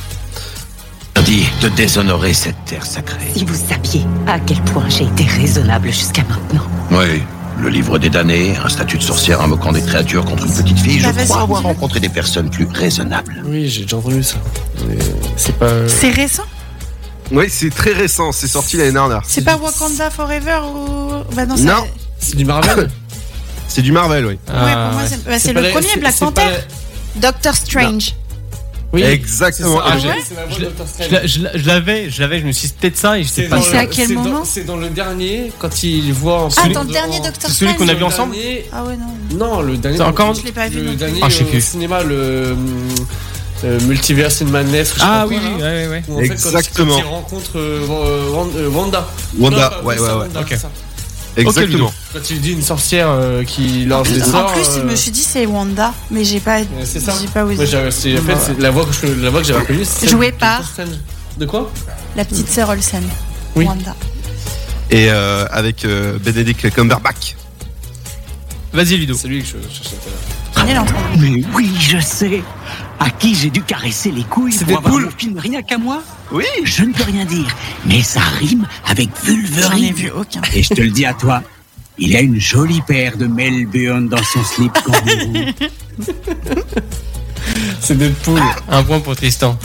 Dit de déshonorer cette terre sacrée. Si vous saviez à quel point j'ai été raisonnable jusqu'à maintenant. Oui. Le livre des damnés, un statut de sorcière invoquant des créatures contre une petite fille, je Bah, vas-y, crois avoir dis-le. rencontré des personnes plus raisonnables. Oui, j'ai déjà entendu ça. Mais c'est pas. C'est récent Oui, c'est très récent, c'est sorti l'année dernière. C'est pas Wakanda Forever ou. Bah, non, c'est. Non. Ouais, C'est du Marvel. C'est du Marvel, oui. pour moi, ah, Ah, c'est bah, c'est pas le la- premier c'est- Black c'est pas la- Panther. Doctor Strange. Oui. Exactement. Ah, Ah, j'ai- ouais c'est la voix Je de l'ai- Dr. Strange. Je l'a- je l'a- je l'avais, je l'avais, je me suis dit, c'est peut-être ça et je sais pas. dans- c'est à quel c'est dans- moment C'est dans le dernier quand il voit. en Ah, celui- dans le dernier en- Doctor C'est celui Strange qu'on a vu ensemble Le dernier- Ah, ouais, non. Non, le dernier. C'est encore- Je l'ai pas vu Le non plus. dernier Ah, je sais au plus. cinéma, le hum, euh, multiverse in madness. je sais pas Ah oui, quoi, oui, là. oui, oui, oui. Où, en fait, quand- Exactement. Quand il rencontre euh, Wan- euh, Wanda. Wanda, Non, pas ouais, ouais, Wanda, ouais. c'est Ok. ça. Exactement. Quand tu dis une sorcière euh, qui lance des En sorts. plus, euh, je me suis dit c'est Wanda, mais j'ai pas, c'est ça. j'ai pas moi, osé. j'ai- c'est- en fait, c'est la voix que je- la voix que j'ai reconnue, c'est. Joué par De quoi la petite sœur Olsen. Oui. Wanda. Et euh, avec euh, Benedict Cumberbatch. Vas-y, Ludo. C'est lui que je cherchais tout à l'heure. Mais oui, je sais. À qui j'ai dû caresser les couilles C'est pour avoir Deadpool. mon film rien qu'à moi Oui. Je ne peux rien dire, mais ça rime avec Vulverine. J'en ai vu aucun. Et je te le dis à toi, il a une jolie paire de Melbourne dans son slip kangourou. C'est Deadpool. Ah, Un point pour Tristan.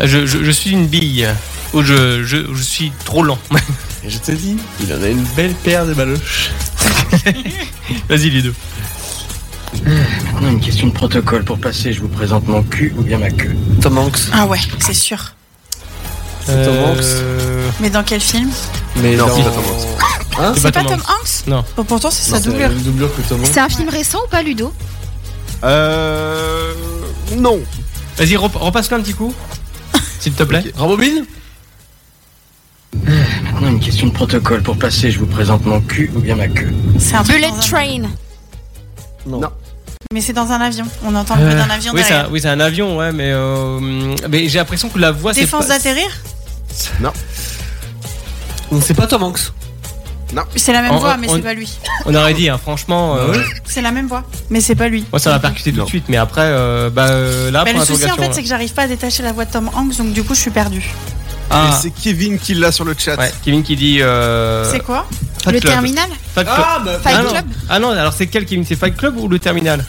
Je, je, je suis une bille. Ou je, je, je suis trop lent. Et je te dis, il en a une belle paire de baloches. Vas-y, les deux. Maintenant, une question de protocole. Pour passer, je vous présente mon cul ou bien ma queue. Tom Hanks. Ah ouais, c'est sûr. C'est Tom Hanks. Euh, Mais dans quel film Euh, Mais Non, dans- c'est pas Tom Hanks. Hein C'est pas Tom Hanks Non. Bon, pourtant, c'est sa Non, la Ah, doublure. même doublure que Tom Hanks. C'est un film récent ou pas, Ludo Euh. Non. Vas-y, rep- repasse-le un petit coup. S'il te plaît. Rambobine Maintenant, une question de protocole. Pour passer, je vous présente mon cul ou bien ma queue. C'est un truc Bullet dans un- Train. Mais c'est dans un avion. On entend le bruit d'un avion Euh, oui, c'est derrière. un, oui, c'est un avion, ouais, mais, euh, mais j'ai l'impression que la voix. c'est Défense pas- d'atterrir Donc c'est pas Tom Hanks. C'est la même On- voix, on- mais on- c'est pas lui. On aurait dit, hein, franchement. Ah euh, C'est la même voix, mais c'est pas lui. Moi, ça m'a percuté tout de suite, mais après, euh, bah, euh, là, Mais pour le souci en l'interrogation. fait, c'est que j'arrive pas à détacher la voix de Tom Hanks, donc du coup, je suis perdue. Ah. Et c'est Kevin qui l'a sur le chat. ouais, Kevin qui dit. euh, C'est quoi Fat Le Club. terminal Fat Club. Ah, bah, Fight ah, non. Club Ah non, alors c'est quel Kevin C'est Fight Club ou le Terminal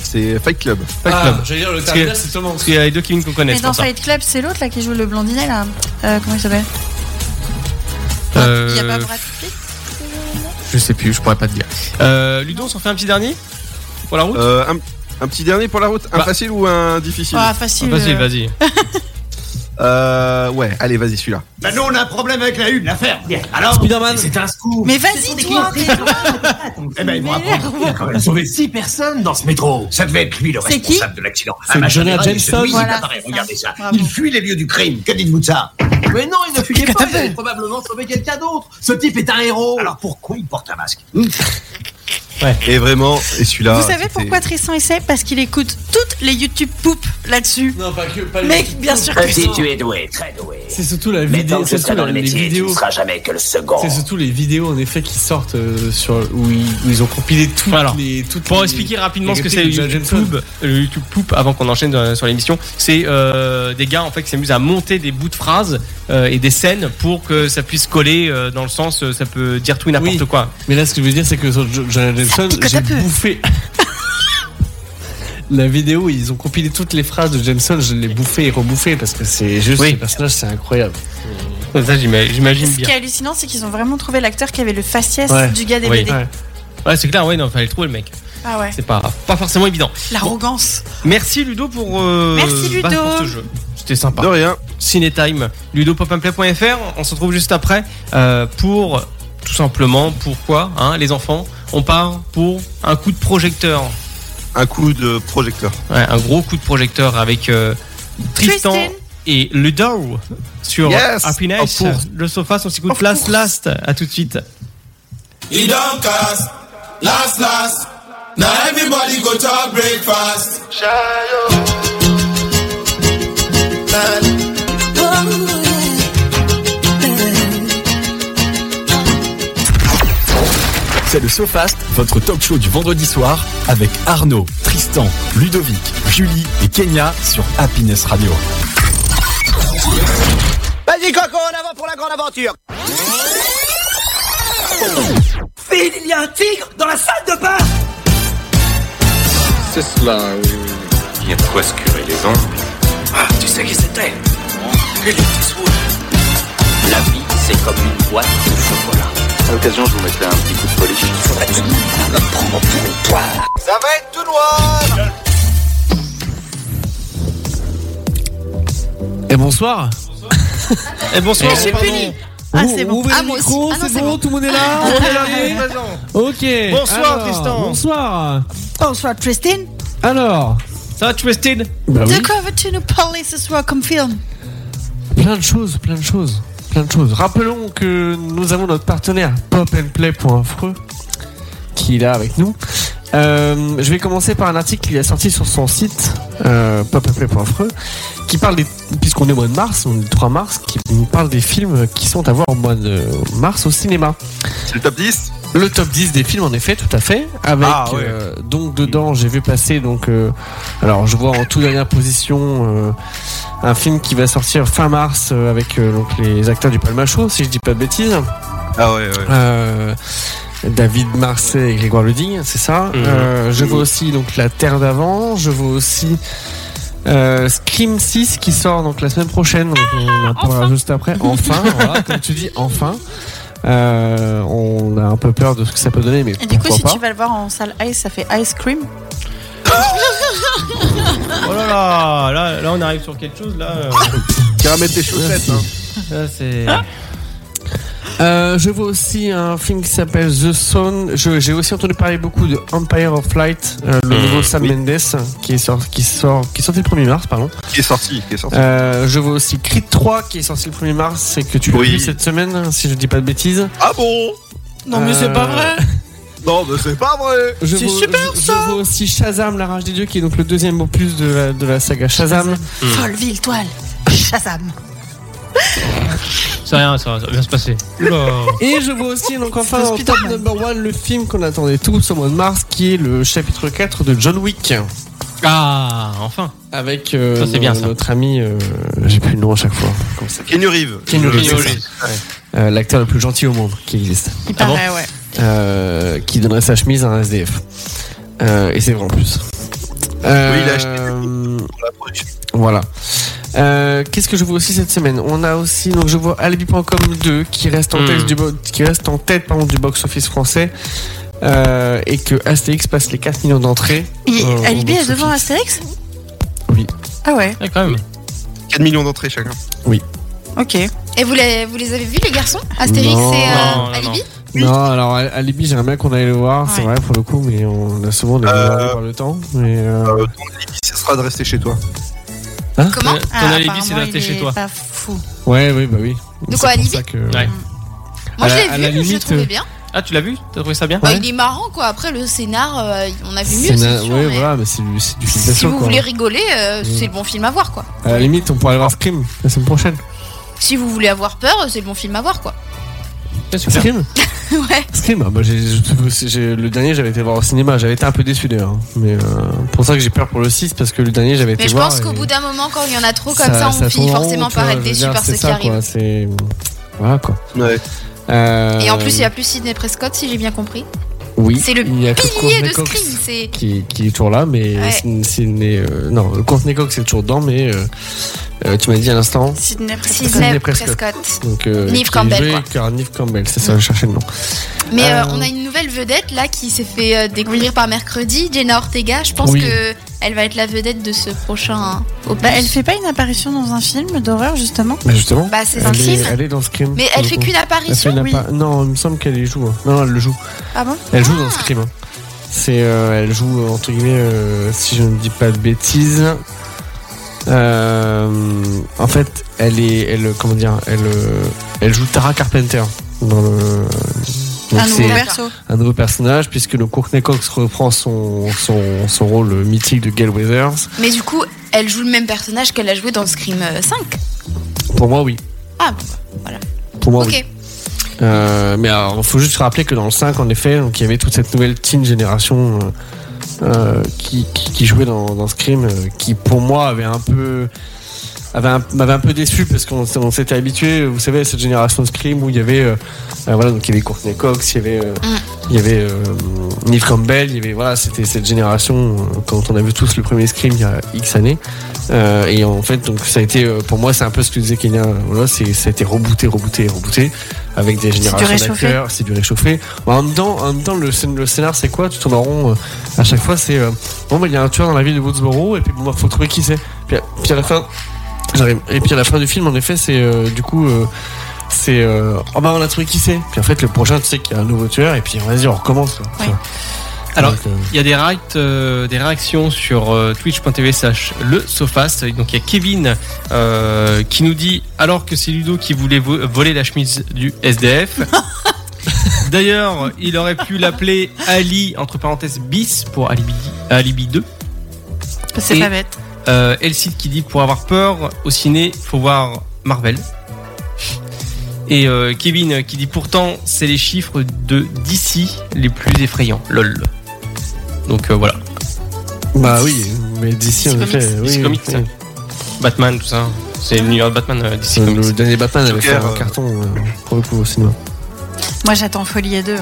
C'est Fight Club. Fight ah, Club. J'allais dire, le Parce terminal, que- c'est Tom Parce Hanks. qu'il y a les deux Kevin qu'on connaît, Mais c'est dans pour ça. Fight Club, c'est l'autre là qui joue le blondinet là. Euh, comment il s'appelle Il y a pas Euh, Brad Pitt Ah, je sais plus, je pourrais pas te dire. Euh, Ludo, on s'en fait un petit dernier Pour la route Euh, un, un petit dernier pour la route. Un Bah. facile ou un difficile Ah, facile. Vas-y, euh, vas-y. Euh. Ouais, allez, vas-y, celui-là. Bah nous on a un problème avec la une, la ferme. Alors Spider-Man. C'est un scoop. Mais vas-y, toi tais-toi. Eh ben, ils vont apprendre qu'il a quand même sauvé 6 personnes dans ce métro. Ça devait être lui le C'est qui responsable de l'accident. C'est ma Jonah générale, Jameson. c'est lui qui Voilà, apparaît. c'est ça. Regardez ça. Bravo. Il fuit les lieux du crime. Que dites-vous de ça Mais non, il ne fuyait pas. Il avait probablement sauvé quelqu'un d'autre. Ce type est un héros. Alors pourquoi il porte un masque Et vraiment, et celui-là. Vous savez Ah, c'était- pourquoi Tristan essaie Parce qu'il écoute toutes les YouTube poop là-dessus. Non, pas que. Pas le- Mais bien sûr que Si si. tu es doué, très doué. C'est surtout la Mais tant vidéo. que tu C'est seras surtout dans le les métier, tu ne vidéos. seras jamais que le second. C'est surtout les vidéos en effet qui sortent euh, sur où ils, où ils ont compilé toutes Alors, les toutes Pour les- expliquer rapidement les ce que c'est le répliques de YouTube, Jonah Jameson. Poop, le YouTube Poop, avant qu'on enchaîne euh, sur l'émission, c'est euh, des gars en fait qui s'amusent à monter des bouts de phrases euh, et des scènes pour que ça puisse coller euh, dans le sens euh, ça peut dire tout et n'importe Oui. quoi. Mais là, ce que je veux dire, c'est que sur Jo- Jonah Jameson, picote j'ai un peu. bouffé. La vidéo, ils ont compilé toutes les phrases de Jameson, je l'ai bouffé et rebouffé parce que c'est juste Oui. ce personnage, c'est incroyable. Ça j'ima- j'imagine Ce qui bien. est hallucinant, c'est qu'ils ont vraiment trouvé l'acteur qui avait le faciès Ouais. du gars des Oui. BD. Ouais. Ouais c'est clair, ouais non fallait trouver le mec. Ah ouais. C'est pas pas forcément évident. L'arrogance. Merci Ludo pour, euh, Merci, Ludo. pour ce jeu. C'était sympa. De rien. Cinétime, ludopopinplay.fr. On se retrouve juste après euh, pour tout simplement pourquoi hein, les enfants. On part pour un coup de projecteur, Un coup de projecteur. Ouais, un gros coup de projecteur avec euh, Tristan, Tristan. et Ludo sur Yes. Happiness. Of le sofa, son petit coup de place last. À tout de suite. He don't cast. Last, last. Now everybody go to our breakfast. C'est le SoFast, votre talk show du vendredi soir avec Arnaud, Tristan, Ludovic, Julie et Kenya sur Happiness Radio. Vas-y Coco, en avant pour la grande aventure Phil, il y a un tigre dans la salle de bain C'est cela. Il y a de quoi se curer les ongles. Ah, tu sais qui c'était La vie, c'est comme une boîte de chocolat. À l'occasion, je vous mettrai un petit coup de polish. Il faudrait tout me prendre pour une poire. Ça va être tout noir Et bonsoir. Et bonsoir. Et c'est pardon. Ah, c'est bon. Ouvrez Ah, le moi aussi. micro, Ah non, c'est c'est bon, bon. tout le monde est là. on est arrivé. ok. Bonsoir, alors, Tristan. Bonsoir. Bonsoir Oh, Tristan. Alors, Ça va, Twisted bah oui, De quoi veux-tu nous parler ce soir comme film plein de choses, plein de choses, plein de choses. Rappelons que nous avons notre partenaire popandplay.freux qui est là avec nous. Euh, je vais commencer par un article qu'il a sorti sur son site euh, popandplay.freux qui parle des puisqu'on est au mois de mars, on est le 3 mars, qui nous parle des films qui sont à voir au mois de mars au cinéma. C'est le top 10 Le top 10 des films en effet, tout à fait. Avec Ah, ouais. euh, donc dedans, j'ai vu passer donc euh, alors je vois en toute dernière position euh, un film qui va sortir fin mars euh, avec euh, donc les acteurs du Palma Show, si je dis pas de bêtises. Ah ouais, ouais. Euh, David Marseille et Grégoire Luding, c'est ça. Mhm. Euh, je vois aussi donc La Terre d'avant. Je vois aussi euh, Scream 6 qui sort donc la semaine prochaine. Donc on en parlera juste après. Enfin, voilà, comme tu dis, enfin. Euh, on a un peu peur de ce que ça peut donner, mais Et du coup, pourquoi si pas. tu vas le voir en salle Ice, ça fait Ice Cream. Oh là là, là, là, on arrive sur quelque chose là. euh. Tu vas mettre tes chaussettes. hein. Là, c'est. Euh, je vois aussi un film qui s'appelle The Zone. Je- J'ai aussi entendu parler beaucoup de Empire of Light, euh, Hmm. le nouveau Sam Mendes qui est sort, qui sort, qui est sorti le 1er mars, pardon. Qui est sorti, qui est sorti. Euh, je vois aussi Creed 3 qui est sorti le 1er mars C'est que tu l'as Oui. vu cette semaine, hein, si je dis pas de bêtises. Ah bon Non, mais c'est pas vrai. Non, mais c'est pas vrai Je vois, je- je vois aussi Shazam, la rage des dieux, qui est donc le deuxième opus de la, de la saga Shazam. Folleville, toile. Shazam. C'est rien, ça va ça va bien se passer. Oula. Et je vois aussi, donc enfin, C'est en top Spider-Man. number one, le film qu'on attendait tous au mois de mars, qui est le chapitre 4 de John Wick. Ah, enfin. Avec euh, Ça, c'est bien, ça. notre ami, euh, j'ai plus le nom à chaque fois, Comment ça s'appelle Kenny Reeves. Keanu Reeves, Keanu c'est Reeves, ça. Euh, l'acteur le plus gentil au monde qui existe, Il Ah bon paraît, ouais. euh, qui donnerait sa chemise à un SDF. Euh, et c'est vrai en plus. Oui, il a acheté Euh, Pour la production. Voilà. Euh, Qu'est-ce que je vois aussi cette semaine On a aussi donc je vois Alibi.com 2 qui reste en Hmm. tête du bo- qui reste en tête pardon, du box office français euh, et que Astérix passe les 4 millions d'entrées. Et euh, au Alibi est box devant office. Astérix Oui. Ah ouais, Ouais, quand même. 4 millions d'entrées chacun. ok. Et vous les, vous les avez vus, les garçons Astérix Non. et euh, Non, non, Alibi Non, alors Al- Alibi j'aimerais qu'on aille le voir, c'est Ouais. vrai pour le coup, mais on a souvent des Euh. par le temps. Mais euh, Euh, ton alibi, ce sera de rester chez toi. Euh, Comment Euh, Ton Ah, alibi, c'est apparemment, d'être il chez est toi. Pas fou. ouais, oui, bah oui. De C'est quoi, pour Alibi ça que- Ouais. Moi, je À la- l'ai à la vu, je l'ai limite, trouvé euh, bien. Ah, tu l'as vu T'as trouvé ça bien Bah, il est marrant, quoi. Après, le scénar, euh, on a vu C'est mieux, na- c'est sûr. ouais, mais voilà, mais c'est du, c'est du film Si d'action, vous quoi. voulez rigoler, euh, Mm. c'est le bon film à voir, quoi. Euh, À la limite, on pourrait aller voir Scream la semaine prochaine. Si vous voulez avoir peur, c'est le bon film à voir, quoi. Ouais, super. Scream ouais. Scream ah, bah, j'ai- j'ai- j'ai- Le dernier, j'avais été voir au cinéma. J'avais été un peu déçu d'ailleurs. Mais euh, pour ça que j'ai peur pour le 6, parce que le dernier, j'avais été Mais je voir. pense qu'au et bout d'un moment, quand il y en a trop comme ça, on finit tourne en rond, forcément tu par vois, être je veux déçu dire, par ce c'est qui ça, quoi, arrive. C'est. Voilà quoi. Ouais. Euh, Et en plus, il n'y a plus Sidney Prescott, si j'ai bien compris. Oui, c'est le il y a que Pilier Courtney de Cox Scream, c'est. Qui, qui est toujours là, mais Ouais. c'est- c'est né, euh, non, le contenu coq c'est toujours dedans, mais euh, euh, tu m'as dit à l'instant. Sidney Prescott. Sidney Sidney Prescott. Prescott. Donc, euh, Neve qui est Campbell, joué quoi. par Neve Campbell, c'est ça, je cherchais le nom. Mais euh, Euh, on a une nouvelle vedette là qui s'est fait euh, découvrir par mercredi, Jenna Ortega. Je pense Oui. que elle va être la vedette de ce prochain hein, opus. Bah, elle fait pas une apparition dans un film d'horreur, justement Bah, justement. Bah, c'est elle, un est, film. elle est dans Scream. Mais elle pour fait le coup. qu'une Elle fait apparition. une Oui. appa- Non, il me semble qu'elle y joue. hein. Non, elle le joue. Ah bon Elle joue dans Scream. hein. C'est, euh, elle joue euh, entre guillemets, euh, si je ne dis pas de bêtises. euh, en fait, elle est, elle, comment dire, elle, euh, elle joue Tara Carpenter dans le. donc Un c'est nouveau Ah perso. un nouveau personnage puisque le Courtney Cox reprend son, son, son rôle mythique de Gale Weathers. Mais du coup, elle joue le même personnage qu'elle a joué dans Scream euh, 5. Pour moi, oui. Ah, bon, bah, voilà. Pour moi, ok. Oh oui. Euh, mais il faut juste rappeler que dans le 5, en effet, donc, il y avait toute cette nouvelle teen génération euh, euh, qui, qui, qui jouait dans, dans Scream, euh, qui pour moi avait un peu avait un- m'avait un peu déçu parce qu'on s- on s'était habitué, vous savez, à cette génération de Scream où il y avait euh, euh, voilà donc il y avait Courtney Cox, il y avait euh, il y avait euh, Neve Campbell, il y avait voilà c'était cette génération euh, quand on a vu tous le premier Scream il y a X années Euh, et en fait donc ça a été euh, pour moi c'est un peu ce que disait Kenya voilà c'est ça a été rebooté rebooté rebooté avec des générations réchauffé. d'acteurs c'est du réchauffé en même temps en même temps le, scén- le scénar c'est quoi tu tournes en rond euh, à chaque fois c'est euh, bon bah il y a un tueur dans la ville de Woodsboro et puis bon bah, faut trouver qui c'est puis, à- puis à la fin j'arrive et puis à la fin du film en effet c'est euh, du coup euh, c'est euh, oh bah on a trouvé qui c'est puis en fait le prochain tu sais qu'il y a un nouveau tueur et puis vas-y on recommence quoi. Oui. Enfin, Alors, Donc, euh, il y a des, react- euh, des réactions sur euh, twitch.tv slash le Sofast. Donc, il y a Kevin euh, qui nous dit alors que c'est Ludo qui voulait vo- voler la chemise du SDF. D'ailleurs, il aurait pu l'appeler Ali, entre parenthèses, bis pour Alibi, Alibi 2. C'est Et, pas bête. Euh, Elcid qui dit pour avoir peur au ciné, faut voir Marvel. Et euh, Kevin qui dit pourtant c'est les chiffres de DC les plus effrayants. Lol. Donc euh, voilà. Bah oui, mais d'ici en DC effet. Comics. oui, DC oui, Comics, hein. oui. ça. Batman tout ça. C'est l'univers de Batman euh, DC Comics. Le dernier Batman avait fait Joker, un euh, carton euh, pour le coup au cinéma. Moi, j'attends Folie à deux.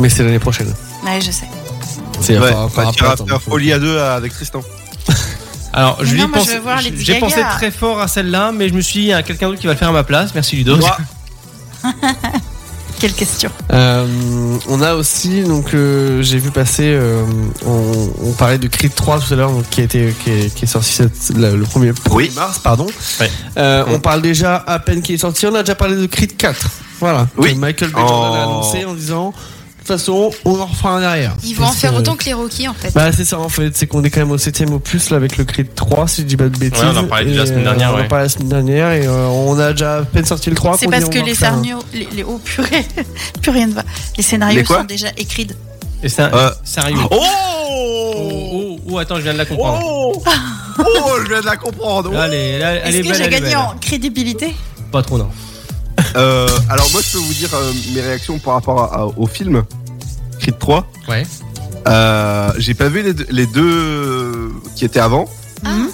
Mais c'est l'année prochaine. Ouais, je sais. C'est Ouais, enfin, on encore partira après, faire folie à deux euh, avec Tristan. Alors je Mais lui non, moi, pense- je veux voir Lady j'ai pensé Gaga. très fort à celle-là, mais je me suis dit il y a quelqu'un d'autre qui va le faire à ma place. Merci Ludo. Quelle question. Euh, on a aussi, donc euh, j'ai vu passer, euh, on, on parlait de Creed 3 tout à l'heure, donc, qui, a été- qui, est, qui est sorti cette- la- le 1er mars, pardon. Euh, On parle déjà à peine qu'il est sorti, on a déjà parlé de Creed 4. Voilà, Oui. que Michael B. Jordan a Oh. annoncé en disant, de toute façon, on en refera un derrière. Ils vont en Parce faire que- autant que les Rocky en fait. Bah c'est ça en fait, c'est qu'on est quand même au 7 opus là avec le Creed 3 si je dis pas de bêtises. Ouais, on en parlait déjà la Et, semaine dernière, euh, On en ouais. parlait la semaine dernière et euh, on a déjà à peine sorti le 3. C'est qu'on parce dit, que on en les refait un. scénarios, les, les- oh purée, plus rien ne va. Les scénarios Les quoi sont déjà écrits. Et ça, Euh, sérieux. Oh oh, oh, attends, je viens de la comprendre. Oh, oh, je viens de la comprendre. Là, elle est, là, elle Est-ce est que belle, j'ai elle est gagné belle. en crédibilité Pas trop, non. Euh, alors moi je peux vous dire euh, mes réactions par rapport à- à- au film Creed 3. Ouais. Euh, J'ai pas vu les deux, les deux, euh, qui étaient avant. Ah. Mhm.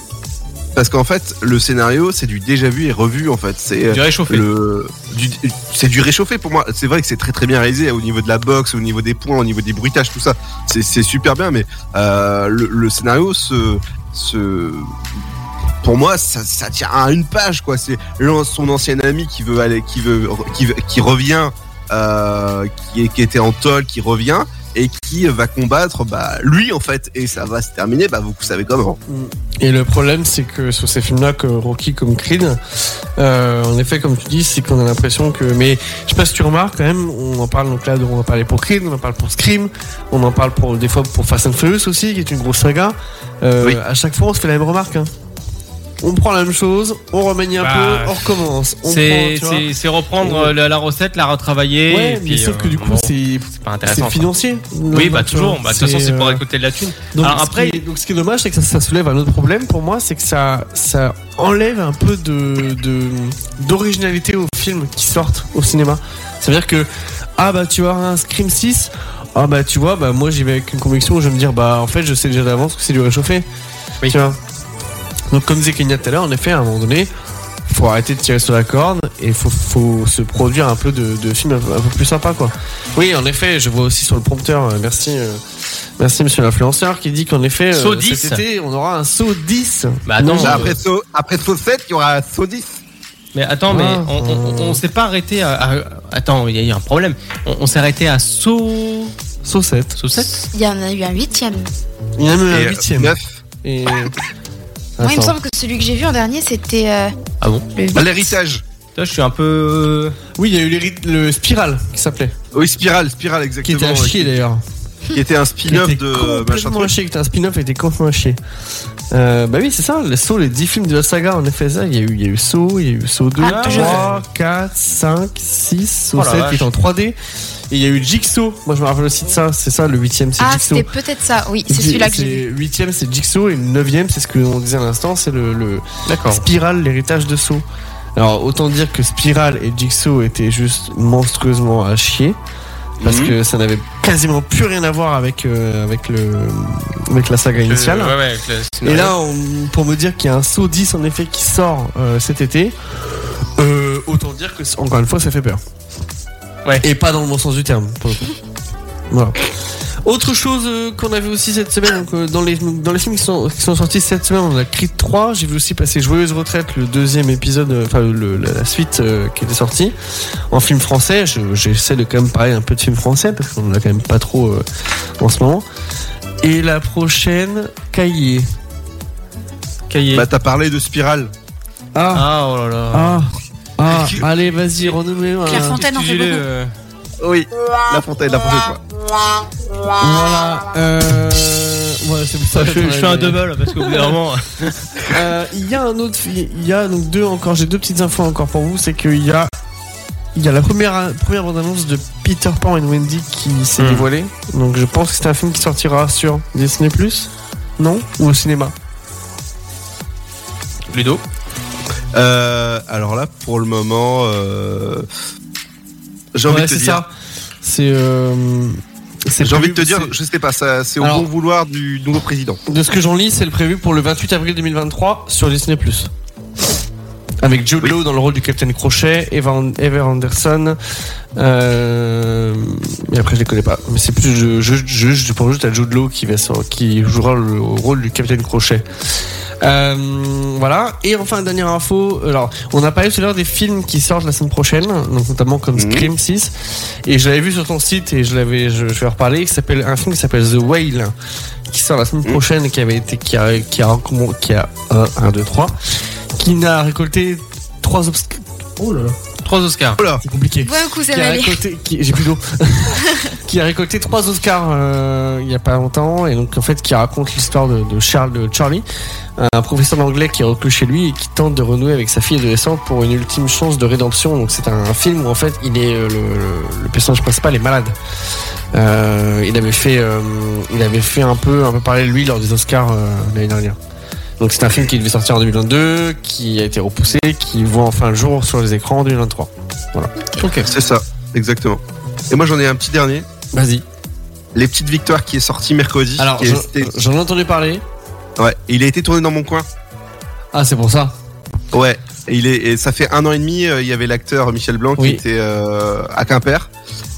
Parce qu'en fait, le scénario, c'est du déjà vu et revu en fait. C'est euh, Du réchauffé. le- du- C'est du réchauffé pour moi. C'est vrai que c'est très très bien réalisé au niveau de la boxe, au niveau des points, au niveau des bruitages, tout ça. C'est- C'est super bien, mais euh, le, le scénario se, se pour moi, ça, ça tient à une page, quoi. C'est l'an- son ancien ami qui veut aller, qui veut, qui, veut- qui revient, euh, qui, est- qui était en tol, qui revient et qui va combattre, bah, lui en fait, et ça va se terminer, bah, vous savez comment. Et le problème, c'est que sur ces films-là, comme Rocky, comme Creed, euh, en effet, comme tu dis, c'est qu'on a l'impression que. Mais je sais pas si tu remarques quand même, on en parle donc là, on en parlait pour Creed, on en parle pour Scream, on en parle pour des fois pour Fast and Furious aussi, qui est une grosse saga. Euh, À chaque fois, on se fait la même remarque. hein. On prend la même chose, on remanie un Bah, peu, on recommence. On C'est prend, tu vois. c'est- c'est reprendre euh, la, la recette, la retravailler. Ouais, et mais puis, sauf que euh, du coup, bon, c'est pas intéressant. c'est financier. quoi. Non, oui, non, bah tu vois, toujours. Bah, de toute façon, c'est pour euh, récolter de la thune. donc, Alors ce après, qui est- donc ce qui est dommage, c'est que ça, ça soulève un autre problème pour moi, c'est que ça, ça enlève un peu de de- d'originalité aux films qui sortent au cinéma. C'est-à-dire que ah bah tu vois un Scream 6, ah bah tu vois bah moi j'y vais avec une conviction, où je vais me dire bah en fait je sais déjà d'avance que c'est du réchauffé. Tu vois. Donc comme disait Kenya tout à l'heure, en effet à un moment donné, faut arrêter de tirer sur la corde et faut, faut se produire un peu de, de films un, peu- un peu plus sympa quoi. Oui, en effet, je vois aussi sur le prompteur, euh, merci, euh, merci monsieur l'influenceur qui dit qu'en effet, euh, Saut cet 10. été, on aura un saut 10. Bah, attends, Non, euh, après- Après saut, après saut 7, il y aura saut 10. mais attends, mais Ah, on, on- on- on s'est pas arrêté à, à- Attends, il y a eu un problème. On, on s'est arrêté à saut. Saut 7. Saut 7 Il y en a eu un huitième. Il y en a même Et, euh, un 8 neuf. Et... Moi, il me Attends. semble que celui que j'ai vu en dernier, c'était. euh, Ah bon huit. Bah, l'héritage. Là, je suis un peu. Oui, il y a eu l'hérit- le Spiral qui s'appelait. Oui, Spiral, Spiral, Qui exactement. était à chier d'ailleurs. Qui était un Qui spin-off était de euh, machin complètement à truc. chier, qui était un spin-off, était complètement à chier. Euh, bah oui, c'est ça, les sauts, les 10 films de la saga, en effet, ça, il y a eu, il y a eu Saut, il y a eu Saut 2, Ah, je 3, 4, 5, 6, Saut Oh la 7 qui est en vache. 3D. Et il y a eu Jigsaw, moi je me rappelle aussi de ça, c'est ça, le 8ème, c'est Ah, Jigsaw. c'était peut-être ça, oui, c'est celui-là que j'ai vu. 8ème, c'est Jigsaw, et le 9ème, c'est ce que on disait à l'instant, c'est le, le Spiral, l'héritage de Saut. Alors, autant dire que Spiral et Jigsaw étaient juste monstrueusement à chier. Parce Mhm. que ça n'avait quasiment plus rien à voir avec, euh, avec, le, avec la saga initiale. Euh, ouais, ouais, avec le Et scénario. là, on- pour me dire qu'il y a un saut 10 en effet qui sort euh, cet été, euh, autant dire que, c- encore une fois, ça fait peur. Ouais. Et pas dans le bon sens du terme, pour le coup. Voilà. Autre chose euh, qu'on a vu aussi cette semaine, donc, euh, dans, les, dans les films qui sont, qui sont sortis cette semaine, on a Creed 3, j'ai vu aussi passer Joyeuse Retraite, le deuxième épisode, euh, enfin le- la, la suite euh, qui était sortie, en film français. Je- J'essaie de quand même parler un peu de film français, parce qu'on en a quand même pas trop euh, en ce moment. Et la prochaine, Cahier. Cahier. Bah, t'as parlé de Spiral. Ah, Ah, oh là là. ah, ah, allez, vas-y, renommez Claire Fontaine en fait Excusez-le, beaucoup. euh, Oui, la fontaine, la fontaine, quoi. Voilà. Euh... voilà, c'est pour ça que Je- je fais un double, parce qu'au bout d'un moment- Euh, Il y a un autre. Il y a donc deux encore. J'ai deux petites infos encore pour vous. C'est qu'il y a. Il y a la première, première bande-annonce de Peter Pan et Wendy qui s'est Hmm. dévoilée. Donc je pense que c'est un film qui sortira sur Disney Plus, non Ou au cinéma Ludo Euh, alors là, pour le moment, euh, j'ai envie Ouais, de te c'est dire. ça. C'est. euh, c'est J'ai envie de te prévu- dire, c'est- je sais pas, ça, c'est au Alors- bon vouloir du nouveau président. De ce que j'en lis, c'est le prévu pour le 28 avril 2023 sur Disney+. Avec Jude Law dans le rôle du Capitaine Crochet, Eva, An- Ever Anderson, euh, et après je les connais pas. Mais c'est plus, je, je, je, je pense juste à Jude Law qui, va, sor- qui jouera le rôle du Capitaine Crochet. Euh, voilà. Et enfin, dernière info. Alors, on a parlé tout à l'heure des films qui sortent la semaine prochaine, donc notamment comme Scream 6. Et je l'avais vu sur ton site et je l'avais, je, je vais en reparler. qui s'appelle un film qui s'appelle The Whale, qui sort la semaine prochaine, et qui avait été, qui a, qui a, comment- qui a 1, 1, 2, 3, qui n'a récolté 3 obstacles. Oh là là. 3 Oscars. C'est compliqué. Bois un coup, ça Qui a va aller. récolté- qui- J'ai plus d'eau. qui a récolté trois Oscars euh, il y a pas longtemps et donc en fait qui raconte l'histoire de, de Charles de Charlie, un professeur d'anglais qui est reclus chez lui et qui tente de renouer avec sa fille adolescente pour une ultime chance de rédemption. Donc c'est un film où en fait il est euh, le, le- le personnage principal est malade. Euh, il avait fait euh, il avait fait un peu un peu parler de lui lors des Oscars euh, l'année dernière. Donc c'est un film qui devait sortir en 2022, qui a été repoussé, qui voit enfin le jour sur les écrans en 2023. Voilà. Ok. C'est ça, exactement. Et moi, j'en ai un petit dernier. Vas-y. Les petites victoires qui est sorti mercredi. Alors, qui est- j'en- c'était- j'en ai entendu parler. Ouais, et il a été tourné dans mon coin. Ah, c'est pour ça. Ouais, et il est, et ça fait un an et demi, euh, il y avait l'acteur Michel Blanc Oui. qui était euh, à Quimper.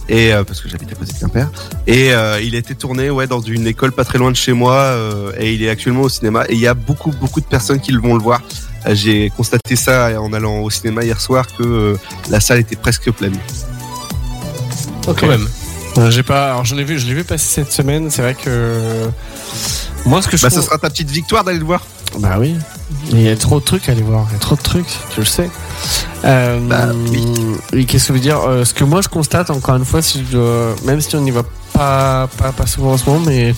Et euh, parce que j'habite à côté de Quimper. Et euh, il a été tourné ouais, dans une école pas très loin de chez moi. euh, et il est actuellement au cinéma. Et il y a beaucoup, beaucoup de personnes qui le vont le voir. Euh, J'ai constaté ça en allant au cinéma hier soir que euh, la salle était presque pleine. Quand même. Euh, J'ai pas. Alors, je l'ai vu, je l'ai vu passer cette semaine. C'est vrai que moi, ce que je. Bah, trouve- ça sera ta petite victoire d'aller le voir. Bah oui. Il y a trop de trucs à aller voir. Il y a trop de trucs. Tu le sais. Euh, Et qu'est-ce que veut dire Euh, Ce que moi, je constate encore une fois, si je dois- même si on n'y va pas, pas pas souvent en ce moment, mais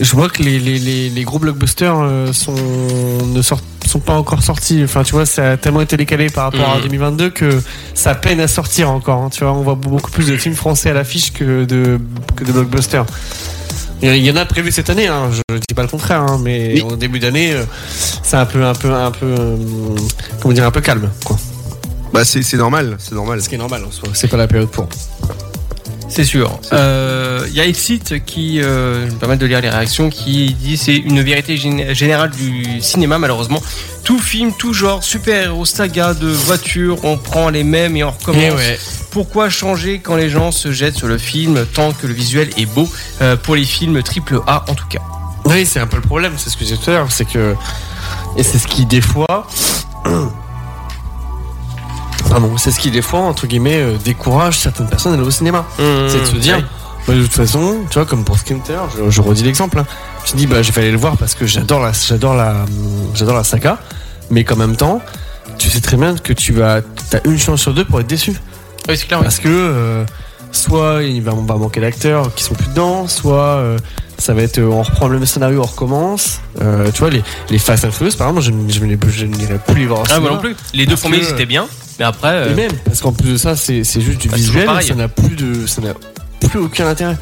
je vois que les, les, les, les gros blockbusters euh, sont ne sortent sont pas encore sortis. Enfin, tu vois, ça a tellement été décalé par rapport à Mhm. 2022 que ça peine à sortir encore. hein. Tu vois, on voit beaucoup plus de films français à l'affiche que de que de blockbusters. Il y en a prévu cette année, hein, je ne dis pas le contraire, hein, mais au début d'année, euh, c'est un peu, un peu, un peu, euh, comment dire, un peu calme. Quoi. Bah, c'est c'est normal, c'est normal. Ce qui est normal en soi. C'est pas la période pour. C'est sûr. Euh, Il y a Exit qui, euh, je me permets de lire les réactions, qui dit c'est une vérité gén- générale du cinéma malheureusement. Tout film, tout genre, super-héros, saga de voiture, on prend les mêmes et on recommence. Eh ouais. Pourquoi changer quand les gens se jettent sur le film tant que le visuel est beau euh, pour les films triple A en tout cas. Oui, c'est un peu le problème, c'est ce que j'ai dit tout à l'heure, c'est que. Et c'est ce qui, des fois. Pardon, c'est ce qui, des fois, entre guillemets, euh, décourage certaines personnes à aller au cinéma. c'est de se dire, oui. bah, de toute façon, tu vois, comme pour Skinter, je, je redis l'exemple. hein. Je dis, bah, je vais aller le voir parce que j'adore la, j'adore la, hum, j'adore la saga, mais qu'en même temps, tu sais très bien que tu vas, t'as une chance sur deux pour être déçu. Ah Oui, c'est clair. Parce que euh, soit il va, on va manquer d'acteurs qui sont plus dedans, soit euh, ça va être euh, on reprend le même scénario, on recommence. Euh, tu vois, les, les Fast and Furious, par exemple, je, ne- je n'irai plus- je n'irai plus les voir. au Ah, moi cinéma. non plus. Les deux Parce premiers que- c'était bien, mais après. euh, Et même, parce qu'en plus de ça, c'est c'est juste du Bah, toujours visuel, pareil. ça n'a plus de, ça n'a plus aucun intérêt.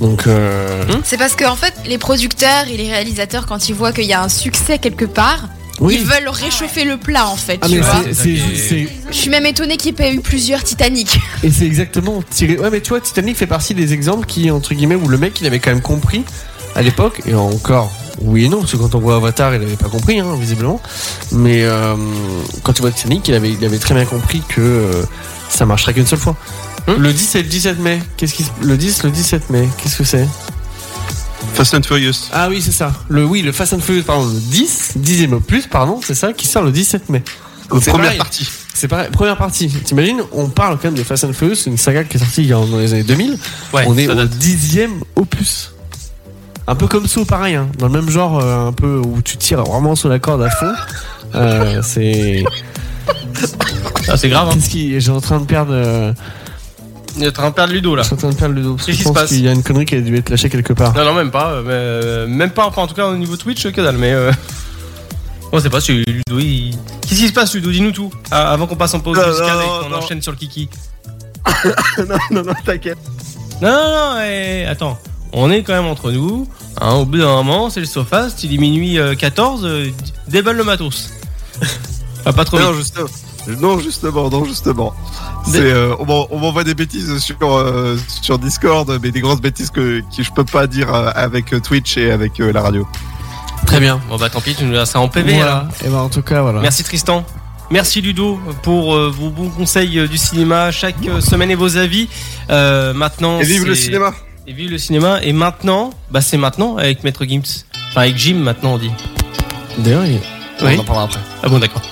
Donc, euh, Hum, C'est parce que en fait, les producteurs et les réalisateurs, quand ils voient qu'il y a un succès quelque part, Oui. ils veulent réchauffer le plat en fait. ah, tu mais vois. c'est- c'est- c'est- Je suis même étonnée qu'il n'y ait pas eu plusieurs Titanic. Et c'est exactement tiré. Ouais, mais tu vois, Titanic fait partie des exemples qui, entre guillemets, où le mec, il avait quand même compris à l'époque, et encore, oui et non, parce que quand on voit Avatar, il avait pas compris, hein, visiblement. Mais euh, quand tu vois Titanic, il avait, il avait très bien compris que euh, ça marcherait qu'une seule fois. le 10 et le 17 mai, qu'est-ce qui se- Le 10, le 17 mai, qu'est-ce que c'est Fast and Furious. Ah oui, c'est ça. Le, oui, le Fast and Furious, pardon, le 10, 10 e plus, pardon, c'est ça, qui sort le 17 mai. Donc, c'est première pareil. partie. C'est pareil, première partie. T'imagines, on parle quand même de Fast and Furious, une saga qui est sortie il y a- dans les années 2000. Ouais, on est ça au date. dixième opus. Un peu comme Saw, pareil, hein, dans le même genre, euh, un peu où tu tires vraiment sur la corde à fond. Euh, c'est. Ah, c'est grave, hein. Qu'est-ce qui. J'ai en train de perdre. euh, Il est en train de perdre Ludo là. Je suis en train de perdre le dos. Parce que Qu'est-ce qui je se pense passe qu'il y a une connerie qui a dû être lâchée quelque part. Non, non, même pas. euh, mais, euh, même pas, enfin, en tout cas, au niveau Twitch, que dalle, mais. euh, On sait pas si Ludo il. Qu'est-ce qui se passe, Ludo Dis-nous tout. Ah, avant qu'on passe en pause Non, musicale non, et qu'on non. enchaîne sur le kiki. non, non, non, t'inquiète. Non, non, non, eh, attends. On est quand même entre nous. hein, au bout d'un moment, c'est le Sofast. Il est minuit euh, 14. euh, déballe le matos. Ah, pas trop Non, vite. justement. Non, justement, non, justement. C'est, euh, on m'en- on m'envoie des bêtises sur, euh, sur Discord, mais des grosses bêtises que, que je peux pas dire euh, avec euh, Twitch et avec euh, la radio. Très bien. Bon, bah tant pis, tu nous laisses ça en PV alors. Voilà. Et ben en tout cas, voilà. Merci Tristan. Merci Ludo pour euh, vos bons conseils euh, du cinéma chaque euh, semaine et vos avis. Euh, maintenant, Et vive c'est- le cinéma Et vive le cinéma. Et maintenant, bah c'est maintenant avec Maître Gims. Enfin avec Jim maintenant on dit. D'ailleurs, il- Oui. on en parlera après. Ah bon d'accord.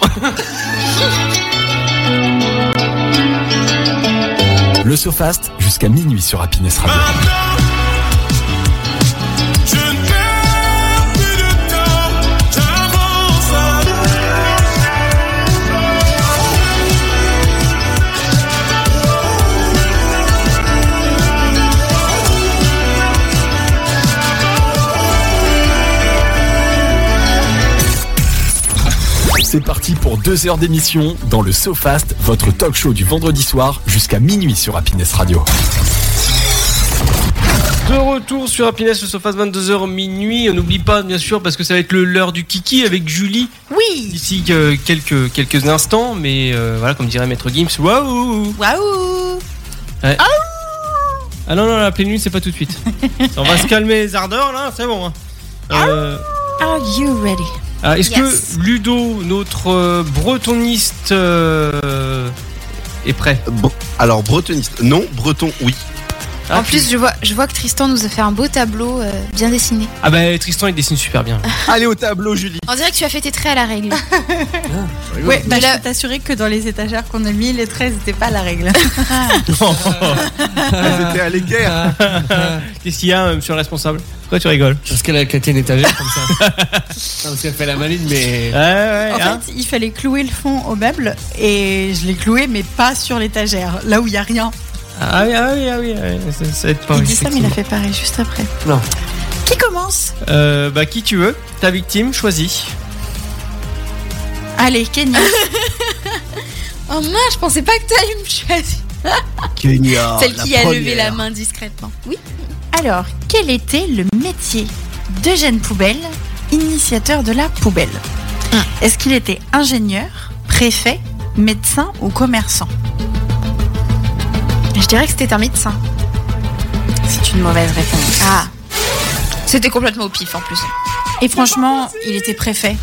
Le SoFast jusqu'à minuit sur Happiness Radio. Je ne perds plus de temps, j'avance. C'est parti pour deux heures d'émission dans le SoFast, votre talk show du vendredi soir jusqu'à minuit sur Happiness Radio. De retour sur Happiness le Sofas 22h minuit. On N'oublie pas bien sûr parce que ça va être le l'heure du kiki avec Julie. Oui. D'ici euh, quelques quelques instants, mais euh, voilà comme dirait Maître Gims. Waouh. Waouh Ouais. Ah non, non, la pleine lune, c'est pas tout de suite. On va se calmer les ardeurs, là, c'est bon. hein. Ah Euh, Are you ready ah, Est-ce Yes. que Ludo, notre euh, bretoniste, euh, est prêt Bon, alors, bretoniste. Non, breton, oui. Ah, en plus, je vois, je vois que Tristan nous a fait un beau tableau euh, bien dessiné. Ah bah Tristan, il dessine super bien. Allez au tableau, Julie. On dirait que tu as fait tes traits à la règle. Ouais, bah, je peux t'assurer que dans les étagères qu'on a mis, les 13 n'étaient pas la règle. Elles étaient à l'équerre. Qu'est-ce qu'il y a, euh, monsieur le responsable Pourquoi tu rigoles Parce qu'elle a éclaté une étagère comme ça. Non, parce qu'elle fait la maline, Ouais, mais. ouais, en hein. fait, il fallait clouer le fond au meuble et je l'ai cloué, mais pas sur l'étagère, là où il n'y a rien. Ah oui, ah oui, ah oui, ah oui, ça, ça va être pas il dit ça, mais il a fait pareil juste après. Non. Qui commence Euh, bah qui tu veux Ta victime, choisis. Allez, Kenya. Oh mince, je pensais pas que t'allais me choisir. Ah, Kenya. Celle la qui a levé première. la main discrètement. Oui. Alors, quel était le métier d'Eugène Poubelle, initiateur de la poubelle Est-ce qu'il était ingénieur, préfet, médecin ou commerçant Je dirais que c'était un médecin. C'est une mauvaise réponse. Ah. C'était complètement au pif en plus. Et franchement, il était préfet.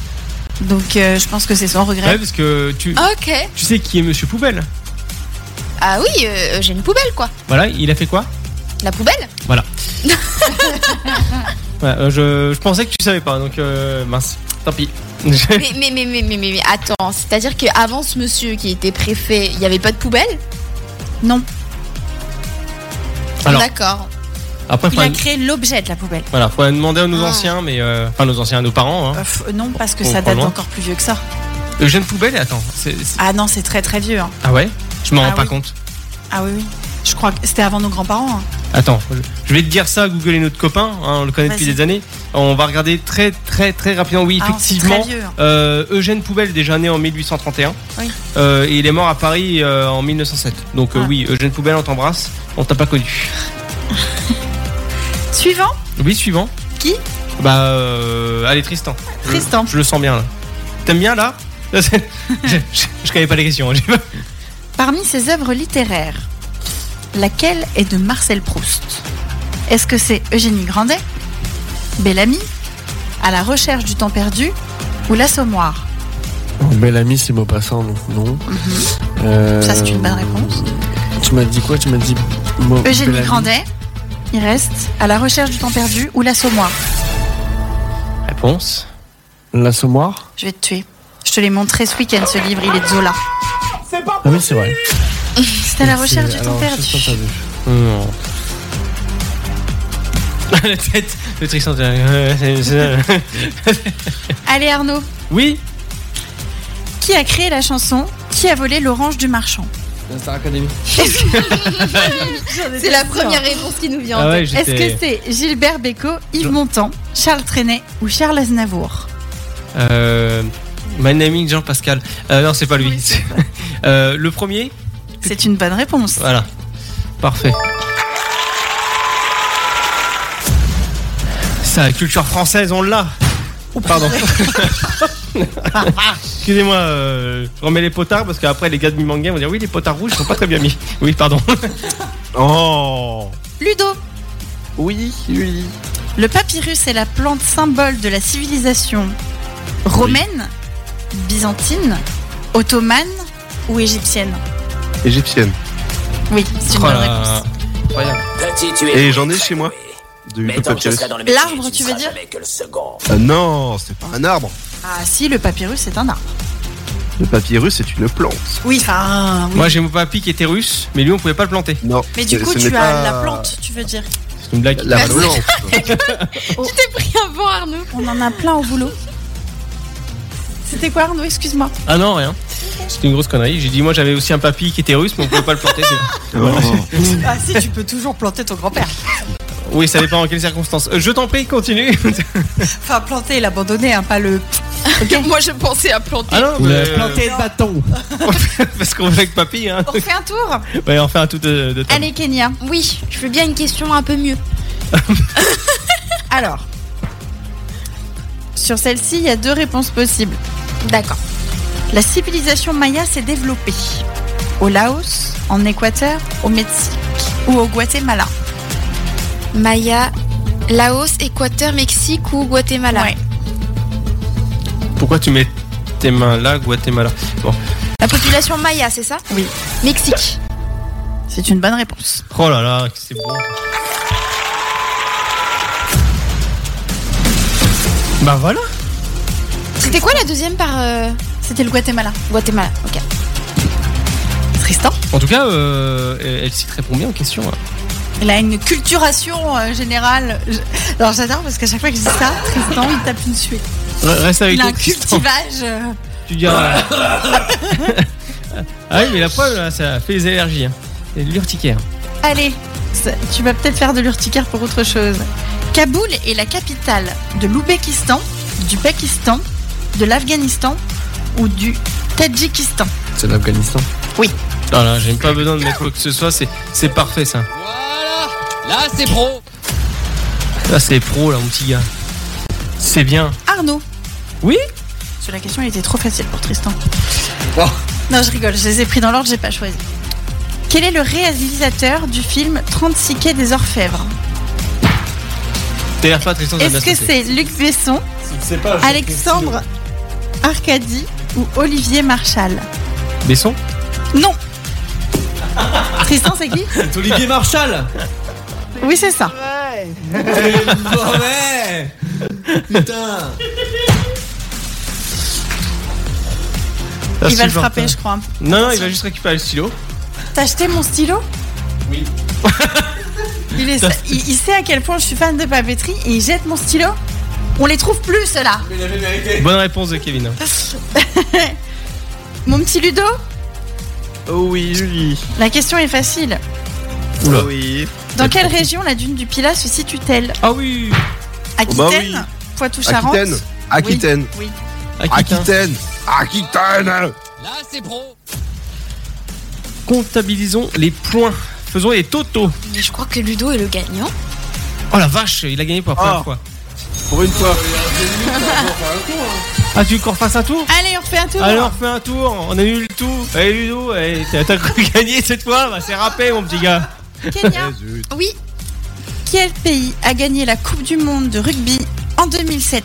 Donc euh, je pense que c'est son Ouais, regret. parce que tu, Ah. Ok. tu sais qui est monsieur Poubelle Ah oui, euh, j'ai une poubelle quoi. Voilà, il a fait quoi La poubelle Voilà. Ouais, euh, je, je pensais que tu savais pas, donc euh, mince, tant pis. mais, mais, mais, mais, mais, mais, mais, attends, c'est-à-dire qu'avant ce monsieur qui était préfet, il n'y avait pas de poubelle Non. Alors. D'accord. Après, faut Il a aller- créé l'objet de la poubelle. voilà, faut aller demander à nos Ah. anciens, mais euh, enfin nos anciens, à nos parents. Hein. Euh, f- non, parce On que ça prend date loin. encore plus vieux que ça. Eugène Poubelle, attends, c'est- c'est- Ah non, c'est très très vieux. hein. ah ouais, je m'en Ah rends pas oui. compte. Ah oui, oui. Je crois que c'était avant nos grands-parents. hein. Attends, je vais te dire ça, Google et notre copain, hein, on le connaît depuis Vas-y. des années. On va regarder très très très rapidement. Oui, Ah, c'est effectivement, très vieux, hein. euh, Eugène Poubelle, déjà né en 1831, Oui. euh, et il est mort à Paris euh, en 1907. Donc euh, Ah. oui, Eugène Poubelle, on t'embrasse, on t'a pas connu. Suivant, Oui, suivant. Qui Bah, euh, allez, Tristan. Je- Tristan. Je, le sens bien là. T'aimes bien là je, je- je connais pas les questions. hein, j'ai pas- Parmi ses œuvres littéraires, laquelle est de Marcel Proust Est-ce que c'est Eugénie Grandet Bellamy À la recherche du temps perdu Ou L'Assommoir Belle amie, c'est Maupassant, donc non. Euh, Mhm. Ça, c'est une bonne réponse. Tu m'as dit quoi Tu m'as dit. Mo- Bel Eugénie Ami. Grandet, il reste À la recherche du temps perdu ou L'Assommoir Réponse. L'Assommoir Je vais te tuer. Je te l'ai montré ce week-end, ce livre, il est de Zola. Ah oui, c'est vrai. C'est à la recherche du C'est- temps alors, perdu. juste entendu. Non. la tête de Tristan. t'es- euh, c'est- c'est- Allez Arnaud, oui qui a créé la chanson Qui a volé l'orange du marchand la Star Academy. C'est la première réponse qui nous vient. Ah en ouais, tête. j'étais- Est-ce que c'est Gilbert Bécaud, Yves Montand, Charles Trenet ou Charles Aznavour Euh, my name is Jean-Pascal. Euh, non, c'est pas lui. Euh, le premier C'est une bonne réponse. Voilà. Parfait. Ça, la culture française, on l'a. Oh, pardon. Excusez-moi, euh, je remets les potards parce qu'après les gars de Mimanga vont dire oui, les potards rouges sont pas très bien mis. Oui, pardon. oh Ludo Ah. Oui, oui. Le papyrus est la plante symbole de la civilisation romaine, byzantine, ottomane ou égyptienne Égyptienne. Oui, c'est une Oh bonne réponse. Et j'en ai chez moi. Du Mais du tant que je papyrus. serai dans le métier, L'arbre, tu veux dire Euh, non, c'est pas un arbre. Ah si, le papyrus c'est un arbre. Le papyrus, c'est une plante. Oui, enfin... oui. Moi j'ai mon papy qui était russe, mais lui on pouvait pas le planter. Non. Mais du coup, tu as la plante, tu veux dire C'est une blague. La Merci. plante. Tu t'es pris un vent, Arnaud. On en a plein au boulot. C'était quoi, Arnaud Excuse-moi. Ah non, rien. C'était une grosse connerie. J'ai dit, moi j'avais aussi un papy qui était russe, mais on pouvait pas le planter. c'est- Voilà. Ah si, tu peux toujours planter ton grand-père. Oui, ça dépend en quelles circonstances. Euh, Je t'en prie, continue. Enfin, planter et l'abandonner, hein, pas le... Moi, je pensais à planter. Ah non, mais, euh, le bâton. parce qu'on veut avec papy. Hein. On fait un tour Ouais, on fait un tout de, de temps. Allez, Kenya. Oui, je veux bien une question un peu mieux. Alors, sur celle-ci, il y a deux réponses possibles. D'accord. La civilisation maya s'est développée au Laos, en Équateur, au Mexique ou au Guatemala. Maya, Laos, Équateur, Mexique ou Guatemala Pourquoi tu mets tes mains là, Guatemala Bon. La population maya, c'est ça Oui. Mexique. C'est une bonne réponse. Oh là là, que c'est bon. Bah voilà. C'était quoi la deuxième par. euh, C'était le Guatemala. Guatemala, ok. Tristan En tout cas, euh, elle elle s'y répond bien aux questions. hein. Il a une culturation euh, générale. Je- Alors j'adore parce qu'à chaque fois que je dis ça, Tristan, il tape une suite. R- Reste avec Il a nous, un Tristan. cultivage. euh, Tu diras. ah oui, mais la preuve, là, ça fait des allergies. hein. Et de l'urticaire. Allez, ça- tu vas peut-être faire de l'urticaire pour autre chose. Kaboul est la capitale de l'Ouzbékistan, du Pakistan, de l'Afghanistan ou du Tadjikistan. C'est l'Afghanistan. Oui. Non, non, Ah j'ai même pas besoin de mettre quoi que ce soit, c'est, c'est parfait ça. Là, c'est pro. Là, c'est pro, là, mon petit gars. C'est bien. Arnaud, Oui sur la question, elle était trop facile pour Tristan. Non, je rigole, je les ai pris dans l'ordre, j'ai pas choisi. Quel est le réalisateur du film 36 quais des Orfèvres T'as l'air pas, Tristan, ça a Oh, bien Est-ce que sauté. c'est Luc Besson, Alexandre Arcadie ou Olivier Marchal Besson Non Tristan, c'est qui C'est Olivier Marshall Oui, c'est ça. Ouais Putain Ah, Il va le super. frapper, je crois. Non, non, il va juste récupérer le stylo. T'as acheté mon stylo Oui. il, est- il- il sait à quel point je suis fan de papeterie et il jette mon stylo. On les trouve plus, ceux-là Bonne réponse de Kevin. Mon petit Ludo, Oh oui, Julie. la question est facile. Oula. Oui. Dans quelle région la dune du Pilat se situe-t-elle Ah oui Aquitaine bah oui. Poitou-Charentes Aquitaine. Aquitaine. Oui. Aquitaine. Aquitaine. Là, c'est pro. Comptabilisons les points. Faisons les totaux. Mais je crois que Ludo est le gagnant. Oh la vache, il a gagné pour la première Oh. fois. Pour une fois. Ah, tu veux qu'on refasse un tour Allez, on refait un tour. Allez, on refait un tour. On a eu le tout. Allez, Ludo, allez, t'as t'as cru gagner cette fois Bah, c'est râpé, mon petit gars. Kenya, Oui. quel pays a gagné la Coupe du Monde de rugby en 2007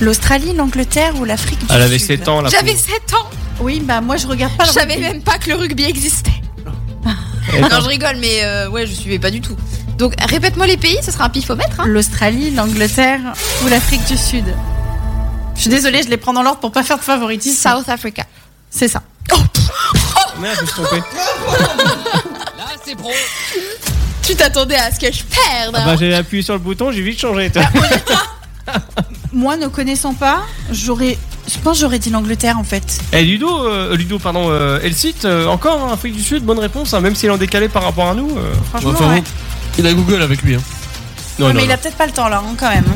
L'Australie, l'Angleterre ou l'Afrique du Ah, Elle avait Sud 7 ans, la J'avais pauvre. 7 ans. Oui, bah moi je regarde pas Je le savais rugby. même pas que le rugby existait. Et non, quand- je rigole, mais euh, ouais, je suivais pas du tout. Donc répète-moi les pays, ce sera un pifomètre. Hein. L'Australie, l'Angleterre ou l'Afrique du Sud Je suis désolée, je les prends dans l'ordre pour pas faire de favoritisme. South Africa. C'est ça. Merde, je me suis trompé. Là, c'est pro. Tu t'attendais à ce que je perde. Ah hein. bah, j'ai appuyé sur le bouton, j'ai vite changé. toi. Moi, ne connaissant pas, j'aurais Je pense que j'aurais dit l'Angleterre en fait. Eh Ludo, euh, Ludo pardon, euh, Elsit, euh, encore hein, Afrique du Sud, bonne réponse, hein, même s'il est en décalé par rapport à nous. euh, franchement, Enfin, bon, ouais. il a Google avec hein. lui. Non, Ouais, non, mais il non. a peut-être pas le temps là, hein, quand même.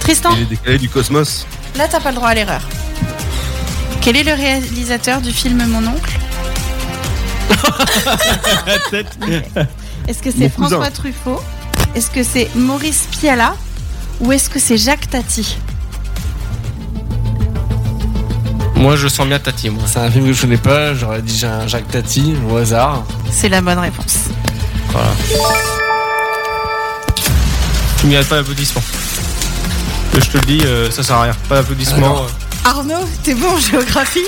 Tristan, Il est décalé du cosmos. là t'as pas le droit à l'erreur. Quel est le réalisateur du film Mon oncle Est-ce que Mon c'est cousin. François Truffaut Est-ce que c'est Maurice Piala Ou est-ce que c'est Jacques Tati Moi, je sens bien Tati, moi. C'est un film que je connais pas, j'aurais dit un Jacques Tati au hasard. C'est la bonne réponse. Voilà. Tu n'y as pas d'applaudissement. Je te le dis, euh, ça sert à rien. Pas d'applaudissement. euh. Arnaud, t'es bon en géographie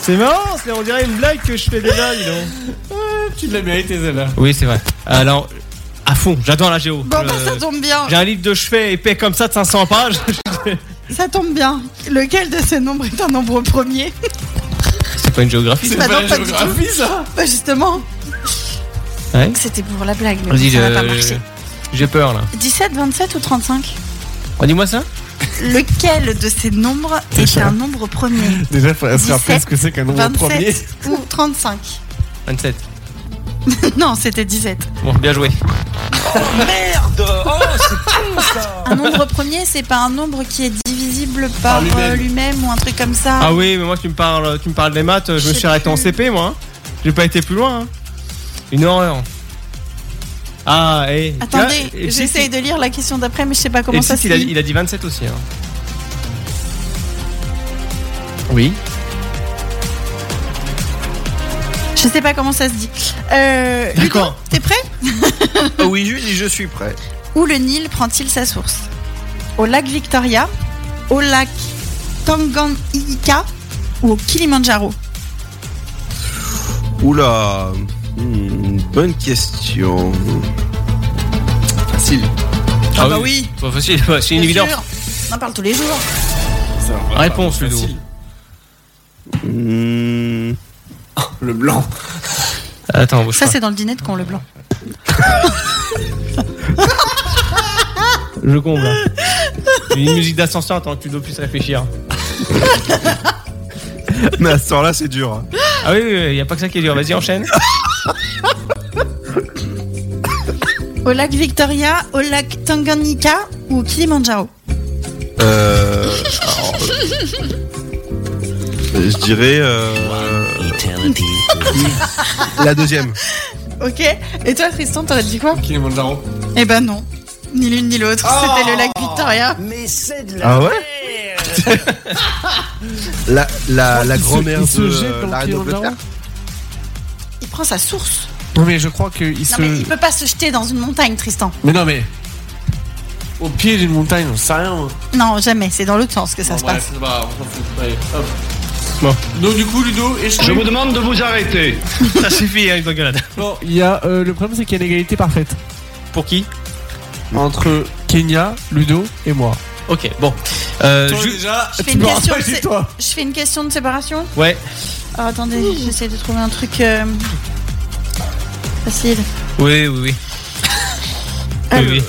C'est marrant, c'est- on dirait une blague que je fais déjà, dis donc. Tu l'as mérité, celle-là. Oui, c'est vrai. Alors, à fond, j'adore la géo. Bon, bah, Euh, ça tombe bien. J'ai un livre de chevet épais comme ça de 500 pages. Ça tombe bien. Lequel de ces nombres est un nombre premier c'est pas une géographie. Bah non, pas du tout. Bah justement. Ouais. C'était pour la blague, mais Vas-y, ça n'a euh, pas marché. j'ai peur là. 17, 27 ou 35 Redis-moi Oh, ça. Lequel de ces nombres est ça. un nombre premier Déjà, il faudrait se rappeler 17, ce que c'est qu'un nombre 27 premier. ou 35 27. Non, c'était 17. Bon, bien joué. Merde Un nombre premier, c'est pas un nombre qui est divisible Par par lui-même. euh, lui-même ou un truc comme ça. Ah, oui, mais moi tu me parles, tu me parles des maths, je me suis arrêté en CP moi. hein. J'ai pas été plus loin. hein. Une horreur. Ah, et. Attendez, Ah, et j'essaye si- de lire la question d'après, mais je sais pas comment et ça si, se il, a, lit. il a dit 27 aussi. hein. Oui. Je sais pas comment ça se dit. Euh, D'accord. Ludo, T'es prêt Ah oui, je dis je suis prêt. Où le Nil prend-il sa source Au lac Victoria, au lac Tanganyika ou au Kilimanjaro Oula. Hmm, bonne question. Facile. Ah, bah oui. Pas facile, ouais, c'est une Bien évidence. sûr, On en parle tous les jours. Réponse, Ludo. Hmm. Le blanc. Attends, bouge Ça, pas. c'est dans le dîner de con, le blanc. Je comble. hein. Une musique d'ascenseur, attends que Ludo puisse réfléchir. Mais à ce temps-là, c'est dur. hein. Ah oui, il n'y a pas que ça qui est dur, vas-y, enchaîne. Au lac Victoria, au lac Tanganyika ou au Kilimanjaro Euh, alors, je dirais. euh, la deuxième. Ok. Et toi, Tristan, t'aurais dit quoi Kilimanjaro. Eh ben non. Ni l'une ni l'autre. Oh C'était le lac Victoria. Mais c'est de Ah ouais La, la, la Il se- grand-mère il se de jette euh, dans le la reine Kilimanjaro d'Angleterre Il prend sa source. Non, mais je crois qu'il Non, se. mais il peut pas se jeter dans une montagne, Tristan. Mais non, mais. Au pied d'une montagne, on sait rien. hein. moi. Non, jamais. C'est dans l'autre sens que ça Bon, se bref, passe. c'est pas grave, on s'en fout. Allez, hop. Donc, du coup, Ludo, et je vous demande de vous arrêter. ça suffit, hein, une engueulade. Bon, il y a, euh, le problème, c'est qu'il y a une égalité parfaite. Pour qui Entre Kenya, Ludo et moi. Ok, bon. Euh, Toi, ju- déjà, Je fais, tu une me question de rappelles sé- toi. je fais une question de séparation. Ouais. Oh, attendez, j'essaie de trouver un truc euh, facile. Oui, oui, oui. Alors. Oui,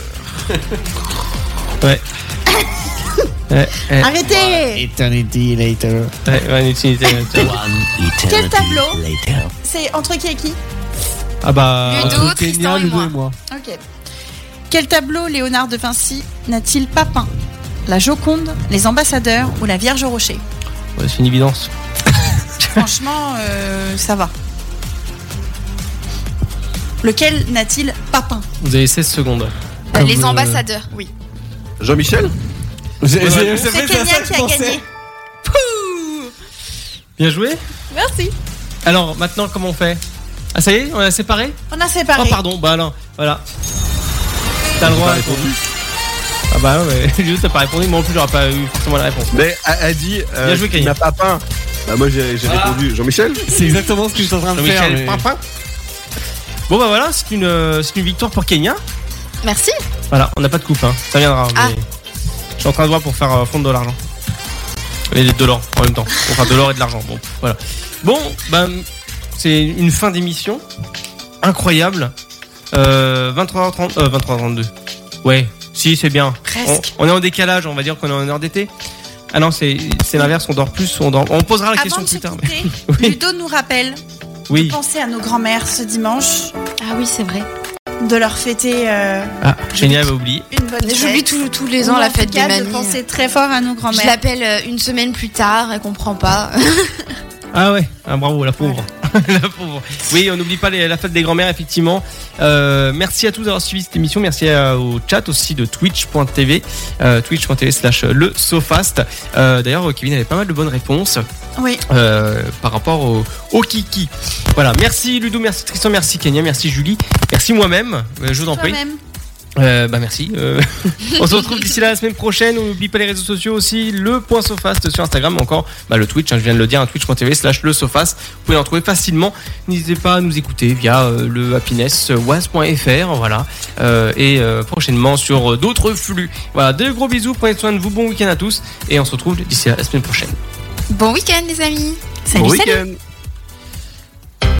oui. ouais. ouais. Eh. ouais. Arrêtez Eternity later. Ouais, ouais, une utilité. Quel tableau C'est entre qui et qui Ah bah. Ludo, entre Tristan Kenya, et Ludo moi. et moi. Ok. Quel tableau Léonard de Vinci n'a-t-il pas peint La Joconde, les ambassadeurs ou la Vierge au rocher Ouais, c'est une évidence. Franchement, euh, ça va. Lequel n'a-t-il pas peint Vous avez 16 secondes. Comme, les euh, ambassadeurs. Oui. Jean-Michel J'ai- j'ai- ouais. c'est vrai, C'est c'est à ça Kenya que qui je a pensais. gagné. Pouh Bien joué. Merci. Alors, maintenant, comment on fait Ah, ça y est, on a séparé On a Oh, séparé. pardon, bah non, voilà. T'as le droit à répondre. Ah bah non, mais juste t'as pas répondu, moi en plus j'aurais pas eu forcément la réponse. Mais elle a dit. euh, Bien joué, qu'il n'a pas peint. Bah, moi, j'ai j'ai répondu Jean-Michel C'est exactement ce que je suis en train de faire. Jean-Michel, mais- pin, pin. Bon bah voilà, c'est une, euh, c'est une victoire pour Kenya. Merci. Voilà, on n'a pas de coupe, hein. ça viendra. Ah. mais Je suis en train de voir pour faire euh, fondre de l'argent. Et de l'or en même temps. Pour faire de l'or et de l'argent. Bon, voilà. Bon, bah, c'est une fin d'émission. Incroyable. Euh, 23h30. Euh, 23h32. Ouais, si, c'est bien. Presque. On, on est en décalage, on va dire qu'on est en heure d'été. Ah non, c'est c'est l'inverse, on dort plus, on dort. On posera Oh, la Avant question de se plus tard. quitter, Oui. Ludo nous rappelle Oui. de penser à nos grands-mères ce dimanche. Ah oui, c'est vrai. De leur fêter euh, Ah, génial, avait oublié. une bonne fête. J'oublie tous- tous les ans Ou la en fête tout des cas, mamies. euh. de penser très fort à nos grands-mères. Je l'appelle euh, une semaine plus tard, elle comprend pas. Ah ouais, ah, bravo, la pauvre. la pauvre. Oui, on n'oublie pas les- la fête des grands-mères, effectivement. Euh, merci à tous d'avoir suivi cette émission. Merci à- au chat aussi de twitch.tv, euh, twitch.tv slash le SoFast. Euh, D'ailleurs, Kevin avait pas mal de bonnes réponses Oui. euh, par rapport au, au Kiki. Voilà, merci Ludo, merci Tristan, merci Kenya, merci Julie, merci moi-même, euh, je vous en prie. Toi-même. Euh, bah merci. Euh, on se retrouve d'ici là la semaine prochaine. On n'oublie pas les réseaux sociaux aussi. Le point Sofast sur Instagram, encore bah, le Twitch. hein, je viens de le dire, hein, twitch.tv slash le Sofast. Vous pouvez en trouver facilement. N'hésitez pas à nous écouter via euh, le happinesswas.fr. Voilà. Euh, et euh, prochainement sur euh, d'autres flux. Voilà. De gros bisous. Prenez soin de vous. Bon week-end à tous. Et on se retrouve d'ici là la semaine prochaine. bon week-end les amis. Bon week-end.